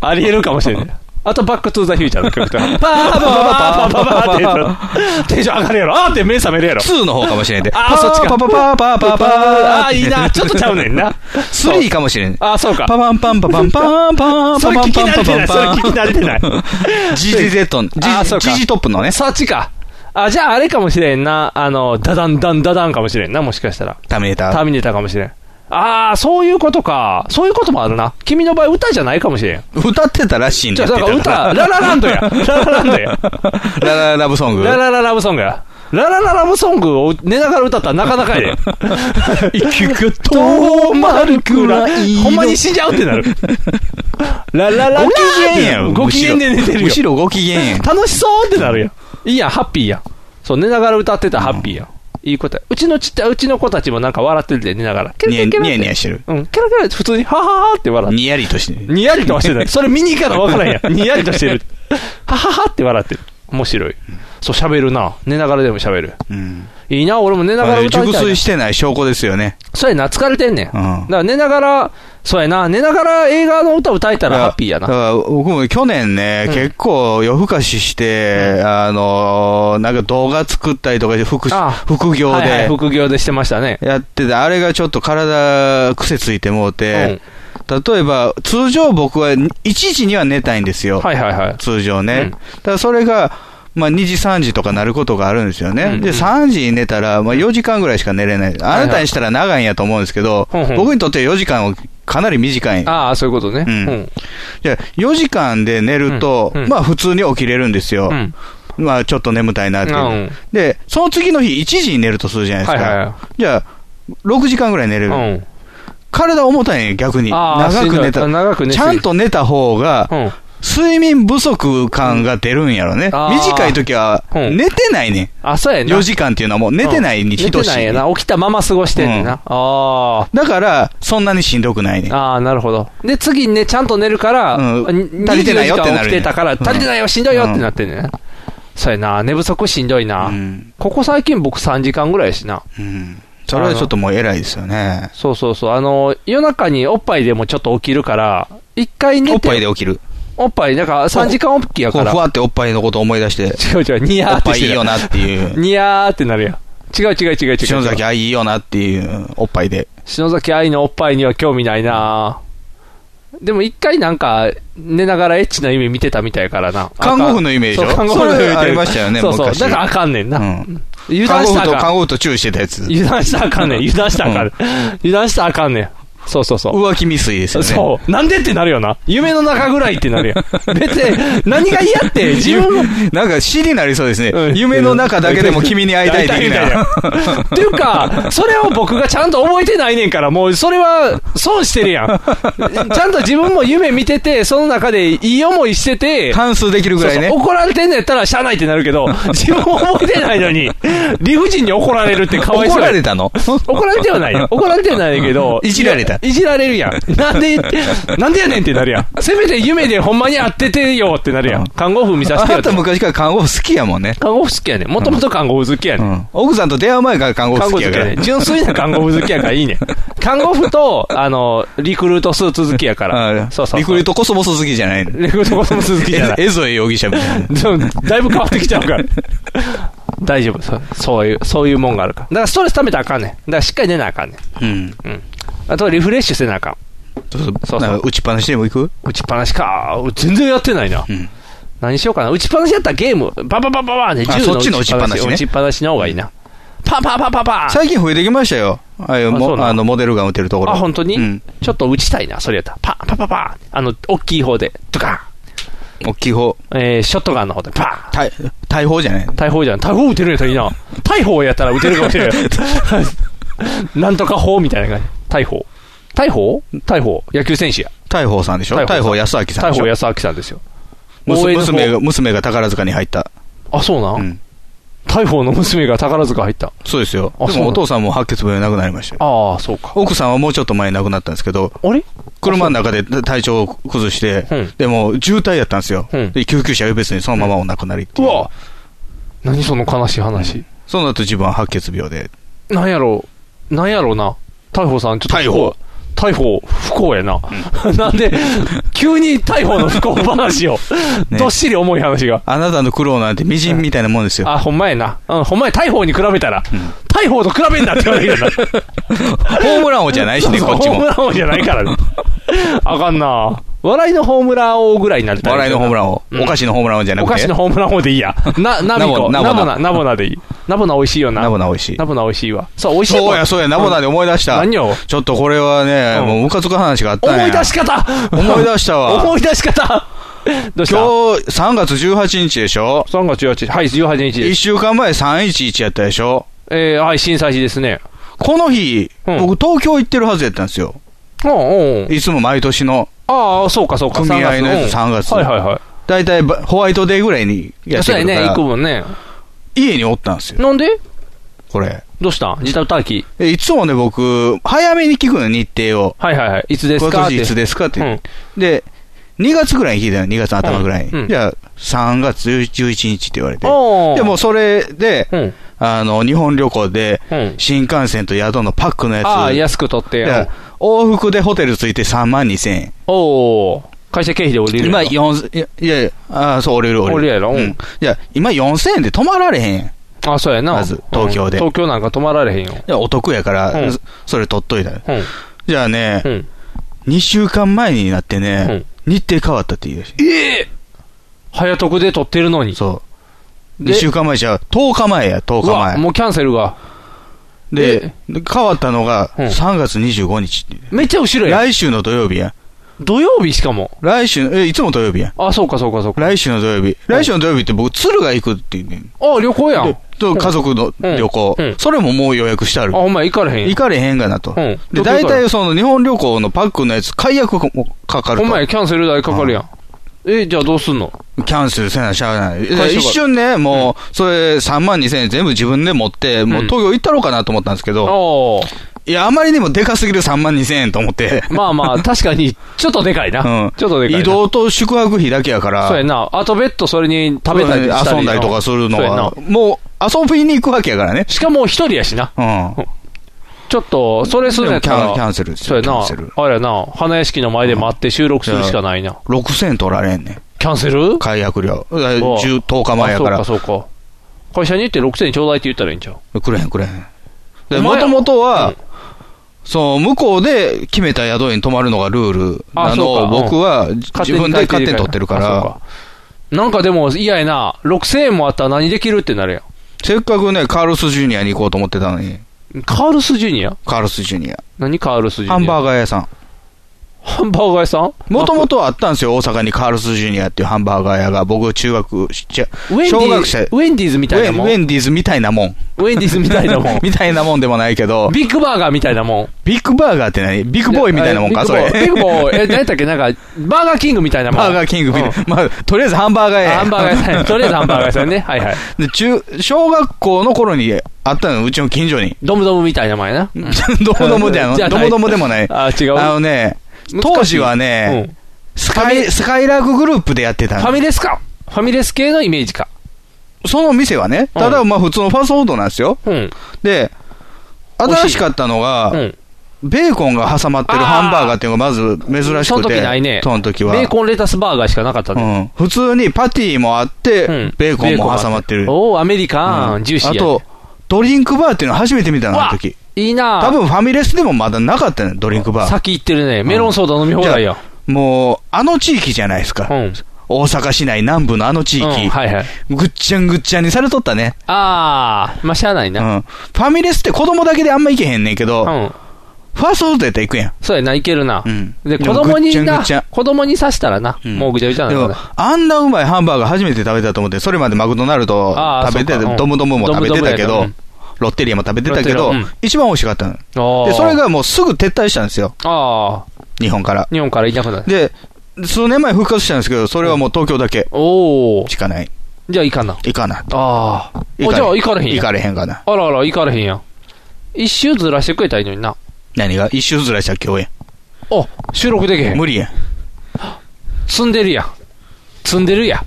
ありえるかもしれない。あと、バック・トゥ・ザ・フューチャーの曲とか。パーパーパーパーパーパーって言ったらテンション上がるやろ。あーって目覚めるやろ。
2の方かもしれんで。
あー、そっちか。
パーパーパーパーパーパー
あーいいな。ちょっとちゃうねんな。
3かもしれん。
あー、そうか。
パパンパンパパンパンパン
そ
パ
れ
パ
聞
ン
き
パン
慣
パ
れて
パ
な
ン
い。それ
パ
聞
ン
き慣れてない。
GGZ の、
あーそうか
GG トップのね。
そっちか。あ、じゃああれかもしれんな。あの、ダダンダンダダンかもしれんな、もしかしたら。
ターミネーター。
ターミネーターかもしれん。ああ、そういうことか。そういうこともあるな。君の場合、歌じゃないかもしれん。
歌ってたらしいん
じゃ
だ
あ、だから歌、ララランドや。ララランドや。
ラララブソング。
ララララブソングや。ララララブソングを寝ながら歌ったらなかなかやで。息が止まるくらい。ほんまに死んじゃうってなる。ラララ
ご
ご
機
機
嫌
嫌
や
や
ん
ん。ご機嫌で寝てるよ。
むしろご機嫌やん
楽しそうってなるやん。いいやん、ハッピーやん。そう、寝ながら歌ってたらハッピーやん。いいことやうちのちっうちの子たちもなんか笑ってるで、寝ながら。ケロ
ニ
ケ
ヤ
ロケロ
ニ
って
ヤニヤしてる。
うん、ケロケロって普通に、はははって笑って。
ニヤリとしてる。
にやりとはして ない。それ見に行かなわからん やん。にやりとしてる。はははって笑ってる。面白い。そう、喋るな。寝ながらでも喋る。
うん。
いいな、俺も寝ながら歌い
熟
たいな
睡。してない証拠ですよね。
そうやな、疲れてんねん。だ
うん。
から寝ながら、そうやな、寝ながら映画の歌歌えたらハッピーや
だ
な。
から僕も去年ね、
うん
結構夜更かしして、あのーなんか動画作ったりとかして、副副業
はいはい
で
副業でしてましたね。
やってて、あれがちょっと体、癖ついてもうて、例えば、通常僕は1時には寝たいんですよ。
はいはいはい。
通常
う
ね
ん。
ただそれが、まあ、2時、3時とかなることがあるんですよね。
うんうん
で、3時に寝たら、まあ、4時間ぐらいしか寝れない。あなたにしたら長いんやと思うんですけど、
ほんほん
僕にとっては4時間はかなり短い。
ああ、そういうことね。
うん
うん
じゃあ4時間で寝ると、
うんうん
まあ普通に起きれるんですよ。
ん
まあちょっと眠たいなっていう、
うん
で、その次の日1時に寝るとするじゃないですか。
はいはいは
じゃあ6時間ぐらい寝れる。
うん
体重たいね逆に。
あー
長く寝
しんど
た。
い長く寝す
ち
ぎ
ゃんと寝た方が、睡眠不足感が出るんやろね。
あー
短い時は寝てないね、
あ、そうやな。
4時間っていうのはもう寝てないに
うん
等
寝
してい。
ないやな。起きたまま過ごしてんねんな。あ
だから、そんなにしんどくないね。
ああ、なるほど。で、次にね、ちゃんと寝るから、
うん
に
足りてないよってなる
24時間起きてたから、
うん
足りてないよ、しんどいよってなってんね。そうやな、寝不足しんどいな。ここ最近僕3時間ぐらいやしな。
うん。それはちょっともう偉いですよね。
そうそうそう。あの、夜中におっぱいでもちょっと起きるから、一回寝て。
おっぱいで起きる。
おっぱい、だから3時間おっきや
こ
か
う
ら
ふ。わっておっぱいのこと思い出して、
違う違う、ニヤ
おっ
ーって
ぱい
し
い
て
い
る
よなって いう。
ニヤーってなるやん。違う違う違う違う違う。
篠崎愛いいよなっていう、おっぱいで。
篠崎愛のおっぱいには興味ないなでも一回なんか、寝ながらエッチな夢見てたみたいやからな。
看護婦の夢でしょ
そう看護婦の夢
それありましたよね
そうそう。
昔
だからあかんねんな。油
看
断
護
し
婦
た
と
ら
看
あかん。
護婦と注意してたやつ。
油断したらあかんねん。油断したらあかんねん。油断したらあかんねん。そうそうそう。
浮気未遂ですよね。
そう。なんでってなるよな。夢の中ぐらいってなるやん。別に、何が嫌って、自分の
なんか死になりそうですね。夢の中だけでも君に会いたいって 言うな。
っていうか、それを僕がちゃんと覚えてないねんから、もうそれは損し てるやん。ちゃんと自分も夢見てて、その中でいい思いしてて、
反数できるぐらいね
そうそう怒られてんのやったらしゃあないってなる けど、自分覚えてないのに、理不尽に怒られるってかわいそう
怒
や
ら
ん
れた の。
怒られてはないよ。怒られてはないけど
いじられた
いやいじられるやん。な んで、なんでやねんってなるやん。せめて夢でほんまに会っててよってなるやん。看護婦見させ
あ
て
な
よって
た。昔から看護婦好きやもんね。
看護婦好きやねん。もともと看護婦好きやねん。
奥さんと出会う前から看護婦
看
好
護
き
婦
やか
好きやね
ら。
ん。純粋な看護婦好きやからいいねん。看護婦と、あの、リクルートスーツ好きやから。そうそうそう。
リクルートコソボソ好きじゃない
リクルートコソボソ好きじゃない
エゾエ容疑者みたいな。
でもだいぶ変わってきちゃうから。大丈夫そう。そういう、そういうもんがあるから。だからストレス溜めたらあかんねん。だからしっかり寝なあかんね
うん。
ん。うん。あとリフレッシュせなあかん。 そう
なんか打ちっぱなしでも行く
打ちっぱなしか。全然やってないな。何しようかな。打ちっぱなしやったらゲーム、バババババーンで
あ
銃
そっちの打ちっぱなしね
打ちっぱなしの方がいいな。パパパパパー
最近増えてきましたよ。ああいう
あそ
も
うなの
あのモデルガン打てるところ。
あ、本当に、
うん
ちょっと打ちたいな、それやったら。パンパンパンパンあの、大きい方で、ドカン
大きい方。
えー、ショットガンの方で、パ
ーン大砲じゃない
大砲じゃない。大砲撃てるんやったらいいな。大砲やったら撃てるかもし れない。なんとか砲みたいな感じ。大砲。大砲大砲。野球選手や。
大砲さんでしょ大砲安明さんでしょ
大砲安明さんですよ。
娘娘が
が、
娘が宝塚に入った。
あ、そうなん、大砲の娘が宝塚入った。
そうですよ。
あ
で
そうな
も
の
お父さんも白血病で亡くなりましたよ。
ああ、そうか。
奥さんはもうちょっと前に亡くなったんですけど、
あれ
車の中で体調を崩して、でも渋滞やったんですよ。で救急車呼べずにそのままお亡くなりっていう。
何その悲しい話。
その後自分は白血病で。
なんやろう、なんやろうな。大砲さん、ちょっと。大砲。大砲、不幸やな。 なんで、急に大砲の不幸話 を、どっしり重い話が。
あなたの苦労なんて微塵みたいなもんですよ。
あ、ほんまやな。うん、ほんまや、大砲に比べたら、大砲と比べんなって言われるよな。
ホームラン 王じゃないしね、
そう
こ
そ
っ
う
ちも。
ホームラン王じゃないから ね。あかんな笑いのホームラン王ぐらいになりたい。
笑いのホームラン王。お菓子のホームラン王じゃなく
お
て。
菓子のホームラン王でいいや。な、ナミコ。ナ
ナボナ
ボナ、ナボナでいい。ナボナ美味しいよな。ナボ
ナ美味しい。
ナボナ美味しいわ。そう、美味しいもん
そうや、そうや、ナボナで思い出した。
何を
ちょっとこれはね、もうムカつく話があったんや
思い出し方
思い出したわ
思い出し 方どうした
今日3月18日でしょ
?3 月18日。はい、18日です。
1週間前311やったでしょ
えー、はい、震災時ですね。
この日、僕東京行ってるはずやったんですよ。いつも毎年の。
ああ、そうかそうか。
組合のやつ
3
3
月
月。
うんはいはいはい。
大体ばホワイトデーぐらいにやってく
そうや
るから
ね、行くもんね。
家におったんですよ。
なんで
これ。
どうしたん自宅待機。
えいつもね、僕、早めに聞くの、日程を。
はいはいはい。いつですか
今
って
年いつですかって。で、2月ぐらいに聞いたの、2月の頭ぐらいに。
うんうん
じゃあ、3月11日って言われて。
おー
でもうそれで、あの、日本旅行で、新幹線と宿のパックのやつ。
ああ、安く取って。
いうや
ん
往復でホテルついて3万2000円。
おお会社経費で降りる
今
やろ
4、いやいやいや、ああ、そう、降りる降りる。
降りるやろ
うん。いや、今4000円で泊まられへん。
あ、そうやな。
まず、東京で。
うん東京なんか泊まられへんよ。
いやお得やから、
うん
そそれ取っといたよ、
うん
じゃあね、2週間前になってね、日程変わったって言い出して。
ええ早得で取ってるのに。
そう。
で
2週間前じゃ、10日前や、10日
うわ
前。
もうキャンセルが。
で、変わったのが3月25日っていう、
めっちゃ後ろや。
来週の土曜日や。
土曜日しかも。
来週の、え、いつも土曜日や。
あ、そうかそうかそうか。
来週の土曜日。来週の土曜日って僕、鶴が行くっていうねん。
あ、旅行やん。
と家族の旅行、それももう予約してある。
あ、ほんまや行かれへんやん。
行かれへんがなと。で、
どこ行
大
く
体その日本旅行のパックのやつ、解約もかかる
ほ
と。
んまや、キャンセル代かかるやん。え、じゃあどうすんの
キャンセルせなしゃあない。
会社が
で一瞬ね、もう、それ3万2000円全部自分で持って、もう東京行ったろうかなと思ったんですけ
ど、
いや、あまりにもでかすぎる3万2000円と思って。
ま あまあ、確かに、ちょっとでかいな。
うん。
ちょっとでかいな
移動と宿泊費だけやから。
そうやな。あとベッドそれに食べたりしたり
そうね遊んだりとかするの
そうやな
は、もう遊びに行くわけやからね。
しかも一人やしな。
うん。
ちょっと、それするんやった
で
ら。
もキャンキャンセルです
そ
よ
うやな。
キャン
あれやな。花屋敷の前で待って収録するしかないな。
6000取られんねん。
キャンセル
解約料。だから
おう
10 10日前やから。
あそうか、そうか。会社に行って6000円ちょうだいって言ったらいいんちゃう
くれへんくれへん。で、
お
も
前
ともとは、そう、向こうで決めた宿に泊まるのがルール
あ
なの
そう
を
か
僕は自分で勝手に取ってるか
あそう
ら、
なんかでも嫌やな。6000円もあったら何できるってなるやん。
せっかくね、カールスジュニアに行こうと思ってたのに。
カールスジュニア
カールスジュニア。
何カールスジュニア
ハンバーガー屋さん。
ハンバーガー屋さん
もともとあったんですよ、大阪にカールスジュニアっていうハンバーガー屋が、僕、中学、ちゃ
ウェンディ
小学生。
ウェンディーズみたいなもん
ウェンウェンディーズみたいなもん。
ウェンディ ーズみたい なもん
みたいなもんでもないけど。
ビッグバーガーみたいなもん。
ビッグバーガーって何ビッグボーイみたいなもんか、
え
それ。
ビッグボーイビッグボーイ。え、何やったっけなんか、バーガーキングみたいなもん。
バーガーキングみたいな。まあ、とりあえずハンバーガー屋や
ハンバーガー屋さん。とりあえずハンバーガー屋さんね。はい はい。
で中、小学校の頃にあったの、うちの近所に。
ドムドムみたいな前な。
ドムドムであの
じゃあ
ドムドムでもない。
あ、違う。
あのね、当時はね、スカイ、スカイラークグループでやってたの
ファミレスか。ファミレス系のイメージか。
その店はね、ただまあ普通のファーストフードなんですよ。で、新しかったのが、ベーコンが挟まってるハンバーガーっていうのがまず珍しくて。
その時ないね。
その時は。
ベーコンレタスバーガーしかなかったね。
普通にパティもあって、ベーコンも挟まってる。
おお、アメリカ
うん
ン、ジューシー
あ
やね。
と、ドリンクバーっていうの初めて見たの、あの時。
いいな
多分ファミレスでもまだなかったのよドリンクバー。
先行ってるね。メロンソーダ飲み放題や。
もう、あの地域じゃないですか。大阪市内南部のあの地域、
うんはいはい
ぐっちゃんぐっちゃんにされとったね。
ああ、まあ、しゃあないな。
うん。ファミレスって子供だけであんま行けへんねんけど、ファーストデータ行くやん。
そうやな、いけるな。で、
で
子
も
供に
ぐっちゃん
な
ぐっちゃん、
子供に刺したらな、もうぐちゃぐちゃ
で
なの
も
か、
あんなうまいハンバーガー初めて食べたと思って、それまでマクドナルド
あー
食べて
そう
て、
かうん
ドムドムも食べてたけ
ドムドムや
ど
ね、
ロッテリアも食べてたけ
ロ
ど
ッテリアうん、
一番美味しかったの。
な。
で、それがもうすぐ撤退したんですよ。
ああ。
日本から。
日本からいなくなる。
で、数年前復活したんですけど、それはもう東京だけ。
お
しかない。
じゃあ行かな。
行かない。
ああ。おじゃあ行かれへんやん
行かれへんかな。
あらあら、行かれへんやん。一周ずらしてくれたらいいのにな。
何が一周ずらしたら共演。
お、収録できへん。
無理やん。
積んでるやん。積んでるやん。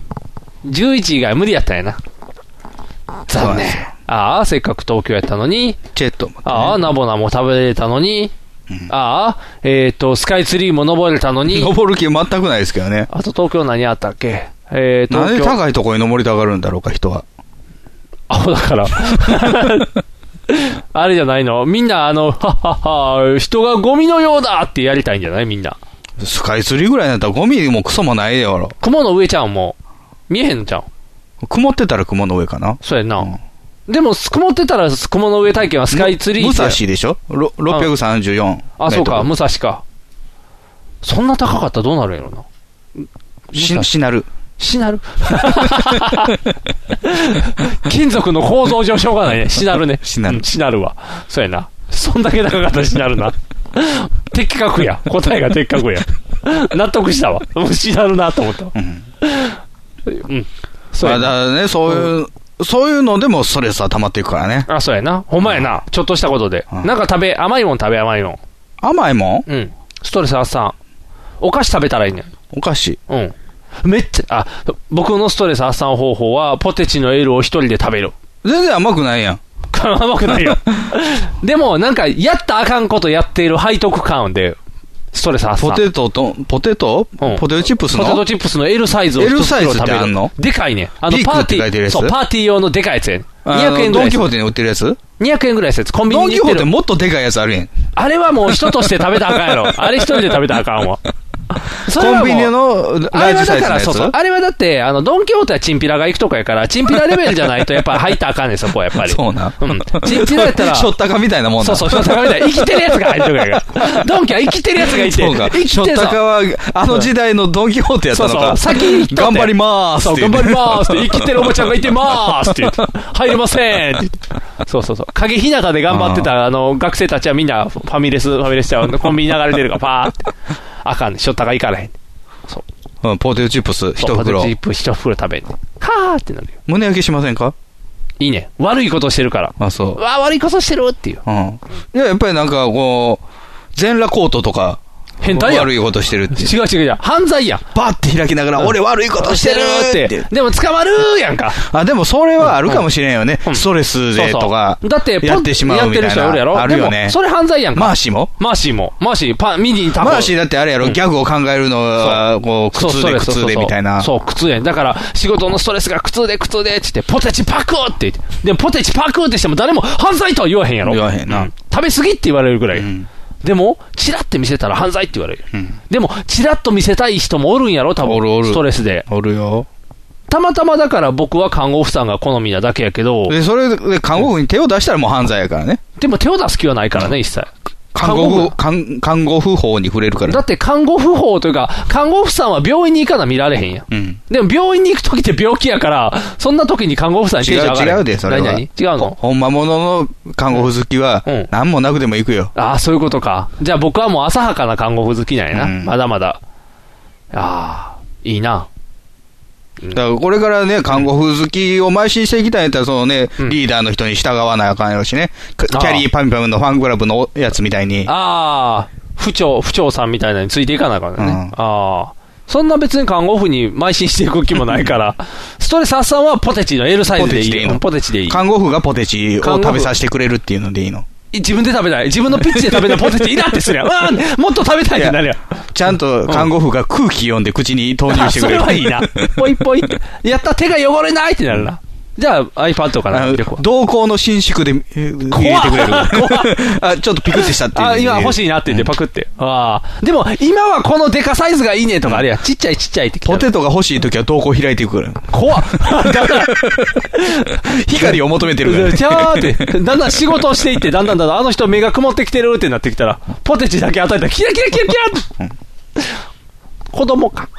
11以外無理やったんやな。残念。ああ、せっかく東京やったのに。
チェットも、
ああ、ナボナも食べれたのに。ああ、えっ、と、スカイツリーも登れたのに。
登る気全くないですけどね。
あと東京何あったっけえー、
な
東
んで
京。
高いところに登りたがるんだろうか、人は。
あ、だから。 あれじゃないのみんな、あの、はっはっは、人がゴミのようだってやりたいんじゃないみんな。
スカイツリーぐらいになったらゴミもクソもないやろ。
雲の上ちゃんもう、見えへんのちゃうん。
曇ってたら雲の上かな。
そうやな。でも、曇ってたら雲の上体験はスカイツリー
武
って
蔵でしょろ ?634。
あ、そうか、
メ
武
ート
蔵か。そんな高かったらどうなるんやろな。
ルし、しなる。
し なる金属の構造上しょうがないね。しなるね。しなる。しなるわ。そうやな。そんだけ高かったらしなるな。的確や。答えが的確や。納得したわ。もうしなるなと思った。うん。そう
まあ
や
だ
な。
からね、そういう、そういうのでもストレスは溜まっていくからね。
あ、そうやな。ほんまやな。ちょっとしたことで。なんか食べ、甘いもん食べ、甘いもん。
甘いもん
うん。ストレス発散。お菓子食べたらいいねん。
お菓子
うん。めっちゃ、あ、僕のストレス発散方法は、ポテチの L を一人で食べる。
全然甘くないやん。
甘 くないよ。でも、なんか、やったあかんことやっている背徳感で、ストレス発散。
ポテトと、ポテト、ポテトチップスの
ポテトチップスの L サイズを
L
一
サイ
袋
ズっ
食
て
べる
あんの
でかいね。あの、
ビッグ
パーテ
って
ィ
書いてる
ー、
やつ
そう、パーティー用のでかいやつやね。
あの
200円ぐ
ドン
らいです
キホーテに売ってるやつ
200円ぐらいですやつ。コンビニ
ドン
に
キ
売
ホ
って
ーテ
る。
もっとでかいやつあるやん。
あれはもう人として食べたらあかんやろ。あれ一人で食べたらあか んわ。それはもう
コンビニのライズサイズのやつ
あれはだからそうそうあれはだって、あの、ドンキホーテはチンピラが行くとかやから、チンピラレベルじゃないとやっぱ入ったらあかんねん、そこはやっぱり。そうな。 うん。チンピラやったら。
ショッタカみたいなもんな
そうそう、ショッタカみたいな。生きてるやつが入ってるから。ドンキは生きてるやつがいて。
そうか
生きて
ショッタカはあの時代のドンキホーテやったのか
そうそう、先に行っとって
頑張りまーす
そ
っ
う、
て言
頑
うね
張りまーすって。生きてるおばちゃんがいてまーすって言って。入れませんって言って。そうそうそう。影日向で頑張ってた、あの、学生たちはみんなファミレス、ファミレスちゃう。コンビニ流れてるから、パーって。あかんね。ショッタが行かれへん。
うん、ポテトチップス一
そうポテ
袋
トチ。ップ一袋食べんね。はーってなるよ。
胸焼けしませんか
いいね。悪いことしてるから。
あ、そう
う。わ、悪いことしてるっていう。
うん。いや、やっぱりなんかこう、全裸コートとか、
変態やん
悪いことしてるって。
違う違う違う。犯罪やん。
バッて開きながら、
うん
俺悪いことしてるって。
でも捕まるやんか。
あ、でもそれはあるかもしれんよね。ストレスでとか
そうそうだって、、ポン
やってしまうみた
やってる
い
人おるや
な。
ろ
あるよね
でも。それ犯罪やんか。
マーシーも
マーシーも。マーシー、パン、ミニにタ
マーシーだってあれやろ、ギャグを考えるのは、こう、
そう
苦痛で苦痛でみたいな。
そう、苦痛やん。だから、仕事のストレスが苦痛で苦痛でって言って、ポテチパクって言って。でも、ポテチパクってしても誰も犯罪とは言わへんやろ。言わへんな。食べ過ぎって言われるぐらい。でも、チラって見せたら犯罪って言われる。でも、チラっと見せたい人もおるんやろ、多分。ストレスで。
おるよ。
たまたまだから僕は看護婦さんが好みなだけやけど。
で、それで韓国に手を出したらもう犯罪やからね。
でも手を出す気はないからね、一切。
看護婦、看看護婦法に触れるから。
だって看護婦法というか、看護婦さんは病院に行かな見られへんやん。
うん。
でも病院に行くときって病気やから、そんなときに看護婦さんに
違
手じゃ上
う、
がら
違
へん
うで、それは。
何々違うの
ほほんまものの看護婦好きは、何もなくでも行くよ。
ああ、そういうことか。じゃあ僕はもう浅はかな看護婦好きなんやな。まだまだ。ああ、いいな。
だからこれからね、看護婦好きを邁進していきたいんやったら、そのね、リーダーの人に従わなあかんやろしね。かキ
ああ
ャリーパミパミのファンクラブのやつみたいに。
ああ、不調、不調さんみたいなのについていかなあかんね。ああ。そんな別に看護婦に邁進していく気もないから、ストレス発散はポテチの L サイズでいい。うんポテチでいい。
看護婦がポテチを
看護婦
食べさせてくれるっていうのでいいの。
自分で食べたい。自分のピッチで食べたポテチイラってするやん。うわーもっと食べたいってなるやん。
ちゃんと看護婦が空気読んで口に投入してくれる。
あそれはいいな。ポイポイって。やった、手が汚れないってなるな。じゃあ iPad かな、結構。
同行の伸縮でえー入れてくれる。あ、ちょっとピクってしたっていう。
あ、今欲しいなって言ってパクって。ああ。でも、今はこのデカサイズがいいねとかあれや。ちっちゃいちっちゃいってポ
テトが欲しいときは瞳孔開いていくから。
怖 っ。だから、
光を求めてる から。
ちゃーって、だんだん仕事をしていって、だんだんだんだん、あの人目が曇ってきてるってなってきたら、ポテチだけ与えたら、キラキラキラキラって子供 か。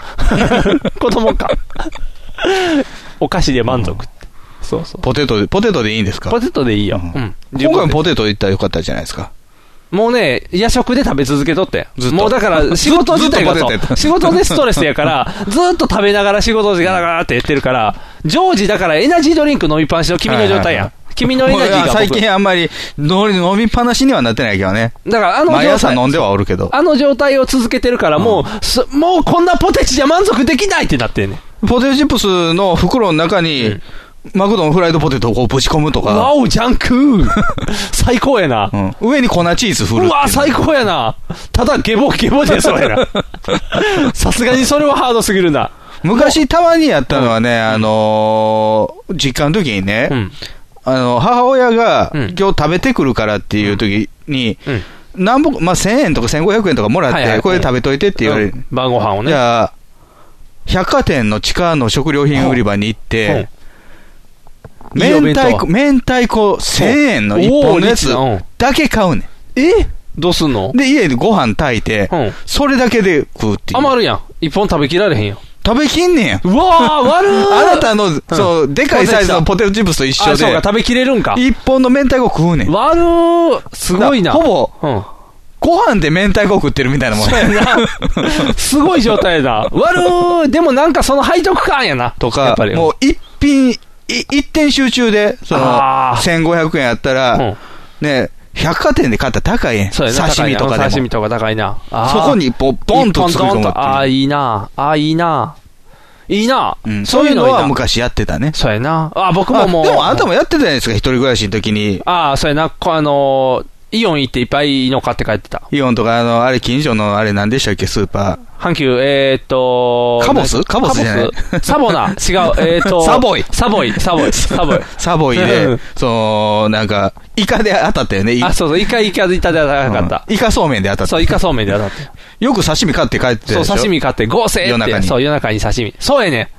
子供か。お菓子で満足。そうそう。
ポテトで、ポテトでいいんですか
ポテトでいいよ。うん。
今回もポテト行ったらよかったじゃないですか。
もうね、夜食で食べ続けとって。
ずっと
もうだから、仕事自体が
ずっとずっとポテトや
そう、
った
仕事でストレスや から、ずっと食べながら仕事でガラガラってやってるから、常時だからエナジードリンク飲みっぱなしの君の状態やん。君のエナジーが
もう
僕
最近あんまりの飲みっぱなしにはなってないけどね。
だからあの
毎朝
状態
飲んではおるけど。
あの状態を続けてるから、もう、すもうこんなポテチじゃ満足できないってなってんねん。
ポテトチップスの袋の中に、マクドのフライドポテトをこうぶち込むとか。
わお、ジャ ンク最高やな。
上に粉チーズ振るっていう
わ、最高やな。ただ、ゲボゲボでそうや な。さすがにそれはハードすぎるな。
昔たまにやったのはね、あのー実家の時にね、あの母親が、今日食べてくるからっていう時に、何本まあ、1000円とか1500円とかもらって、
はいはい
これ食べといてって言われる、
うん晩ご飯をね
じゃあ百貨店の地下の食料品売り場に行って、
いいお
明
弁当
太子明太子1000円の
うん
1本のやつ
おーリッチなうん
だけ買うね
ん。えどうすんの
で、家でご飯炊いて、それだけで食うっていう。
余るやん。一本食べきられへんよ。
食べきんねんや。
うわー、悪ー
あなたの、そうう、
ん
でかいサイズのポテトチップスと一緒で。
あそうか食べきれるんか
一本の明太子食うねん。
悪ー、すごいな。
ほぼ、ご飯で明太子食ってるみたいなもん
そうやな。 すごい状態だ。悪ー、でもなんかその背徳感やな。
と
や
か
っぱ、り
もう一品、い一点集中で、その、1500円やったら、ね、百貨店で買ったら高いやん。
そうやな
刺身とか
高いな
で
刺身
も。
とか高いな。あ
そ
ー
こに、ぽボンと作り込むっていう
一本ドンとああ、いいな。ああ、いいな。いいな。
うんそういうの
いいな
は昔やってたね。
そうやな。あ、僕ももう
でもあなたもやってたじゃないですか、一人暮らしの時に。
ああ、そうやな。こうあのー、イオン行っていっぱいいいの買って帰ってた。
イオンとか、あの、あれ、近所の、あれ、何でしたっけ、スーパー。
阪急、えーっと、
カボス
何
カボスじゃない
カボスサボナ、違う、 えーっと、
サボイ
サボイ、サボイ、サボイ。
サボイ
う
で
ん、
その、なんか、イカで当たったよね。
あ、そうそう、イカ、イカでいただかなかった。
イカそうめんで当たった。
そう、イカそうめんで当たった。
よく刺身買って帰ってた
そ
で
う、
しょ
刺身買って、合成
夜
っ
中
て。
に
そう、夜中に刺身。そうやね。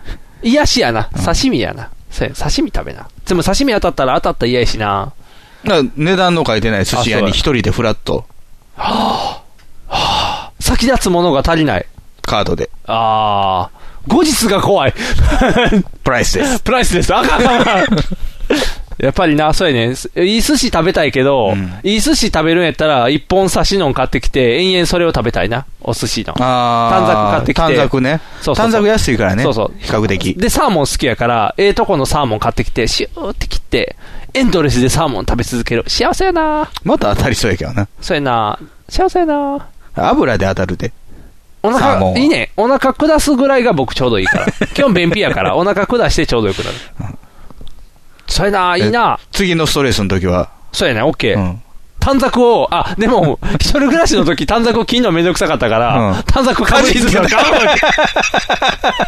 癒しやな。刺身やな。そうや、刺身食べな。でも刺身当たったら当たったら嫌やしな。
だから値段の書いてない寿司屋に一人でフラッと、
先立つものが足りない。
カードで。
ああ。後日が怖い。
プライスです。
プライスです。あかんあかんあかんやっぱりな、そうやね。いい寿司食べたいけど、いい寿司食べるんやったら、一本刺しのん買ってきて、延々それを食べたいな。お寿司の。短冊買ってきて。
短冊ね。
そうそうそう
短冊安いからね。
そうそう
比較的。
で、サーモン好きやから、ええとこのサーモン買ってきて、シューって切って、エンドレスでサーモン食べ続ける。幸せやな
また当たりそうやけどな。
そうやな幸せやな
油で当たるで。
お
サーモン
腹、
はい
いね。お腹下すぐらいが僕ちょうどい いから。基本便秘やから、お腹下してちょうどよくなる。そうやないいな
次のストレスの時は。
そうやね、オッケー。短冊を、あ、でも、一人暮らしの時短冊を切るのめんどくさかったから、短冊かぶりつけたから、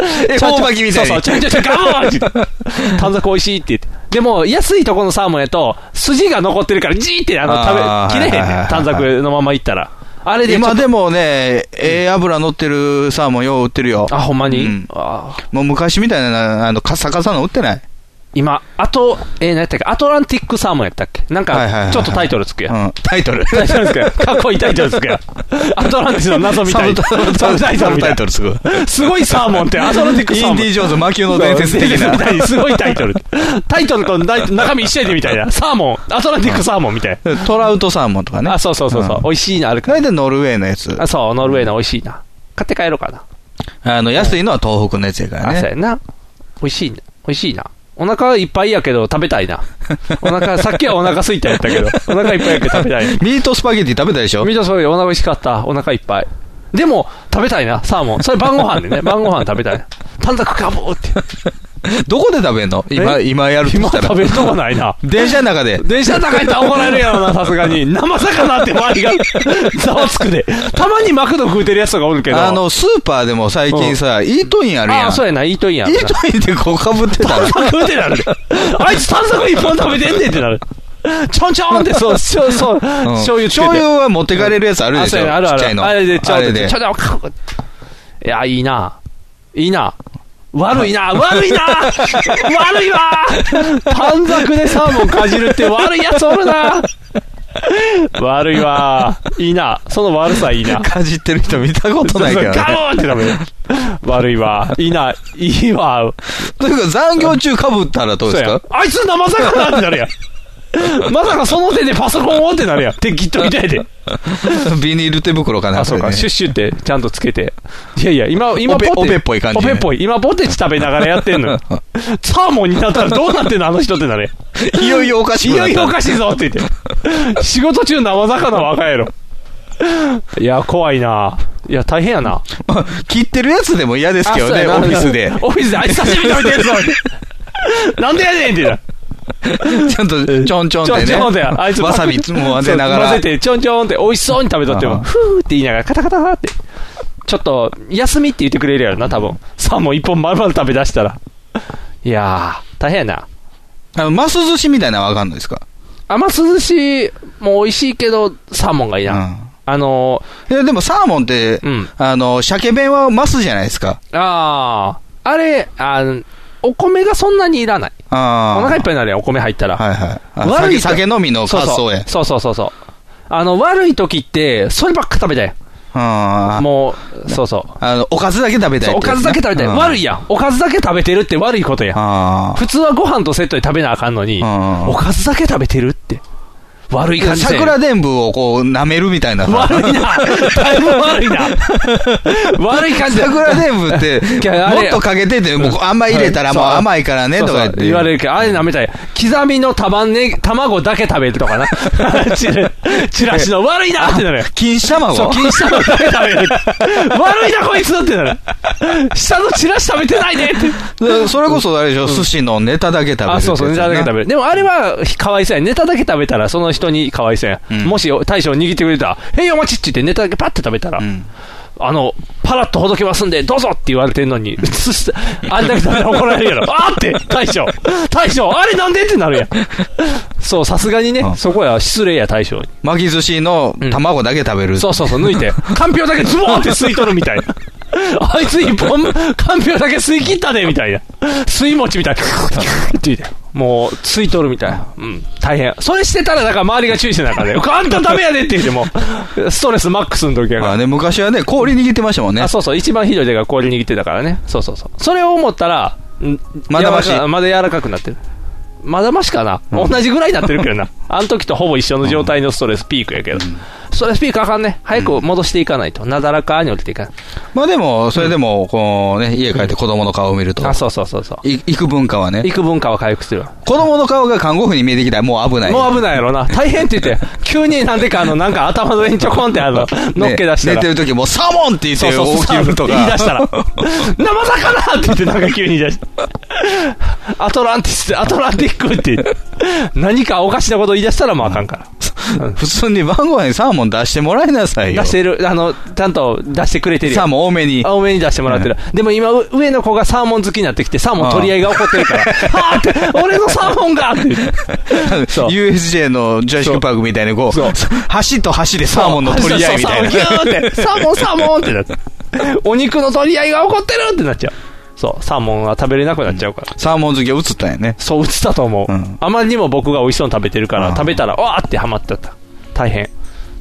え、
ちょ
大巻きみたいに。
そうそう、ちょいちょいちょい、ガーンって短冊美味しいって言って。でも、安いとこのサーモンやと、筋が残ってるから、じーって、あ
あ
の、
ー
食べ、切れへん
はいはい
ね
は
ん
い
短冊のままいったら。あれでちょっと、
今でもね、ええ油乗ってるサーモンよう売ってるよ。あ、
ほんまに
もう昔みたいな、あの、カサカサの売ってない。
今、あと、えー、何やったっけ、アトランティックサーモンやったっけなん
はいはいはいは
か、
い
ちょっとタイトルつくやん。
タイトル。
タイトルつくやん。かっこいいタイトル つくやん。アトランティスの謎みたいな。
サブタイトル
サブタイ
サ
トルみたい
ブタイトルつく
すごいサーモンって、アトランティックサーモン。
インディ・ジョーンズ魔球の伝説的な
そうみた いにすごいタイトル。タイトルとな中身一緒やでみたいな。 サーモン、アトランティックサーモンみたいな。
トラウトサーモンとかね。
あ、そうそうそうそう、
うん
美味しいな、あれ。
大体ノルウェーのやつ。
あ、そう、ノルウェーの美味しいな。買って帰ろうかな。
あの、安いのは東北のやつやから
あ、そう
ね。
やな。美味しいな。美味しいな。お腹いっぱいやけど食べたい な。お腹、さっきはお腹空いたやったけど、お腹いっぱいやけど食べたい。
ミートスパゲティ食べたでしょ
ミートソースお腹美味しかった。お腹いっぱい。 でも、食べたいな、サーモン。それ晩ご飯でね、晩ご飯食べたいな。短冊かぼーって。
どこで食べんの今、今やるとしたら。
今食べるとこないな。
電車の中で。
電車の中に倒られるやろな、さす がに。生魚って周りがざわつくで。たまにマクド食うてるやつとかおるけど。
あの、スーパーでも最近さ、イートインあるやん。
あそうやな、イートインやん。
イートインでこうかぶってたら。
短冊ってなるで。あいつ短冊一本食べてんねんってなる。ちょんちょんって、そう、そう、そう、
うん
醤油つけて
醤油は持ってかれるやつあるでしょ
あそうやあるある。
ちっちゃいの
あれで、ちょ
あ
っ
れ
と、
で
ちょっとかっ、いや、いいな。いいな。悪いな、悪いな、悪いわ短冊でサーモンかじるって悪いやつおるな。悪いわいいな。その悪さいいな。
かじってる人見たことないからね
ガボーンってダメ悪いわいいな、いいわ
というか残業中かぶったらどうですか
あいつ生魚ってなるやん。まさかその手でパソコンをってなるやん。適当みたいで。
ビニール手袋かな、
あ、そうか、シュッシュってちゃんとつけて。いやいや、今、今
オペ
ポテ
オペっぽい感じ
オペっぽい。今、ポテチ食べながらやって んのよ。サーモンになったらどうなってんのあの人ってなるやん。
いよいよおかしく
い
なっ
よ
た
いよおかしいぞって言って。仕事中生魚はあかんやろ。いや、怖いな。いや、大変やな。
切ってるやつでも嫌ですけど
あそう
ね、
や
オ
な
フィスで。
オフィスであいつ刺身食べて るぞって。なんでやねんってな。
ちゃんと、ちょんちょんっ
ちょ
てね。
んちょんって、あいつ
わさびも混ぜなが
そう
ら
混。ぜて、ちょんちょんって、美味しそうに食べとって
あ
も、
あ
ふーって言いながら、カタカタカタって。ちょっと、休みって言ってくれるやろな、多分。サーモン一本丸々食べ出したら。いやー、大変やな。
あの、マス寿司みたいなのはわかんないですか
甘涼しいも美味しいけど、サーモンがいいな。あの
いや、でもサーモンって、あの、鮭弁はマスじゃないですか。
あー、あれ、あーお米がそんなにいらない。
あ
お腹いっぱいになるやん、お米入ったら。
はいはいあ。
悪いと
酒酒飲みの発想や
そうそうそうそうそう。あの、悪い時って、そればっか食べたい。
あ
もう、そうそう。
あの、おかずだけ食べたいって
そうお
こと
か
です
ず
ね
だけ食べたい。
うん
悪いやん。おかずだけ食べてるって悪いことやん。普通はご飯とセットで食べなあかんのに、おかずだけ食べてるって。悪い感じせん
桜伝舞をこう、舐めるみたいな。
悪いな。 だいぶ悪いな。悪い感じ
桜伝舞 って、もっとかけてて、もうあんま入れたらもう甘いからね、とか言って。
言われるけど、あれ舐めたい。刻みの玉ね、卵だけ食べるとかな。 チラチラシの悪いなってなる。
金糸卵
そう、金糸卵だけ食べる。悪いなこいつってなる。下のチラシ食べてないねって。
でそれこそあれでしょ、寿司のネタだけ食べるってや
あ、
つやな。
そうそう、ネタだけ食べる。でもあれは、かわいそうや。ネタだけ食べたら、その人にかわいそうや。もし、大将握ってくれたら、へい、お待ちって言って、ネタだけパッて食べたら、あの、パラッとほどけますんで、どうぞって言われてんのに、そして あんだけ食べたら怒られるやろ。 あーって、大将。大将、あれなんでってなるやん。そう、さすがにね、そこや、失礼や、大将に。
巻き寿司の卵だけ食べる。
そうそうそう、抜い て。かんぴょうだけズボーンって吸い取るみたいな。 あいつ一本、かんぴょうだけ吸い切ったで、みたいな。吸い餅み たいな。って言って。もう、吸い取るみたいな。うん。大変。それしてたら、だから周りが注意してなあかんね。あんたダメやで って言っても、ストレスマックスの時やから。
あね、昔はね、氷握ってましたもんね。
あ、そうそう。一番ひどい手が氷握ってたからね。そうそうそう。それを思ったら、ん
まだまし
柔らかまだ柔らかくなってる。まだましかな、同じぐらいになってるけ どな。あの時とほぼ一緒の状態のストレスピークやけど。ストレスピークあかんね。早く戻していかないと。なだらかに降りていかない。
まあでも、それでも、こうね、家帰って子供の顔を見ると。あ、
そうそうそうそう。
行く文化はね。行
く文化は回復するわ。
子供の顔が看護婦に見えてきたらもう危ない。
もう危ないやろな。大変って言って、急になんでかあの、なんか頭の上にちょこんってあの、のっけ出したら。
寝てる時もうサーモンって言って
そうそう
起きるとか
サーモンって言い出した ら。生魚って言ってなんか急に言い出した。アトランティス、アトランティックって言って。何かおかしなこと言い出したらもうあかんから。
普通に晩ご飯にサーモン出してもらいなさいよ。
出してる、あの、ちゃんと出してくれてるよ
サーモン多めに。
多めに出してもらってる。でも今、う上の子がサーモン好きになってきて、サーモン取り合いが起こってるから。 はーって、俺のサーモンがって言って。
USJ のジュラシックパークみたいにこう、橋と橋でサーモンの取り合いみたいな。
そうそうそうギューって、サーモン、サーモンってなって。お肉の取り合いが起こってるってなっちゃう。そう、サーモンは食べれなくなっちゃうから。
サーモン好きは映ったんやね。
そう、映ったと思う。あまりにも僕が美味しそうに食べてるから、食べたら、わーってハマっちゃった。大変。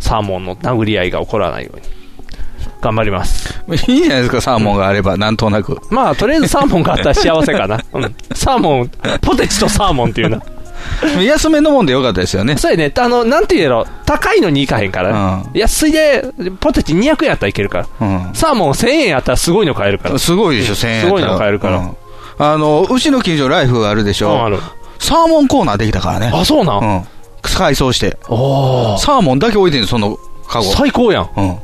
サーモンの殴り合いが起こらないように。頑張ります。
いいじゃないですか、サーモンがあれば、なんとなく。
まあ、とりあえずサーモンがあったら幸 せかな。うん。サーモン、ポテチとサーモンっていうな。
安めのもんでよかったですよね。
そうやね。あの、なんて言うやろ、高いのに行かへんから、ね安いで、ポテチ200円やったらいけるから。サーモン1000円やったらすごいの買えるから。
すごいでしょ、1000円
すごいの買えるから。
あの、牛の近所ライフあるでしょ。サーモンコーナーできたからね。
あ、そうなん
うん。改装して。
お
サーモンだけ置いてんの、その、カゴ。
最高やん。
うん。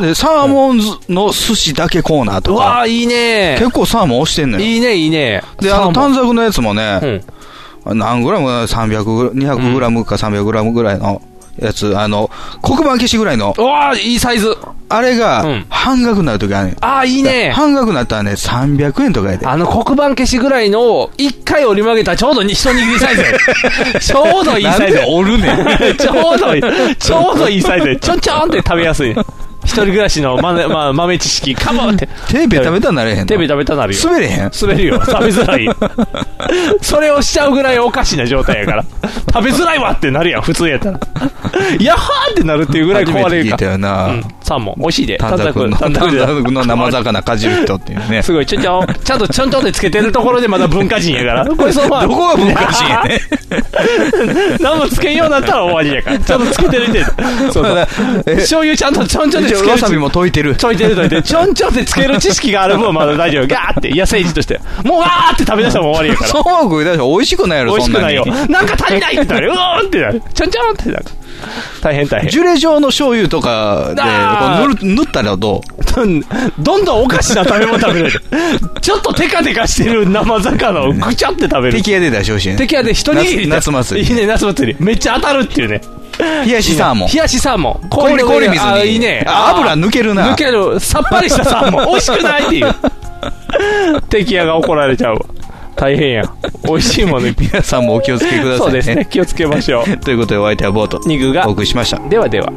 でサーモンの寿司だけコーナーとか。
うわーいいねー
結構サーモン押してんのよ。
いいね、いいね。
で、あの、短冊のやつもね、何グラム ?300、200グラムか300グラムぐらいのやつ、あの、黒板消しぐらいの。
わあいいサイズ。
あれが、半額になるときあるねん
あーいいね
半額になったらね、300円とかやで。
あの黒板消しぐらいのを一回折り曲げたらちょうどに一握りサイズ やちょうどいいサイズ
なんで折るねん
ちょうどい いちょうどいいサイズやちょんちょんって食べやすい一人暮らしの豆,、まあ、豆知識かもって
テレビ食べたらなれへんの
テレビ食べたら なるよ
滑れへん
滑るよ食べづ らいそれをしちゃうぐらいおかしな状態やから食べづらいわってなるやん普通やったらやはーってなるっていうぐらい壊れ
初めて
る
聞い
か
たよな。
サーモン美味しいで
短冊の
短
短
冊
冊の生魚かじる人っていうね。
すごい、ちょんちょん、ちゃんとちょんちょんってつけてるところでまだ文化人やから。これそのまま。
どこが文化人や
ね。 何もつけんようになったら終わりやから。ちゃんとつけてるって。そうそう。醤油ちゃんとちょんちょんでつける。
わさびも溶いてる。
溶いてる溶いてる。ちょんちょんってつける知識がある分まだ大丈夫。ガーって、野生児として。もうわーって食べ出したらもう終わりやから。
そう食い出したら美味しくないやろ、
美味
そ
し
ん
く
な
ない
に
よ。なんか足りないってなる。うーんってなる。ちょんちょんってなんか。大変大変。
ジュレ状の醤油とかで
あ
こ
ー
う塗る、塗ったらど
うどんどんおかしな食べ物食べる。ちょっとテカテカしてる生魚をぐちゃって食べる。
敵屋で出してほしいね。
敵屋で一握りで
夏夏祭り。
いいね、夏祭り。めっちゃ当たるっていうね。
冷やしサーモン
冷やしサーモン。
氷
の上
氷水に
あいいね。
あ油抜けるな
抜ける。さっぱりしたサー モン。美味しくないっていう。敵屋が怒られちゃうわ。大変やん。美味しいものいっ ぱい
皆さんもお気をつけくださいね。
そうですね。気をつけましょう。
ということで、お相手はボート。
ニグが
お送りしました。
ではでは。